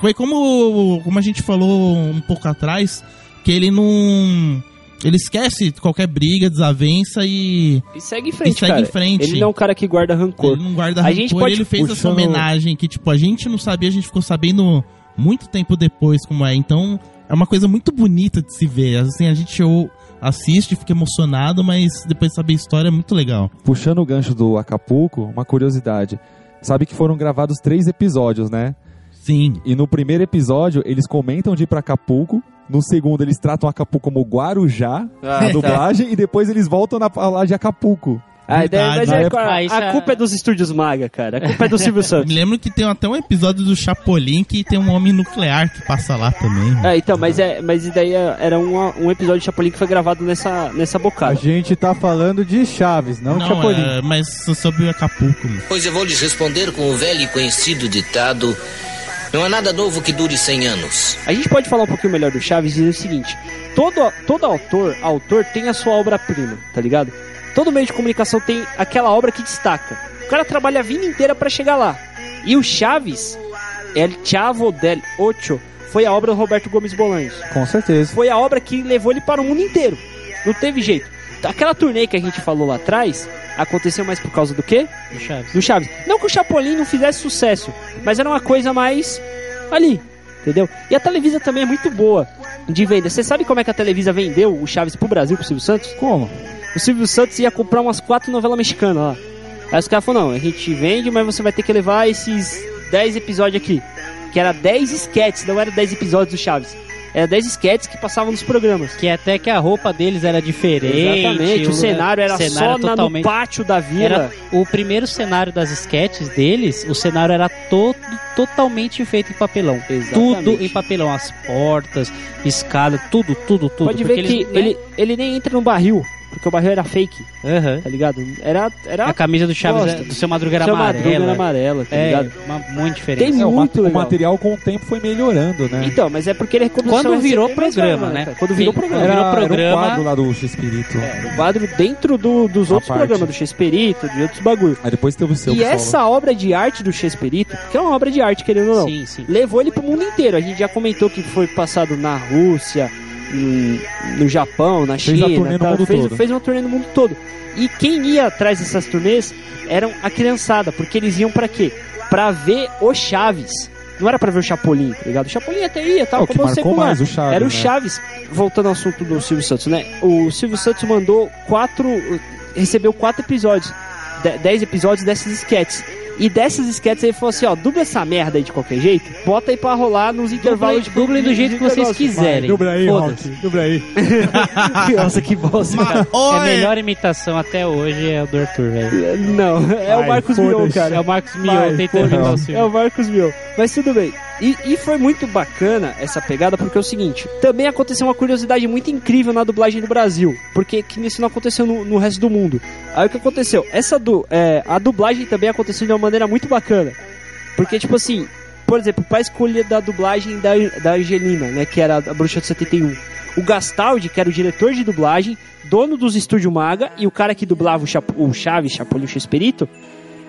A: Foi como, como a gente falou um pouco atrás, que ele não. Ele esquece qualquer briga, desavença e.
F: E segue em frente,
A: E segue
F: cara.
A: em frente.
F: Ele não é um cara que guarda rancor.
A: Ele não guarda
F: A
A: rancor.
F: gente pode
A: Ele fez essa
F: puxando-
A: homenagem que, tipo, a gente não sabia, a gente ficou sabendo muito tempo depois como é. Então, é uma coisa muito bonita de se ver. Assim, a gente ou assiste, fica emocionado, mas depois de saber a história é muito legal.
E: Puxando o gancho do Acapulco, uma curiosidade. Sabe que foram gravados três episódios, né?
A: Sim.
E: E no primeiro episódio, eles comentam de ir pra Acapulco. No segundo, eles tratam Acapulco como Guarujá, a
F: Ah, tá.
E: dublagem. E depois eles voltam na falar de Acapulco.
F: A, ideia-
A: Verdade.
F: mas é-
A: Na época-
F: a-
A: Ah, isso
F: a
A: é-
F: culpa é dos estúdios Maga, cara. A culpa é do Silvio Santos.
A: Me lembro que tem até um episódio do Chapolin que tem um homem nuclear que passa lá também.
F: É, então, mas, é, mas isso daí é- era um, um episódio de Chapolin que foi gravado nessa, nessa
C: A
F: bocada.
C: gente tá falando de Chaves, não,
F: Não,
C: Chapolin.
A: É, mas só sobre o Acapulco. mano.
H: Pois eu vou lhes responder com o velho e conhecido ditado: Não há nada novo que dure 100 anos.
F: A gente pode falar um pouquinho melhor do Chaves e dizer o seguinte: todo, todo autor, autor tem a sua obra-prima, tá ligado? Todo meio de comunicação tem aquela obra que destaca. O cara trabalha a vida inteira pra chegar lá. E o Chaves, El Chavo del Ocho, foi a obra do Roberto Gomes Bolanos.
C: Com certeza.
F: Foi a obra que levou ele para o mundo inteiro. Não teve jeito. Aquela turnê que a gente falou lá atrás aconteceu mais por causa do quê?
D: Do Chaves.
F: Do Chaves. Não que o Chapolin não fizesse sucesso, mas era uma coisa mais ali, entendeu? E a Televisa também é muito boa de venda. Você sabe como é que a Televisa vendeu o Chaves pro Brasil, pro Silvio Santos?
C: Como?
F: O Silvio Santos ia comprar umas quatro novelas mexicanas lá. Aí os caras falaram, não, a gente vende, mas você vai ter que levar esses 10 episódios aqui. Que era 10 esquetes, não era 10 episódios do Chaves. Era 10 esquetes que passavam nos programas.
D: Que até que a roupa deles era diferente.
F: Exatamente, o cenário era só na- no pátio da vila.
D: Era- o primeiro cenário das sketches deles, o cenário era todo totalmente feito em papelão. Tudo em papelão, as portas, escada, tudo, tudo, tudo.
F: Pode
D: Porque
F: ver que
D: eles, né,
F: ele, ele nem entra no barril, porque o barril era fake. Tá ligado? Era, era
D: É A camisa do Chaves,
F: bosta.
D: é- do Seu Madruga era
F: Seu
D: amarela.
F: Madruga era amarela, tá
D: É,
F: ligado?
D: uma- muito diferente.
F: Tem
D: É, o ma-
F: muito
D: o
F: legal.
E: material com o tempo foi melhorando, né?
F: Então, mas é porque ele começou a
D: Quando
F: receber
D: virou
F: mais
D: programa,
F: grana,
D: né?
F: cara. Quando virou
D: Sim,
F: programa. É.
D: virou
E: Era, era um
D: programa.
E: quadro lá do X-Espírito.
F: O quadro dentro do, dos outros
E: parte.
F: programas, do Chesperito, de outros bagulho.
E: Aí depois teve o
D: Então,
E: seu
F: e é
E: solo.
F: essa obra de arte do Chesperito, que é uma obra de arte, querendo ou não,
D: Sim, sim.
F: levou ele pro mundo inteiro. A gente já comentou que foi passado na Rússia, em- no Japão, na
E: Fez a
F: China.
E: turnê no
F: tal.
E: mundo
F: fez,
E: todo.
F: fez uma turnê no mundo todo. E quem ia atrás dessas turnês eram a criançada, porque eles iam pra quê? Pra ver o Chaves. Não era pra ver o Chapolin, tá ligado? O Chapolin até ia, tava
E: É, o que
F: como
E: marcou
F: secular.
E: mais, o Chaves,
F: era o
E: né?
F: Chaves. Voltando ao assunto do Silvio Santos, né? O Silvio Santos mandou quatro. recebeu quatro episódios. de- dez episódios dessas esquetes. E dessas esquetes ele falou assim: ó, dubla essa merda aí de qualquer jeito, bota aí pra rolar nos intervalos de
D: dublem do jeito que vocês quiserem.
F: Dubla aí,
D: Foda-se.
C: Dubla aí.
F: Nossa, que bosta.
D: cara. É
F: oi!
D: a melhor imitação até hoje é o do Arthur, velho.
F: Não, é o Marcos Mion, cara.
D: É o Marcos Mion,
F: Vai,
D: tentando imitar o
F: foda-se. É
D: Silvio.
F: o Marcos Mion. Mas tudo bem. E, e foi muito bacana essa pegada, porque é o seguinte: também aconteceu uma curiosidade muito incrível na dublagem do Brasil, porque que isso não aconteceu no, no resto do mundo. Aí o que aconteceu? Essa du, é, a dublagem também aconteceu de uma maneira muito bacana. Porque, tipo assim, por exemplo, pra escolha da dublagem da, da Angelina, né, que era a bruxa de 71. O Gastaldi, que era o diretor de dublagem, dono dos estúdio Maga, e o cara que dublava o, Chap o Chaves, Chapolin Chesperito,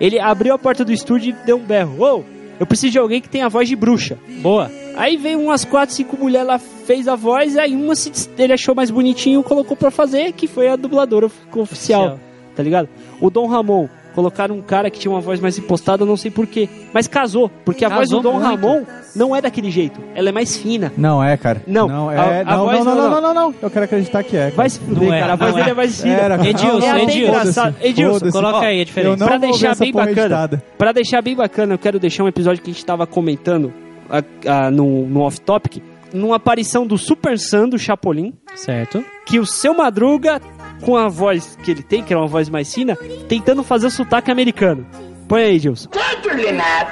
F: ele abriu a porta do estúdio e deu um berro. Ô, eu preciso de alguém que tenha a voz de bruxa. Boa. Aí veio umas 4, 5 mulheres lá, fez a voz, aí uma se, des- ele achou mais bonitinho, colocou pra fazer, que foi a dubladora ofi- oficial. Tá ligado? O Dom Ramon. Colocaram um cara que tinha uma voz mais impostada, não sei porquê. Mas casou, porque a voz do
D: Casou
F: Dom
D: muito.
F: Ramon não é daquele jeito. Ela é mais fina.
C: Não é, cara.
F: Não,
C: Não,
F: a-
C: é.
F: a
C: não,
F: voz
C: não, não, não,
F: não,
C: não, não, não. Eu quero acreditar que é.
F: Vai se fuder, cara. A voz dele é mais fina.
D: Edilson,
F: É até
D: Edilson.
F: engraçado. Edilson,
D: Foda-se. Coloca
F: ó,
D: aí a diferença.
F: eu não
D: Pra
F: vou
D: deixar
F: ver essa
D: bem
F: porra
D: bacana.
F: editada. Pra deixar bem bacana, eu quero deixar um episódio que a gente tava comentando ah, ah, no, no off-topic. Numa aparição do Super Sam do Chapolin.
D: Certo.
F: Que o seu Madruga, com a voz que ele tem, que é uma voz mais fina, tentando fazer o sotaque americano. Põe aí, Edilson.
G: Nat,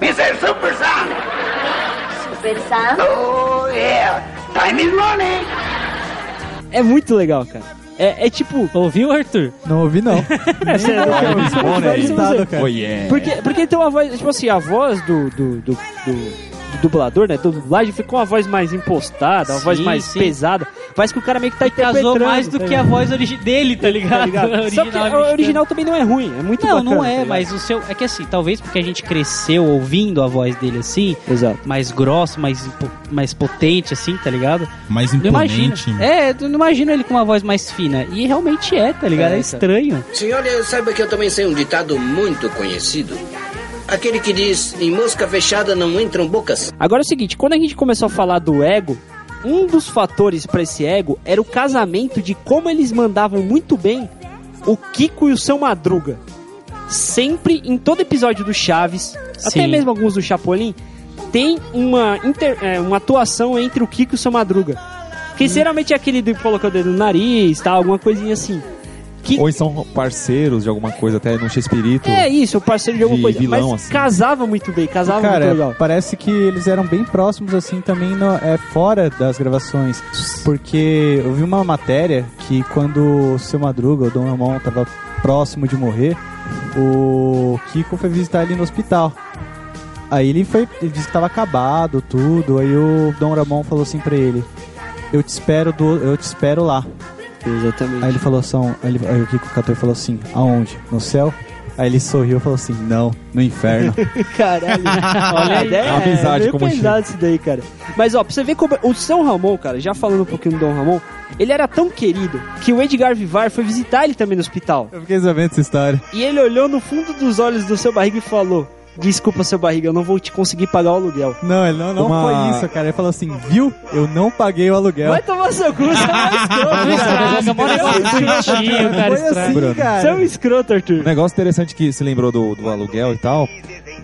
G: Mr. Super Sam. Super Sam? Oh, yeah. Time is running.
F: É muito legal, cara. É, é tipo.
D: Ouviu, Arthur?
C: Não ouvi, não.
F: É, você não ouviu. Você não
C: né?
F: ouviu, você não ouviu.
E: Oh, yeah.
F: Porque,
D: É.
F: porque tem uma voz, tipo assim, a voz do, do, do, do- do dublador, né? Do dublagem ficou uma voz mais impostada, uma
D: Sim,
F: voz mais
D: sim.
F: pesada. Parece que o cara meio que tá interpretando.
D: Casou mais do que a voz origi- dele, tá ligado?
F: Tá ligado?
D: A
F: Só que
D: original
F: a-
D: mexicana.
F: a original também não é ruim, é muito
D: Não,
F: bacana,
D: não
F: tá
D: é,
F: ligado?
D: mas o seu. É que assim, talvez porque a gente cresceu ouvindo a voz dele assim. Mais grossa, mais, impo- mais potente, assim, tá ligado?
A: Mais
D: Não imagina.
A: imponente. né?
F: né?
D: É, tu não imagina ele com uma voz mais fina. E realmente é, tá ligado? É,
H: É,
F: então.
D: estranho.
H: Senhora, saiba que eu também sei um ditado muito conhecido. Aquele que diz, em mosca fechada não entram bocas.
F: Agora é o seguinte, quando a gente começou a falar do ego, um dos fatores pra esse ego era o casamento de como eles mandavam muito bem o Kiko e o Seu Madruga. Sempre, em todo episódio do Chaves, até
D: Sim.
F: mesmo alguns do Chapolin, tem uma, inter- é, uma atuação entre o Kiko e o Seu Madruga. Que geralmente é aquele de colocar o dedo no nariz, tal, alguma coisinha assim.
E: Que... Ou são parceiros de alguma coisa, até no Chespirito.
F: É isso, parceiro de alguma
E: De
F: coisa.
E: vilão,
F: mas
E: assim.
F: casava muito bem, casava
C: Cara,
F: muito legal.
C: parece que eles eram bem próximos assim também no- é, fora das gravações. Porque eu vi uma matéria que quando o seu Madruga, o Dom Ramon, tava próximo de morrer, o Kiko foi visitar ele no hospital. Aí ele foi, ele disse que tava acabado, tudo. Aí o Dom Ramon falou assim pra ele: "Eu te espero do, eu te espero lá".
F: Exatamente.
C: Aí ele falou assim, aí, ele- aí o Kiko catou e falou assim: "Aonde? No céu?" Aí ele sorriu e falou assim: "Não, no inferno".
F: Caralho.
C: Olha aí.
F: É,
C: É uma amizade
F: meio
C: como
F: pesado isso daí, cara. Mas ó, pra você ver como. é- O seu Ramon, cara, já falando um pouquinho do Dom Ramon, ele era tão querido que o Edgar Vivar foi visitar ele também no hospital.
C: Eu fiquei sabendo dessa história.
F: E ele olhou no fundo dos olhos do seu barriga e falou: Desculpa, seu barriga, eu não vou te conseguir pagar o aluguel.
C: Não, ele não, não
F: Uma-
C: foi isso, cara. Ele falou assim, viu? Eu não paguei o aluguel.
F: Vai tomar seu cu, você
C: Não
F: é
C: estraga,
F: um
C: bora
F: escroto.
C: bonitinho,
F: Você é um
C: assim, cara,
F: escroto.
C: estraga. Bruno.
F: Você é um escroto, Arthur.
E: Um negócio interessante que se lembrou do, do aluguel e tal.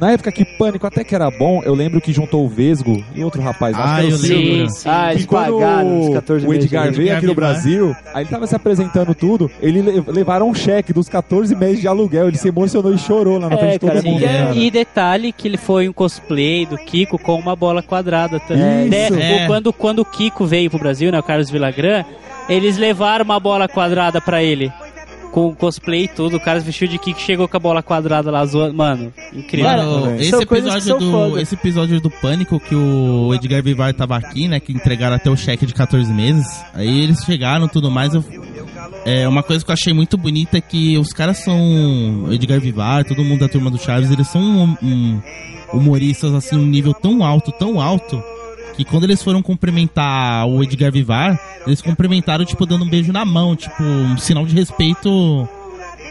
E: Na época que Pânico até que era bom, eu lembro que juntou o Vesgo e outro rapaz. acho
A: Ah,
E: que era o
A: eu
E: Silvio.
A: lembro. Sim, sim.
F: Ah, eles
E: E quando
F: pagaram os 14
E: O
F: meses.
E: Edgar veio aqui no
A: Edgar
E: Brasil, aí ele tava se apresentando tudo, ele le- levaram um cheque dos 14 meses de aluguel, ele se emocionou e chorou lá na
F: É,
E: frente de todo
D: É, cara,
E: mundo.
D: e- E detalhe que ele foi um cosplay do Kiko com uma bola quadrada também.
E: Isso.
D: Né,
E: É.
D: o- Quando, quando o Kiko veio pro Brasil, né, o Carlos Villagrán, eles levaram uma bola quadrada pra ele. Com o cosplay e tudo, o Carlos vestiu de Kiko chegou com a bola quadrada lá zoando. Mano, incrível.
A: Mano, esse, episódio do, esse episódio do Pânico que o Edgar Vivar tava aqui, né? Que entregaram até o cheque de 14 meses. Aí eles chegaram e tudo mais. Eu, é, uma coisa que eu achei muito bonita é que os caras são. o Edgar Vivar, todo mundo da turma do Chaves, eles são um- um- humoristas assim, um nível tão alto, tão alto. Que quando eles foram cumprimentar o Edgar Vivar, eles cumprimentaram, tipo, dando um beijo na mão, tipo, um sinal de respeito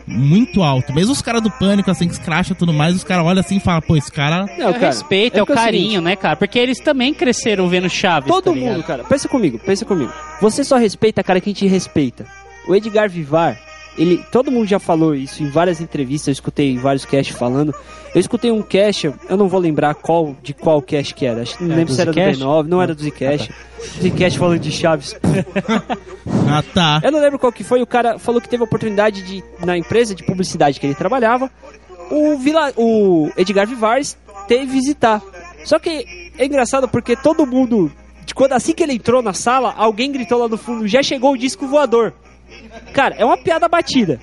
A: muito alto. Mesmo os caras do pânico, assim, que escracha e tudo mais, os caras olham assim e falam, pô, esse cara.
D: É o respeito, é, o carinho, né, cara? Porque eles também cresceram vendo Chaves. tá
F: Todo mundo, cara. Pensa comigo, pensa comigo. Você só respeita, cara, quem te respeita. O Edgar Vivar, ele. Todo mundo já falou isso em várias entrevistas, eu escutei em vários casts falando. Eu escutei um cast, eu não vou lembrar qual de qual cast que era. Acho que não
D: É,
F: lembro
D: do Ah, tá.
F: se era do
D: Zcast?
F: B9, não era do Zcast. Zcast falando de Chaves.
A: Ah, tá.
F: Eu não lembro qual que foi, o cara falou que teve a oportunidade de na empresa de publicidade que ele trabalhava, o Vila, o Edgar Vivares ter visitar. Só que é engraçado porque todo mundo, de quando assim que ele entrou na sala, alguém gritou lá no fundo, já chegou o disco voador. Cara, é uma piada batida.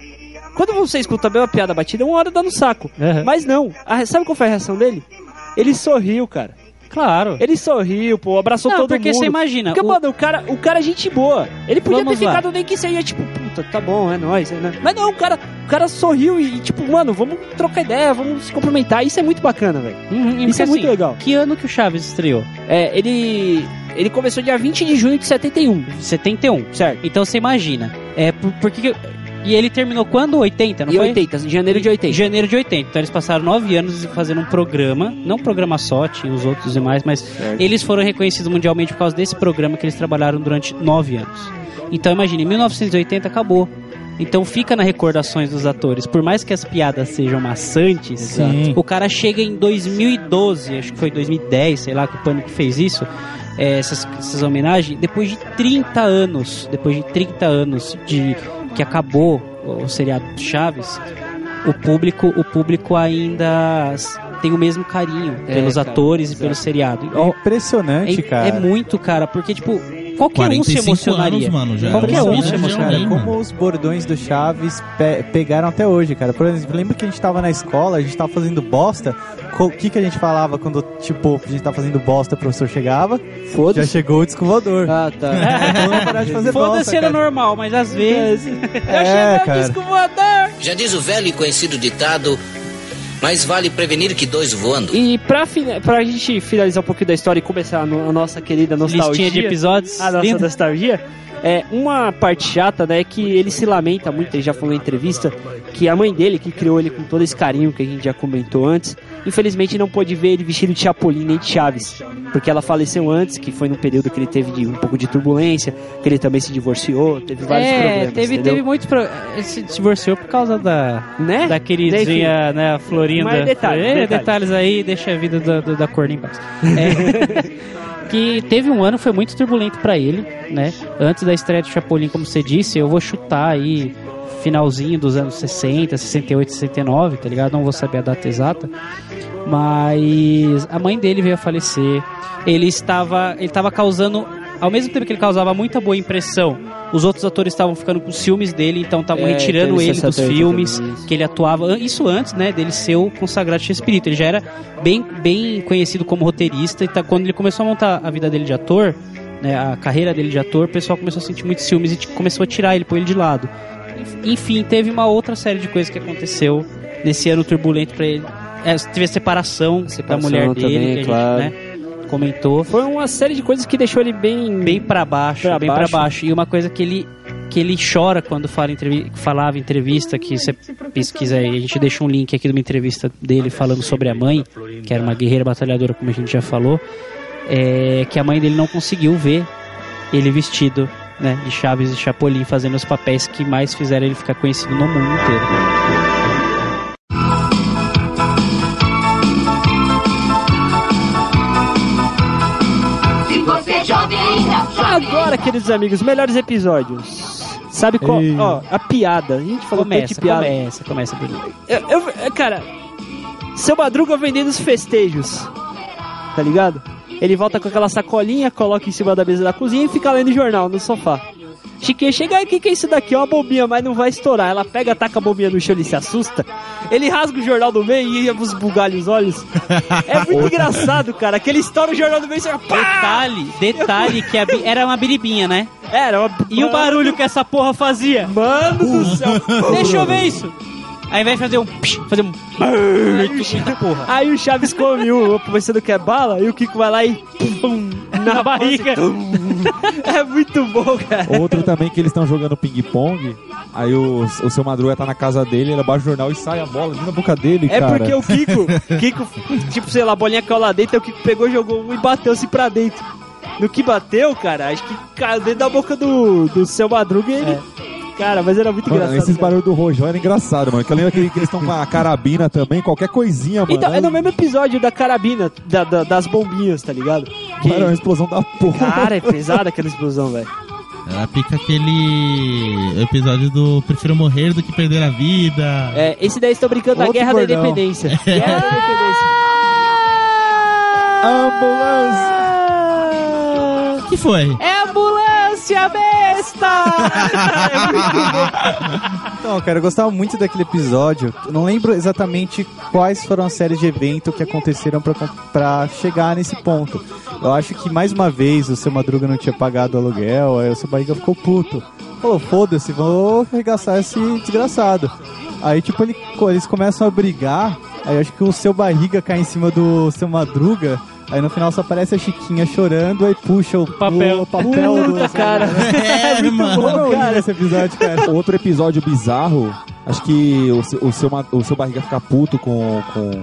F: Quando você escuta bem uma piada batida, é uma hora dá no saco. Mas não, a, re- sabe qual foi a reação dele? Ele sorriu, cara.
D: Claro.
F: Ele sorriu, pô, abraçou
D: Não,
F: todo
D: porque
F: mundo.
D: você imagina,
F: Porque,
D: o-
F: mano, o cara, o cara é gente boa. Ele podia
D: Vamos
F: ter
D: lá.
F: ficado nem que seja, tipo, puta, tá bom, é nóis, é nóis. Mas não, o cara, o cara sorriu e, e, tipo, mano, vamos trocar ideia, vamos se cumprimentar. Isso é muito bacana, velho.
D: Uhum,
F: Isso é muito legal.
D: assim, Que ano que o Chaves estreou?
F: É, ele. Ele começou dia 20 de junho de 71.
D: 71.
F: Certo.
D: Então você imagina. É, por, por que que eu- E ele terminou quando? 80, não
F: Em
D: foi?
F: 80, em janeiro de 80.
D: Janeiro de 80. Então eles passaram nove anos fazendo um programa, não um programa só, tinha os outros demais, mas eles foram reconhecidos mundialmente por causa desse programa que eles trabalharam durante nove anos. Então imagine, em 1980 acabou. Então fica nas recordações dos atores. Por mais que as piadas sejam maçantes,
C: Sim.
D: o cara chega em 2012, acho que foi 2010, sei lá, que o Pânico fez isso, é, essas, essas homenagens, depois de 30 anos, depois de 30 anos de que acabou o seriado do Chaves, o público, o público ainda s- tem o mesmo carinho
C: É,
D: pelos
C: cara,
D: atores e pelo seriado.
C: É impressionante,
D: É-
C: cara.
D: é muito, cara, porque, tipo, qualquer um se
A: 45
D: emocionaria.
A: anos, mano, já. é
D: Qualquer um se
C: Impressionante,
D: emocionaria.
C: é Cara, como os bordões do Chaves pe- pegaram até hoje, cara. Por exemplo, lembra que a gente tava na escola, a gente tava fazendo bosta. Co- O que que a gente falava quando, tipo, a gente tava fazendo bosta, o professor chegava? Já chegou o disco voador.
F: Ah, tá.
C: Vamos parar de fazer bosta,
D: Foda-se, era
C: cara.
D: normal, mas às vezes.
C: É, cara.
H: Já diz o velho e conhecido ditado: mais vale prevenir que dois voando.
F: E pra, fina- pra gente finalizar um pouquinho da história e começar a, no- a nossa querida nostalgia.
D: Listinha de episódios.
F: A Ah, nossa
D: Lindo.
F: nostalgia. É, uma parte chata, né, é que ele se lamenta muito, ele já falou em entrevista, que a mãe dele, que criou ele com todo esse carinho que a gente já comentou antes, infelizmente não pôde ver ele vestido de Chapolin nem de Chaves, porque ela faleceu antes, que foi num período que ele teve de- um pouco de turbulência, que ele também se divorciou, teve vários
D: É,
F: problemas,
D: teve,
F: entendeu?
D: teve muitos problemas. Ele se divorciou por causa da.
F: Né?
D: Da queridinha, né, Florinda.
F: Mas detalhe,
D: É,
F: detalhe.
D: detalhes aí, deixa a vida da, da, da cor lá embaixo. É, que teve um ano, foi muito turbulento pra ele, né? Antes da estreia do Chapolin, como você disse, eu vou chutar aí finalzinho dos anos 60, 68, 69, tá ligado? Não vou saber a data exata. Mas a mãe dele veio a falecer. Ele estava, ele estava causando ao mesmo tempo que ele causava muita boa impressão, os outros atores estavam ficando com ciúmes dele, então estavam
F: É,
D: retirando
F: teve
D: ele
F: essa
D: dos
F: treta
D: filmes
F: também, isso.
D: que ele atuava. Isso antes, né, dele ser o consagrado Espírito. Ele já era bem, bem conhecido como roteirista e tá, quando ele começou a montar a vida dele de ator, né, a carreira dele de ator, o pessoal começou a sentir muitos ciúmes e tipo, começou a tirar ele, pôr ele de lado. Enfim, teve uma outra série de coisas que aconteceu nesse ano turbulento pra ele. É, teve a separação, da
F: separação
D: mulher dele,
F: também,
D: que a gente,
F: claro.
D: né, comentou. Foi uma série de coisas que deixou ele bem bem para baixo,
F: pra
D: bem para
F: baixo.
D: baixo. E uma coisa que ele que ele chora quando fala em entrevi- falava em entrevista que você pesquisa aí, a gente deixa um link aqui de uma entrevista dele falando sobre a mãe, que era uma guerreira batalhadora, como a gente já falou, é, que a mãe dele não conseguiu ver ele vestido, né, de Chaves e Chapolin fazendo os papéis que mais fizeram ele ficar conhecido no mundo inteiro.
G: Se você é jovem ainda, jovem
F: Agora, queridos amigos, melhores episódios. Sabe qual?
D: Ei.
F: Ó, a piada. A gente falou tanto de
D: Começa,
F: piada.
D: começa, começa bonito.
F: Eu, eu- eu- cara, seu Madruga vendendo os festejos. Tá ligado? Ele volta com aquela sacolinha, coloca em cima da mesa da cozinha e fica lendo jornal no sofá. Chiquinha, chega aí, o que, que é isso daqui? É uma bombinha, mas não vai estourar. Ela pega, ataca a bombinha no chão e se assusta. Ele rasga o jornal do meio e ia nos bugalhos os olhos. É muito engraçado, cara, que ele estoura o jornal do meio e você
D: Detalhe, detalhe que a bi- era uma biribinha, né?
F: Era uma...
D: E o barulho que essa porra fazia? Uh.
F: Mano do céu!
D: Deixa eu ver isso! Aí vai fazer um. psh, Fazer um.
F: Aí o Chaves- Aí o Chaves come um, pensando que é bala, e o Kiko vai lá e pum, na barriga. é muito bom, cara.
E: Outro também que eles estão jogando ping-pong. Aí o, o seu Madruga tá na casa dele, ele abaixa o jornal e sai a bola ali na boca dele,
F: É
E: cara.
F: porque o Kiko, Kiko, tipo, sei lá, a bolinha caiu lá dentro, aí o Kiko pegou, jogou um e bateu-se pra dentro. No que bateu, cara, acho que caiu dentro da boca do, do seu Madruga e ele. Cara, mas era muito
E: Mano,
F: engraçado.
E: esses
F: cara.
E: barulhos do Rojão era engraçado, mano. Que eu lembro que, que eles estão com a carabina também, qualquer coisinha, mano.
F: Então, é no mesmo episódio da carabina, da- da- das bombinhas, tá ligado? Que-
E: Mano, é uma explosão da porra.
F: Cara, é pesada aquela explosão, velho.
A: Ela pica Ah, aquele episódio do Prefiro Morrer do que Perder a Vida.
F: É, esse daí estão brincando da
A: Outro
F: Guerra
A: cordão.
F: da Independência. Guerra da Independência.
A: O que foi?
F: É ambulância besta!
C: Então, cara, eu gostava muito daquele episódio. Eu não lembro exatamente quais foram as séries de evento que aconteceram pra con- pra chegar nesse ponto. Eu acho que mais uma vez o seu Madruga não tinha pagado o aluguel, aí o seu Barriga ficou puto. Falou, foda-se, vou arregaçar esse desgraçado. Aí, tipo, ele- co- eles começam a brigar, aí eu acho que o seu Barriga cai em cima do seu Madruga. Aí no final só aparece a Chiquinha chorando, aí puxa o papel, o papel do
F: cara.
C: É, muito bom, cara, esse episódio, cara.
E: Outro episódio bizarro, acho que o, seu- o, seu, ma- o seu barriga fica puto com, com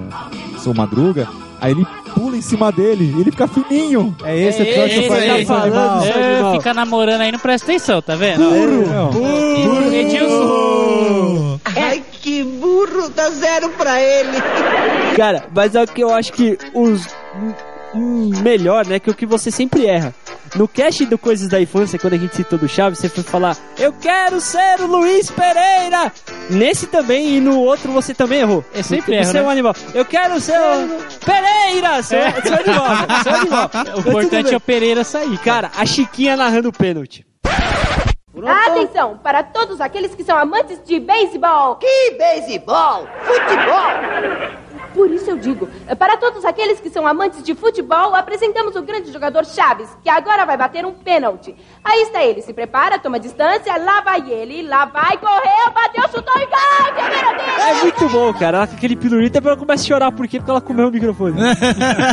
E: o seu madruga, aí ele pula em cima dele, ele fica fininho.
C: É
E: esse
D: Esse aí, falando, é, fica namorando aí, não presta atenção, tá vendo? Puro! Puro! Edilson!
I: Ai, que burro, dá zero pra ele.
F: Cara, mas é o que eu acho que os um, um melhor, né? Que o que você sempre erra. No cast do Coisas da Infância, quando a gente citou do Chaves, você foi falar: Eu quero ser o Luiz Pereira! Nesse também e no outro você também errou. É
D: sempre
F: Você
D: erro,
F: é
D: né?
F: um animal. Eu quero ser o Pereira! Seu,
D: É.
F: seu um animal, seu animal.
D: O importante é o
F: Pereira sair. Cara, a Chiquinha narrando o pênalti.
P: Atenção para todos aqueles que são amantes de beisebol. Que beisebol? Futebol. Por isso eu digo, eh, para todos aqueles que são amantes de futebol, apresentamos o grande jogador Chaves, que agora vai bater um pênalti. Aí está ele, se prepara, toma distância, lá vai ele, lá vai, correu, bateu, chutou e gol! Que maravilha!
F: É muito bom, cara. Ela com aquele pirulito, depois ela começa a chorar. Por quê? Porque ela comeu o microfone.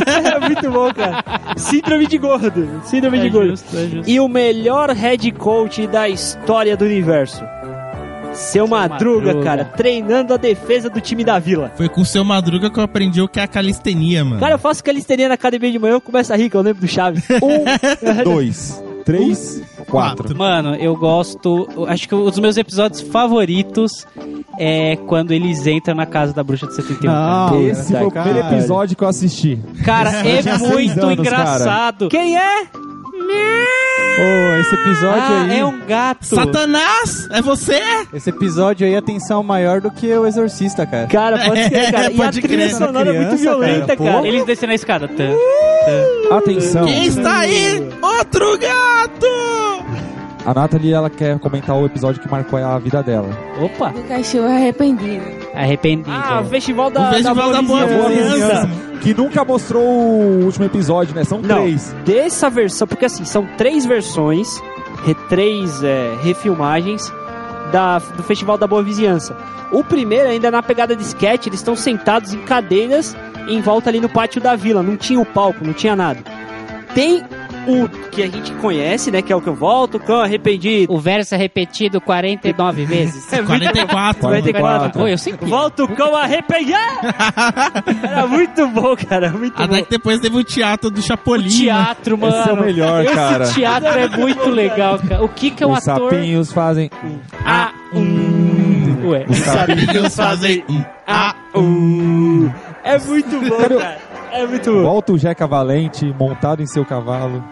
F: é muito bom, cara. Síndrome de gordo. Síndrome
D: É
F: de gordo.
D: justo, é justo.
F: E o melhor head coach da história do universo. Seu Madruga,
A: Madruga.
F: cara, treinando a defesa do time da vila.
A: Foi com o seu Madruga que eu aprendi o que é a calistenia, mano.
F: Cara, eu faço calistenia na academia de manhã, eu começo a rir, que eu lembro do Chaves. Um,
E: Dois, três, quatro.
D: Mano, eu gosto. eu Acho que um dos meus episódios favoritos é quando eles entram na casa da bruxa de 71.
E: Ah,
D: cara.
E: esse foi o primeiro
C: é
E: episódio que eu assisti.
D: Cara,
E: Eu
D: é
E: tinha seis
D: muito
F: é?
E: anos, cara.
D: engraçado.
F: Quem é?
E: Oi,
C: esse episódio
J: Ah,
C: aí.
J: é um gato.
A: Satanás! É você?
C: Esse episódio aí, é atenção maior do que o Exorcista, cara.
F: Cara,
J: pode
F: crer, cara. E a trilha sonora é muito violenta, cara.
C: Pô.
J: Eles descem na escada. Tã,
D: tá?
F: É.
J: tã.
E: Atenção.
J: Quem
A: Está aí outro gato!
E: A Nathalie, ela quer comentar o episódio que marcou a vida dela.
J: Opa!
Q: Do cachorro arrependido.
D: Arrependido.
J: Ah, o festival
A: Um
J: da,
E: O
F: tá
E: festival
J: da
E: da
J: boa
E: boa
J: vizinhança.
E: Que nunca mostrou o último episódio, né? São
F: Não,
E: três.
F: Dessa versão, porque assim, são três versões, re- três é, refilmagens da, do Festival da Boa Vizinhança. O primeiro ainda é na pegada de sketch, eles estão sentados em cadeiras em volta ali no pátio da vila. Não tinha o palco, não tinha nada. Tem o que a gente conhece, né? Que é o que eu volto, o cão arrependido.
Q: O verso é repetido 49 vezes.
D: É
A: 44.
F: 44.
Q: Oi, eu sempre.
F: Volta o cão arrependido! Era muito bom, cara. Muito bom.
A: Até que depois teve o teatro do Chapolin. O
F: teatro,
E: mano. Esse é o melhor, cara.
A: Esse
Q: teatro é muito legal, cara. O que que é um
E: Os
Q: ator...
E: sapinhos fazem...
Q: Ah,
D: um
J: Ué.
E: Os sapinhos
A: fazem...
F: Ah, É muito bom, cara. É muito bom.
E: Volta o Jeca Valente montado em seu cavalo.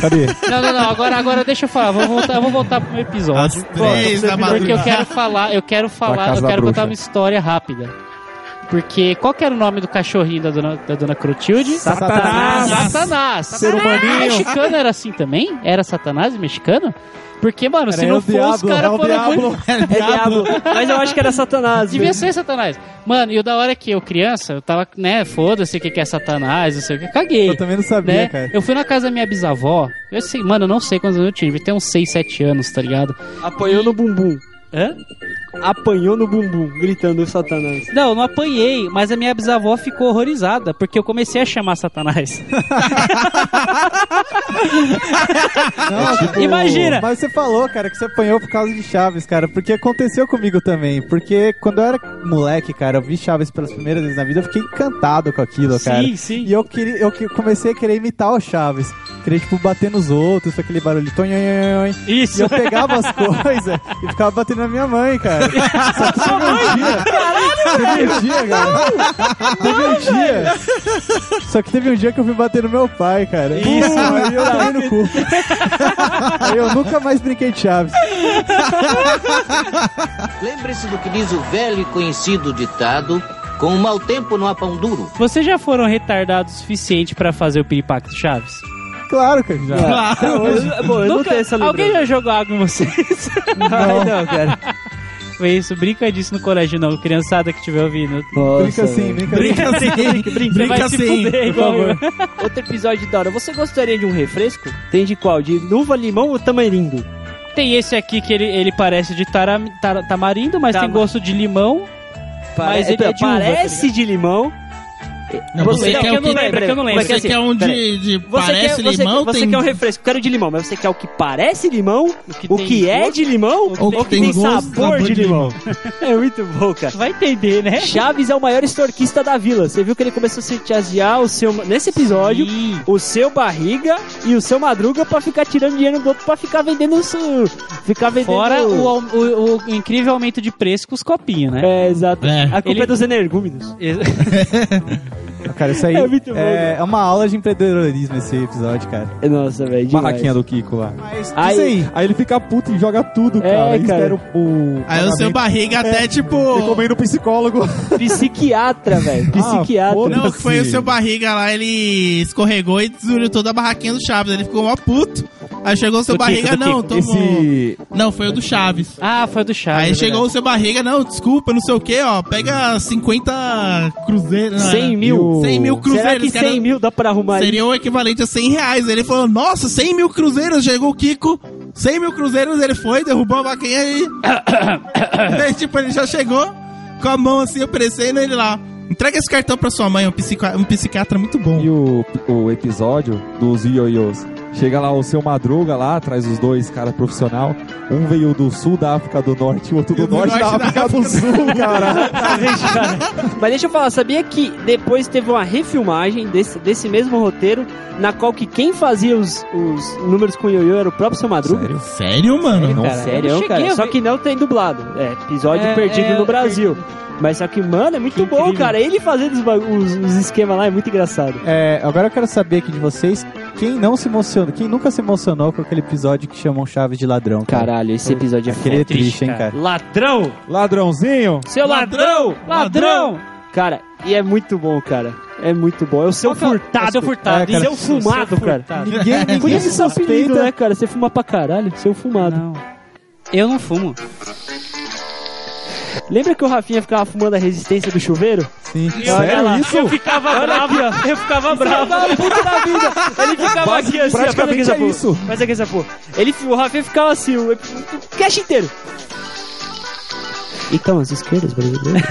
E: Cadê?
Q: Não, não, não. Agora, agora deixa eu falar. Vou voltar, eu vou voltar pro meu episódio.
E: Às três da
Q: Porque eu
E: madrugada.
Q: quero falar, eu quero
E: Da
Q: falar,
E: Casa
Q: eu
E: da
Q: quero
E: Bruxa.
Q: contar uma história rápida. Porque qual que era o nome do cachorrinho da dona, da dona Clotilde? Ah,
E: Satanás.
Q: Satanás!
E: Ser
Q: Satanás.
E: humaninho.
Q: mexicano era assim também? Era Satanás e mexicano? Porque, mano,
C: É
Q: se
F: Era
Q: não
F: El
Q: fosse, os
F: Diablo,
Q: caras
F: El
Q: foram
F: Diablo.
Q: muito...
F: É Diablo. Mas eu acho que era Satanás.
Q: Devia
F: mesmo.
Q: ser Satanás. Mano, e o da hora é que eu, criança, eu tava, né, foda-se o que que é Satanás, não sei o que, caguei. Eu também não sabia,
D: Né?
C: cara.
Q: Eu fui na casa da minha bisavó, eu sei, mano, eu não sei quantos anos eu tive, tem uns 6, 7 anos, tá ligado?
F: Apanhou no bumbum.
Q: Hã?
F: Apanhou no bumbum, gritando Satanás.
D: Não, eu não apanhei, mas a minha bisavó ficou horrorizada, porque eu comecei a chamar Satanás.
C: Não, tipo,
D: Imagina!
C: Mas você falou, cara, que você apanhou por causa de Chaves, cara. Porque aconteceu comigo também. Porque quando eu era moleque, cara, eu vi Chaves pelas primeiras vezes na vida, eu fiquei encantado com aquilo, cara.
D: Sim, sim.
C: E eu, queria, eu que- comecei a querer imitar o Chaves. Queria, tipo, bater nos outros, aquele barulho. Tonho,
D: Isso.
C: E eu pegava as coisas e ficava batendo na minha mãe, cara. Só que chegou um dia. Teve um dia, cara. Teve um dia. Só que teve um dia que eu fui bater no meu pai, cara.
M: Isso.
C: Aí eu tomei no cu. Aí eu nunca mais brinquei de Chaves.
H: Lembre-se do que diz o velho e conhecido ditado: com o mau tempo não há pão duro.
D: Vocês já foram retardados o suficiente pra fazer o piripaque do Chaves?
C: Claro que já.
F: Claro. Eu- bom, eu não tenho essa lembrança.
D: Alguém já jogou água em vocês?
F: Não. não, cara.
D: Foi isso, brinca disso no colégio não, criançada que estiver ouvindo.
C: Brinca sim, brinca assim. sim.
D: Brinca
F: assim.
D: sim, brinca, brinca. Você vai se fuder igual eu.
F: Outro episódio da hora. Você gostaria de um refresco? Tem de qual? De nuva, limão ou tamarindo?
D: Tem esse aqui que ele, ele parece de taram- tar- tamarindo, mas tem gosto de limão.
F: Pare- então,
D: Mas ele é de uva,
F: parece de tá limão.
D: Não, você quer o
F: eu não
D: que-
F: lembro, é que eu não lembro.
D: você
F: Porque,
D: quer um de-
F: peraí.
D: de
F: Você
D: parece
F: quer, você-
D: limão,
F: Você
D: tem-
F: quer um refresco, quero de limão, mas você quer o que parece limão, o que,
D: tem
F: é
D: gosto,
F: de limão,
D: o que
F: ou
D: tem
F: o que tem
D: gosto,
F: sabor de limão. é muito bom, cara.
D: Vai entender, né?
F: Chaves é o maior estorquista da vila. Você viu que ele começou a sitiasear o seu nesse episódio, o seu barriga e o seu madruga pra ficar tirando dinheiro do outro pra ficar vendendo isso, ficar vendendo
D: Fora o, au- o- o incrível aumento de preço com os copinhos, né?
F: É, exato. A culpa
D: Ele-
F: é dos energúmenos.
C: Cara, isso aí
F: É
C: é,
F: muito bom,
C: é, uma aula de empreendedorismo esse episódio, cara.
F: Nossa, velho, demais.
E: Barraquinha do Kiko lá.
C: Mas
F: Aí-
C: é aí, aí. ele fica puto e joga tudo, cara. E
F: cara.
C: espera o, o
A: Aí o seu
C: pagamento.
F: É.
A: barriga até, tipo...
C: Recomendo o psicólogo.
F: Psiquiatra, velho. Psiquiatra.
A: Não, que foi o seu barriga lá, ele escorregou e destruiu toda a barraquinha do Chaves. Ele ficou mó puto. Aí chegou o seu
D: Do
A: barriga,
D: Kiko, do
A: não,
D: Kiko.
A: tomou.
D: Esse-
A: Não, foi o do Chaves.
D: Ah, foi do Chaves.
A: Aí
D: é
A: chegou o seu barriga, não, desculpa, não sei o que, ó. Pega 50 cruzeiros.
F: 100 mil.
A: 100 mil cruzeiros.
F: Será que 100
A: cara.
F: mil dá pra arrumar aí?
A: Seria o equivalente a 100 reais. Ele falou, nossa, 100 mil cruzeiros. Chegou o Kiko, 100 mil cruzeiros. Ele foi, derrubou a vaquinha e... Aí, tipo, ele já chegou com a mão assim, oferecendo ele lá. Entrega esse cartão pra sua mãe, um, psiqua- um psiquiatra muito bom.
E: E o, o episódio dos ioiôs. Chega lá o seu Madruga lá, traz os dois cara profissional. Um veio do sul da África do Norte, o outro do, norte, da África, do Sul, cara.
F: Mas deixa eu falar, sabia que depois teve uma refilmagem desse, desse mesmo roteiro, na qual que quem fazia os, os números com o Yoyo era o próprio Seu Madruga?
A: Sério? Sério, mano?
F: Sério, cara. Só que não tem dublado. É, episódio
D: É,
F: perdido
D: é,
F: no Brasil. Mas só que, mano, é muito bom, cara. Ele fazendo os, ba- os- os esquemas lá é muito engraçado.
R: É, agora eu quero saber aqui de vocês quem não se emocionou, quem nunca se emocionou com aquele episódio que chamam Chaves de Ladrão. cara?
F: Caralho, esse episódio é
R: Aquele é triste, hein, cara.
S: Ladrão!
C: Ladrãozinho!
F: Seu ladrão! Ladrão! Cara, e é muito bom, cara. É muito bom. É o seu furtado.
S: Seu furtado,
F: É, cara,
S: isso.
F: seu fumado,
S: Seu
F: cara.
S: furtado.
F: Ninguém, ninguém Podia ser seu
S: suspeita.
F: apelido, né, cara? Você fuma pra caralho. Seu fumado.
T: Eu não fumo.
F: Lembra que o Rafinha ficava fumando a resistência do chuveiro?
C: Sim.
S: Eu, olha lá, eu ficava bravo, eu ficava
F: é
S: bravo.
F: Tava puto da vida. Ele ficava
S: Basi-
F: aqui assim, ó, faz aqui
S: praticamente
F: essa
S: é
F: porra.
S: isso.
F: Faz aqui essa porra. Ele, o Rafinha ficava assim, o, o cast inteiro. Então, as esquerdas brasileiras.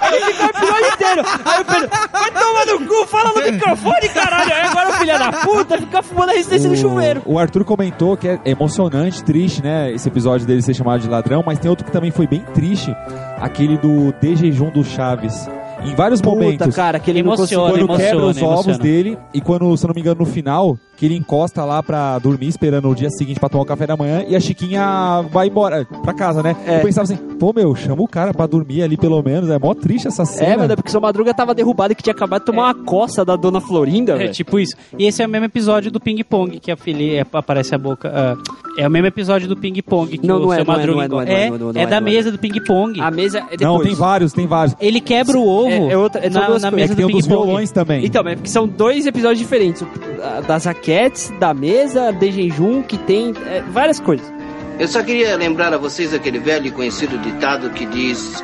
F: Aí ele ficava o episódio inteiro. Aí o Pedro, vai tomar no cu, fala no microfone, caralho. Aí agora o filho da puta fica fumando a resistência do chuveiro.
C: O Arthur comentou que é emocionante, triste, né? Esse episódio dele ser chamado de ladrão, mas tem outro que também foi bem triste, aquele do de jejum do Chaves. Em vários
F: Puta,
C: momentos.
F: cara, que ele emociona,
C: Quando
F: emociona,
C: quebra os ovos
F: emociona.
C: dele e quando, se eu não me engano, no final, que ele encosta lá pra dormir esperando o dia seguinte pra tomar o café da manhã e a Chiquinha vai embora pra casa, né? Eu pensava assim, pô, meu, chama o cara pra dormir ali pelo menos. É mó triste essa cena.
F: É, mas é porque sua madruga tava derrubada que tinha acabado de tomar uma coça da dona Florinda,
T: É
F: velho.
T: tipo isso. E esse é o mesmo episódio do Ping Pong que a Fili é, aparece a boca. ah, é o mesmo episódio do Ping Pong que
F: Não,
T: o
F: não é,
T: seu
F: não é,
T: Madruga
F: não é, não é, não é, não é, não
T: é
F: é,
T: da
F: não é.
T: mesa do Ping Pong. A
F: mesa é
C: Não, tem vários, tem vários.
T: Ele quebra o ovo
F: É, é outra- é, são
T: na,
F: duas
T: na
F: coisas.
T: mesa
F: É que
T: do
F: tem o
T: Ping
F: dos
T: Pong.
C: violões também.
F: Então, é porque são dois episódios diferentes. O- a- Das raquetes, da mesa, de jejum, que tem é, várias coisas.
H: Eu só queria lembrar a vocês aquele velho e conhecido ditado que diz: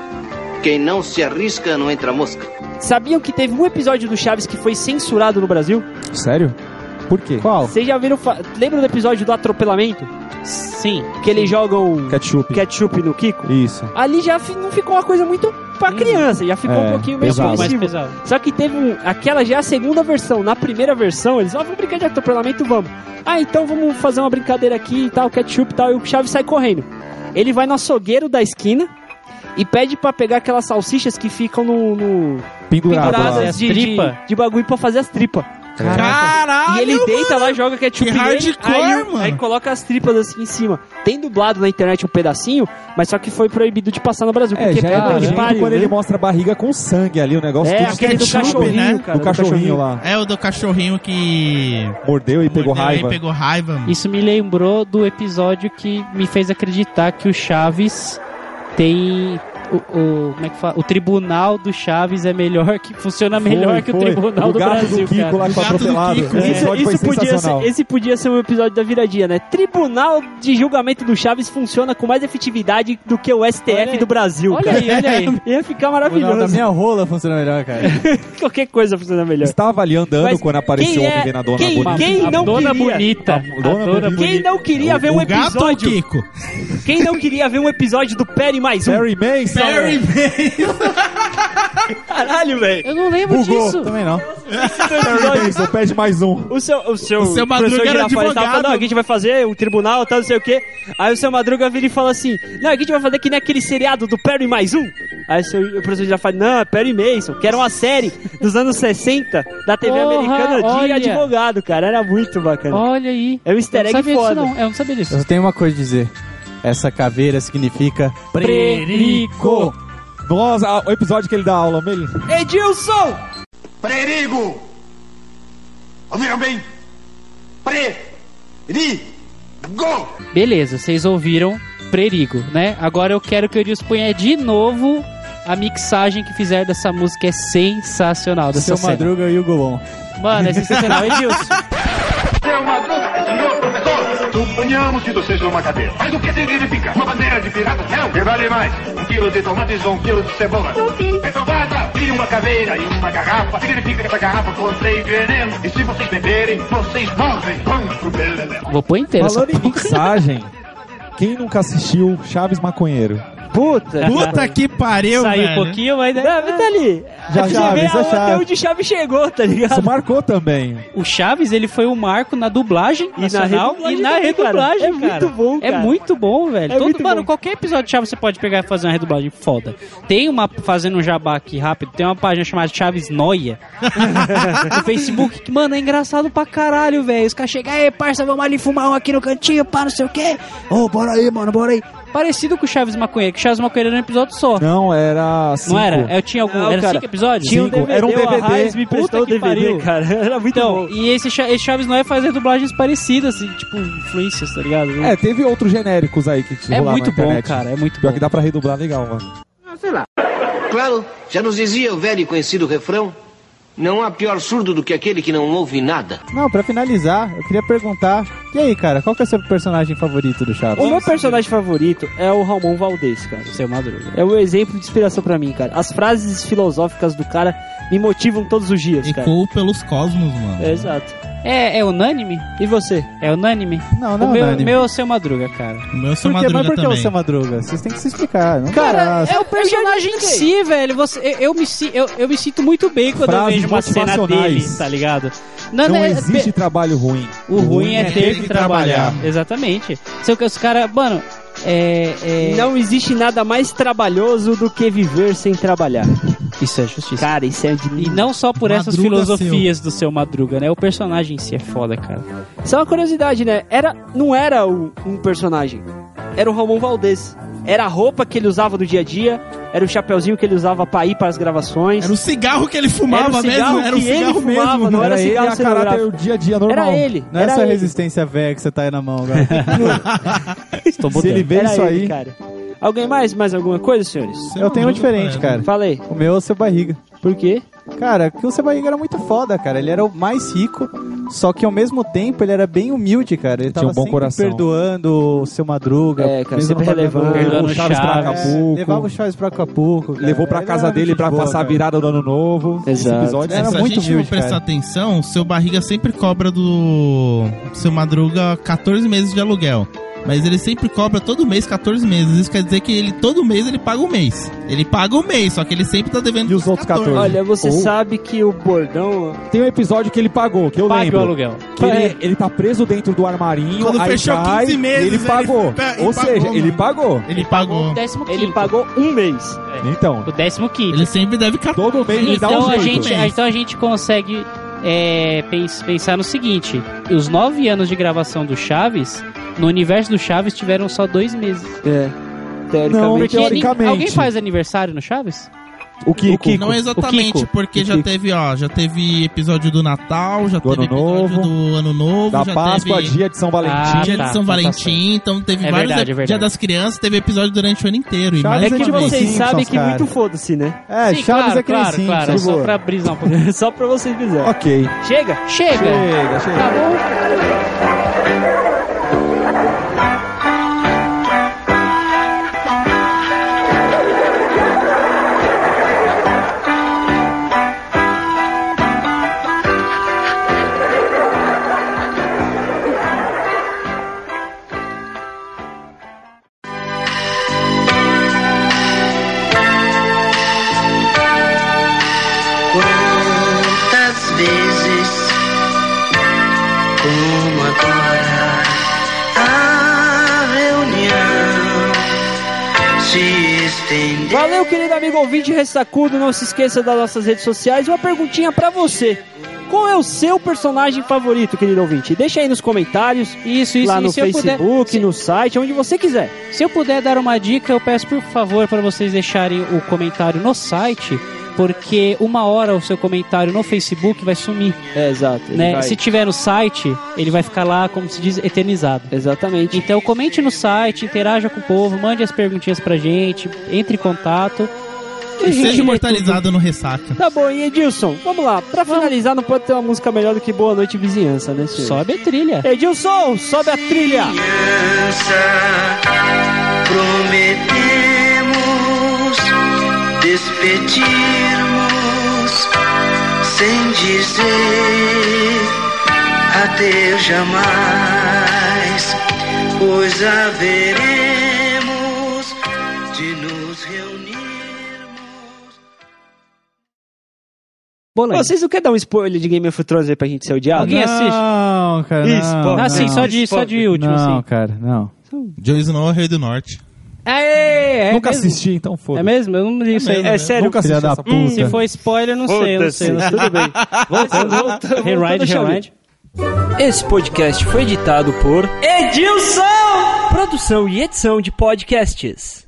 H: Quem não se arrisca não entra mosca.
F: Sabiam que teve um episódio do Chaves que foi censurado no Brasil?
C: Sério? Por quê? Qual?
F: Vocês já viram... fa- Lembra do episódio do atropelamento?
T: Sim.
F: Que eles jogam
C: Ketchup.
F: ketchup no Kiko?
C: Isso.
F: Ali já fi- não ficou uma coisa muito pra
T: Uhum.
F: criança, já ficou
C: É,
F: um pouquinho meio
C: pesado.
F: ofensivo.
C: Mais
F: Só que teve um, aquela já é a segunda versão. Na primeira versão, eles, ó, vamos brincar de atropelamento, vamos. Ah, então vamos fazer uma brincadeira aqui e tal, ketchup e tal, e o Chaves sai correndo. Ele vai no açougueiro da esquina e pede pra pegar aquelas salsichas que ficam no. no-
C: Pendurado, lá.
F: penduradas de, de,
C: Tripa.
F: de bagulho pra fazer as tripas.
A: Caralho!
F: E ele deita lá, joga ketchup
A: Que
F: nele,
A: hardcore,
F: aí, o-
A: mano.
F: aí coloca as tripas assim em cima. Tem dublado na internet um pedacinho, mas só que foi proibido de passar no Brasil.
C: É,
F: porque
C: já é
F: puta que
C: nojento
F: pariu,
C: quando
F: né?
C: ele mostra a barriga com sangue ali, o negócio
F: É,
C: tudo
F: aquele do
C: esquentado,
F: cachorrinho, cara,
C: Do
F: do
C: cachorrinho
F: cachorrinho.
C: lá.
A: É o do cachorrinho que.
C: Mordeu e pegou
A: Mordeu e
C: raiva.
A: pegou raiva, mano.
D: Isso me lembrou do episódio que me fez acreditar que o Chaves tem. O, o- como é que fala? O tribunal do Chaves é melhor que. Funciona melhor que o
C: foi.
D: tribunal
C: O
D: do
C: gato do
D: Brasil.
C: Kiko
D: cara.
C: lá que foi atropelado. Kiko.
D: É.
C: Esse
F: Isso,
C: episódio
F: isso
C: foi
F: podia
C: sensacional.
F: ser, esse podia ser um episódio da viradinha, né? Tribunal de julgamento do Chaves funciona com mais efetividade do que o STF do Brasil.
R: olha
F: cara.
R: aí, olha aí.
F: Ia ficar
R: Não, da
F: maravilhoso.
R: minha rola funciona melhor, cara.
F: Qualquer coisa funciona melhor.
C: Estava ali andando
F: Mas
C: quando apareceu
F: quem
C: o
F: é-
C: homem vendo a dona
F: quem-
C: bonita.
F: quem não
D: Dona
F: queria?
D: Bonita.
C: A dona
D: Dona
C: bonita.
F: Quem não queria ver um
A: o gato ou o
F: episódio?
A: Kiko?
F: Quem não queria ver um episódio do Perry mais um?
C: Perry Mason.
E: É.
A: Perry
F: Caralho, velho.
D: Eu não lembro
C: Bugou.
D: disso.
R: Também não.
C: Perry Mason, pede mais um.
F: O seu, o seu,
A: O seu Madruga
F: professor
A: era
F: Girafales tava falando,
A: advogado.
F: não, aqui a gente vai fazer o tribunal, tal, não sei o quê. Aí o seu Madruga vira e fala assim, não, aqui a gente vai fazer que nem aquele seriado do Perry mais um. Aí o, seu, o professor Girafales, não, é Perry Mason, que era uma série dos anos 60 da TV
D: Porra,
F: americana de
D: olha.
F: advogado, cara. Era muito bacana.
D: Olha aí.
F: É um
D: Eu
F: easter
D: não
F: egg
D: sabia disso,
F: foda.
D: não. Eu não sabia disso.
R: Eu só tenho uma coisa a dizer. Essa caveira significa
C: Perico. Nossa, ah, o episódio que ele dá aula, Meli.
F: Edilson!
G: Prerigo! Ouviram bem? Prerigo!
D: Beleza, vocês ouviram Prerigo, né? Agora eu quero que o Edilson ponha de novo a mixagem que fizeram dessa música. É sensacional. Dessa
R: Seu
D: cena.
R: Madruga e o Golon.
D: Mano, é sensacional. Edilson,
G: Seu Madruga, senhor é professor, suponhamos que você seja uma cadeira. Mas o que significa? Uma bandeira de pirata? Não, que vale mais. Um quilo de tomates ou um quilo de cebola. É tomada, e uma caveira e uma garrafa. Significa que essa garrafa contém veneno. E se vocês beberem, vocês morrem. Vamos pro veneno.
D: vou pôr inteiro. essa
C: Falando em mixagem, quem nunca assistiu Chaves Maconheiro?
F: Puta!
A: Puta Tá que pariu,
T: saiu um
A: velho.
D: né?
T: pouquinho, mas.
F: Não, mas né? tá ali.
C: Já Chaves,
D: a
C: é
D: outra
C: Chaves.
D: é onde Chaves chegou, tá ligado? Isso
E: marcou também.
D: O Chaves, ele foi um marco na dublagem
J: na
D: nacional e
J: redublagem
D: na
J: também, cara.
D: redublagem,
J: É
D: cara.
J: muito bom,
D: É
J: cara.
D: muito bom, velho.
J: É
D: Todo,
J: muito
D: mano,
J: bom.
D: qualquer episódio de Chaves você pode pegar e fazer uma redublagem foda. Tem uma, fazendo um jabá aqui rápido, tem uma página chamada Chaves Noia no Facebook, que, mano, é engraçado pra caralho, velho. Os caras chegam, aí, parça, vamos ali fumar um aqui no cantinho, pá, não sei o quê. Ô, bora aí, mano, bora aí. Parecido com o Chaves Maconheiro, que o Chaves Maconheiro era um episódio só.
E: Não, era cinco.
D: Não era? Eu tinha algum.
E: Não,
D: era
E: cara.
D: cinco episódios?
E: Tinha um Cinco. DVD, Era um o DVD. Arraes
J: me prestou o DVD, cara. Era muito
D: bom. Então, E esse, Cha- esse Chaves Noé faz dublagens parecidas, assim, tipo, influências, tá ligado?
E: É, teve outros genéricos aí que
D: É
E: rolaram
D: muito
E: na
D: bom,
E: internet.
D: cara, é muito
E: Pior
D: bom.
E: que dá pra redublar legal, mano.
O: Ah, sei lá. Claro, já nos dizia o velho e conhecido refrão: não há pior surdo do que aquele que não ouve nada.
C: Não, pra finalizar, eu queria perguntar. E aí, cara, qual que é o seu personagem favorito do Chaves?
F: O meu personagem favorito é o Ramon Valdez, cara.
D: Seu Madruga.
F: É um exemplo de inspiração pra mim, cara. As frases filosóficas do cara me motivam todos os dias, cara.
A: Ou pelos cosmos, mano.
F: É, exato.
D: É, é unânime?
F: E você?
D: É unânime?
C: Não, não
D: o meu,
C: unânime.
D: meu é o Seu Madruga, cara.
A: O meu é o
C: Por quê? Mas por que o seu Madruga? Vocês têm que se explicar. Não
D: Cara,
C: dá.
D: é o personagem em si, velho. Você, eu, eu me, si- eu, eu me sinto muito bem quando
E: Frases
D: eu vejo uma cena
E: motivacionais.
D: dele, tá ligado?
E: Não,
D: é-
E: existe trabalho ruim.
D: O ruim é ter que trabalhar. Exatamente. Se que os caras, mano, é, é-
F: Não existe nada mais trabalhoso do que viver sem trabalhar.
D: Isso é justiça.
F: Cara, isso é de...
D: E não só por essas
F: Madruga
D: filosofias do seu Madruga, né? O personagem em si é foda, cara.
F: Só uma curiosidade, né? Era, não era o- um personagem. Era o Ramon Valdez. Era a roupa que ele usava do dia a dia, era o chapeuzinho que ele usava pra ir para as gravações. Era um o
A: cigarro que ele
E: um
F: era o cigarro Que ele fumava, Não era, cigarro
E: ele, a caráter
F: cenográfico.
E: o dia a dia normal.
F: normal. Era ele,
C: Não é
F: era
C: essa
F: ele.
C: resistência velha que você tá aí na mão agora. Se ele vê
F: Era
C: isso
F: ele,
C: aí.
F: cara. Alguém mais? Mais alguma coisa, senhores?
C: Eu tenho um diferente, cara.
F: Fala aí.
C: O meu é o seu barriga.
F: Por quê?
C: Cara, porque o seu barriga era muito foda, cara. Ele era o mais rico, só que ao mesmo tempo ele era bem humilde, cara. Ele tava
E: Tinha um bom
C: sempre
E: coração.
C: perdoando o seu Madruga.
F: É, cara,
C: mesmo
F: sempre
C: pagando-
F: relevando.
E: Levou o Chaves pra
C: É,
E: Acapulco.
C: levava o Chaves pra Acapulco. cara.
E: Levou pra
C: Ele
E: casa
C: era
E: dele
C: É, gente
E: pra
C: boa,
E: passar a
C: cara.
E: virada do ano novo. Esse episódio
A: É,
E: era
A: se a
E: muito
A: gente não
E: humilde,
A: prestar
E: cara.
A: atenção, seu barriga sempre cobra do seu madruga 14 meses de aluguel. Mas ele sempre cobra todo mês 14 meses. Isso quer dizer que ele todo mês ele paga um mês. Ele paga um mês, só que ele sempre tá devendo E
E: os outros 14.
F: Olha, você
E: Ou-
F: sabe que o bordão.
E: Tem um episódio que ele pagou, que eu
D: Pague
E: lembro.
D: o aluguel.
E: Que ele, ele tá preso dentro do armarinho.
A: Quando
E: aí
A: fechou
E: sai,
A: 15 meses,
E: Ele
A: ele
E: pagou.
A: pe-
E: Ou
A: ele pagou,
E: seja, ele
A: mano.
E: pagou.
A: Ele pagou.
D: Décimo
F: Ele pagou um mês.
E: Então,
D: O décimo quinto.
A: Ele sempre deve 14.
E: todo mês ele dá
D: Então
E: um
D: a,
E: jeito.
D: gente, então a gente consegue é, pens- pensar no seguinte: os nove anos de gravação do Chaves, no universo do Chaves, tiveram só dois meses.
F: É. Teoricamente.
E: Não,
D: Porque ni-
E: teoricamente.
D: Alguém faz aniversário no Chaves?
E: O Kiko.
A: Não é exatamente,
D: O Kiko.
A: porque
E: O
A: já
E: Kiko.
A: teve, ó, já teve episódio do Natal, já
E: Do
A: teve
E: Ano
A: episódio
E: Novo,
A: do Ano Novo,
E: Da
A: já
E: Páscoa,
A: teve
E: dia de São Valentim.
D: Ah,
A: dia
D: tá,
A: de São
D: tá, tá
A: Valentim, então teve
D: É
A: vários
D: verdade, é
A: episódios. Dia
D: verdade.
A: das Crianças teve episódio durante o ano inteiro. E
C: Chaves
A: mais
C: é
A: uma
C: tipo
A: vez.
F: Vocês
C: Simpsons,
F: sabem que
C: cara.
F: muito foda-se, né?
C: É,
D: Sim,
C: Chaves
D: claro,
C: é que nem
D: claro,
C: Simpsons,
D: claro.
C: de
D: Só
C: boa.
D: pra brisar um pouquinho.
F: Só pra vocês quiserem.
E: Ok.
F: Chega!
D: Chega!
E: Chega, chega.
G: Quantas vezes, como agora, a reunião se estende.
F: Valeu, querido amigo ouvinte ressacudo. Não se esqueça das nossas redes sociais. Uma perguntinha pra você. Qual é o seu personagem favorito, querido ouvinte? Deixa aí nos comentários,
D: Isso, isso,
F: lá
D: e
F: no
D: se eu puder-
F: Facebook, no site, onde você quiser.
D: Se eu puder dar uma dica, eu peço por favor para vocês deixarem o comentário no site, porque uma hora o seu comentário no Facebook vai sumir,
F: É, exato. ele
D: né?
F: vai-
D: Se tiver no site, ele vai ficar lá, como se diz, eternizado.
F: Exatamente.
D: Então comente no site, interaja com o povo, mande as perguntinhas pra gente, entre em contato. que a
A: E
D: gente
A: seja
D: lê
A: imortalizado no Ressaca.
F: Tá bom, e Edilson, vamos lá. Pra finalizar, não pode ter uma música melhor do que Boa Noite Vizinhança, né,
D: tudo.
F: senhor?
D: Sobe a trilha.
F: Edilson, sobe a trilha!
G: Prometemos despedirmos sem dizer até jamais, pois haveremos de nos reunir.
F: Pô, Vocês não querem dar um spoiler de Game of Thrones aí pra gente ser odiado? né?
D: Alguém
C: não,
D: assiste?
C: Não,
A: tá
C: cara. Não,
D: Spoiler. Ah, sim,
C: não.
D: só de- só de
C: Spoiler.
D: último,
C: Não,
D: sim.
C: cara, não.
A: Jon Snow é o Rei do Norte.
D: É, é
A: Nunca
D: mesmo?
A: assisti, então foda-se.
D: É mesmo? Eu não li isso aí.
A: mesmo, né? Nunca assisti Filha da essa puta. porra.
D: Se for spoiler, não sei, eu não sei. mas
F: Foda-se.
D: Tudo bem. Voltando, voltando. Rewind,
F: deixa eu
D: rewind.
F: Esse podcast foi editado por Edilson! Produção e edição de podcasts.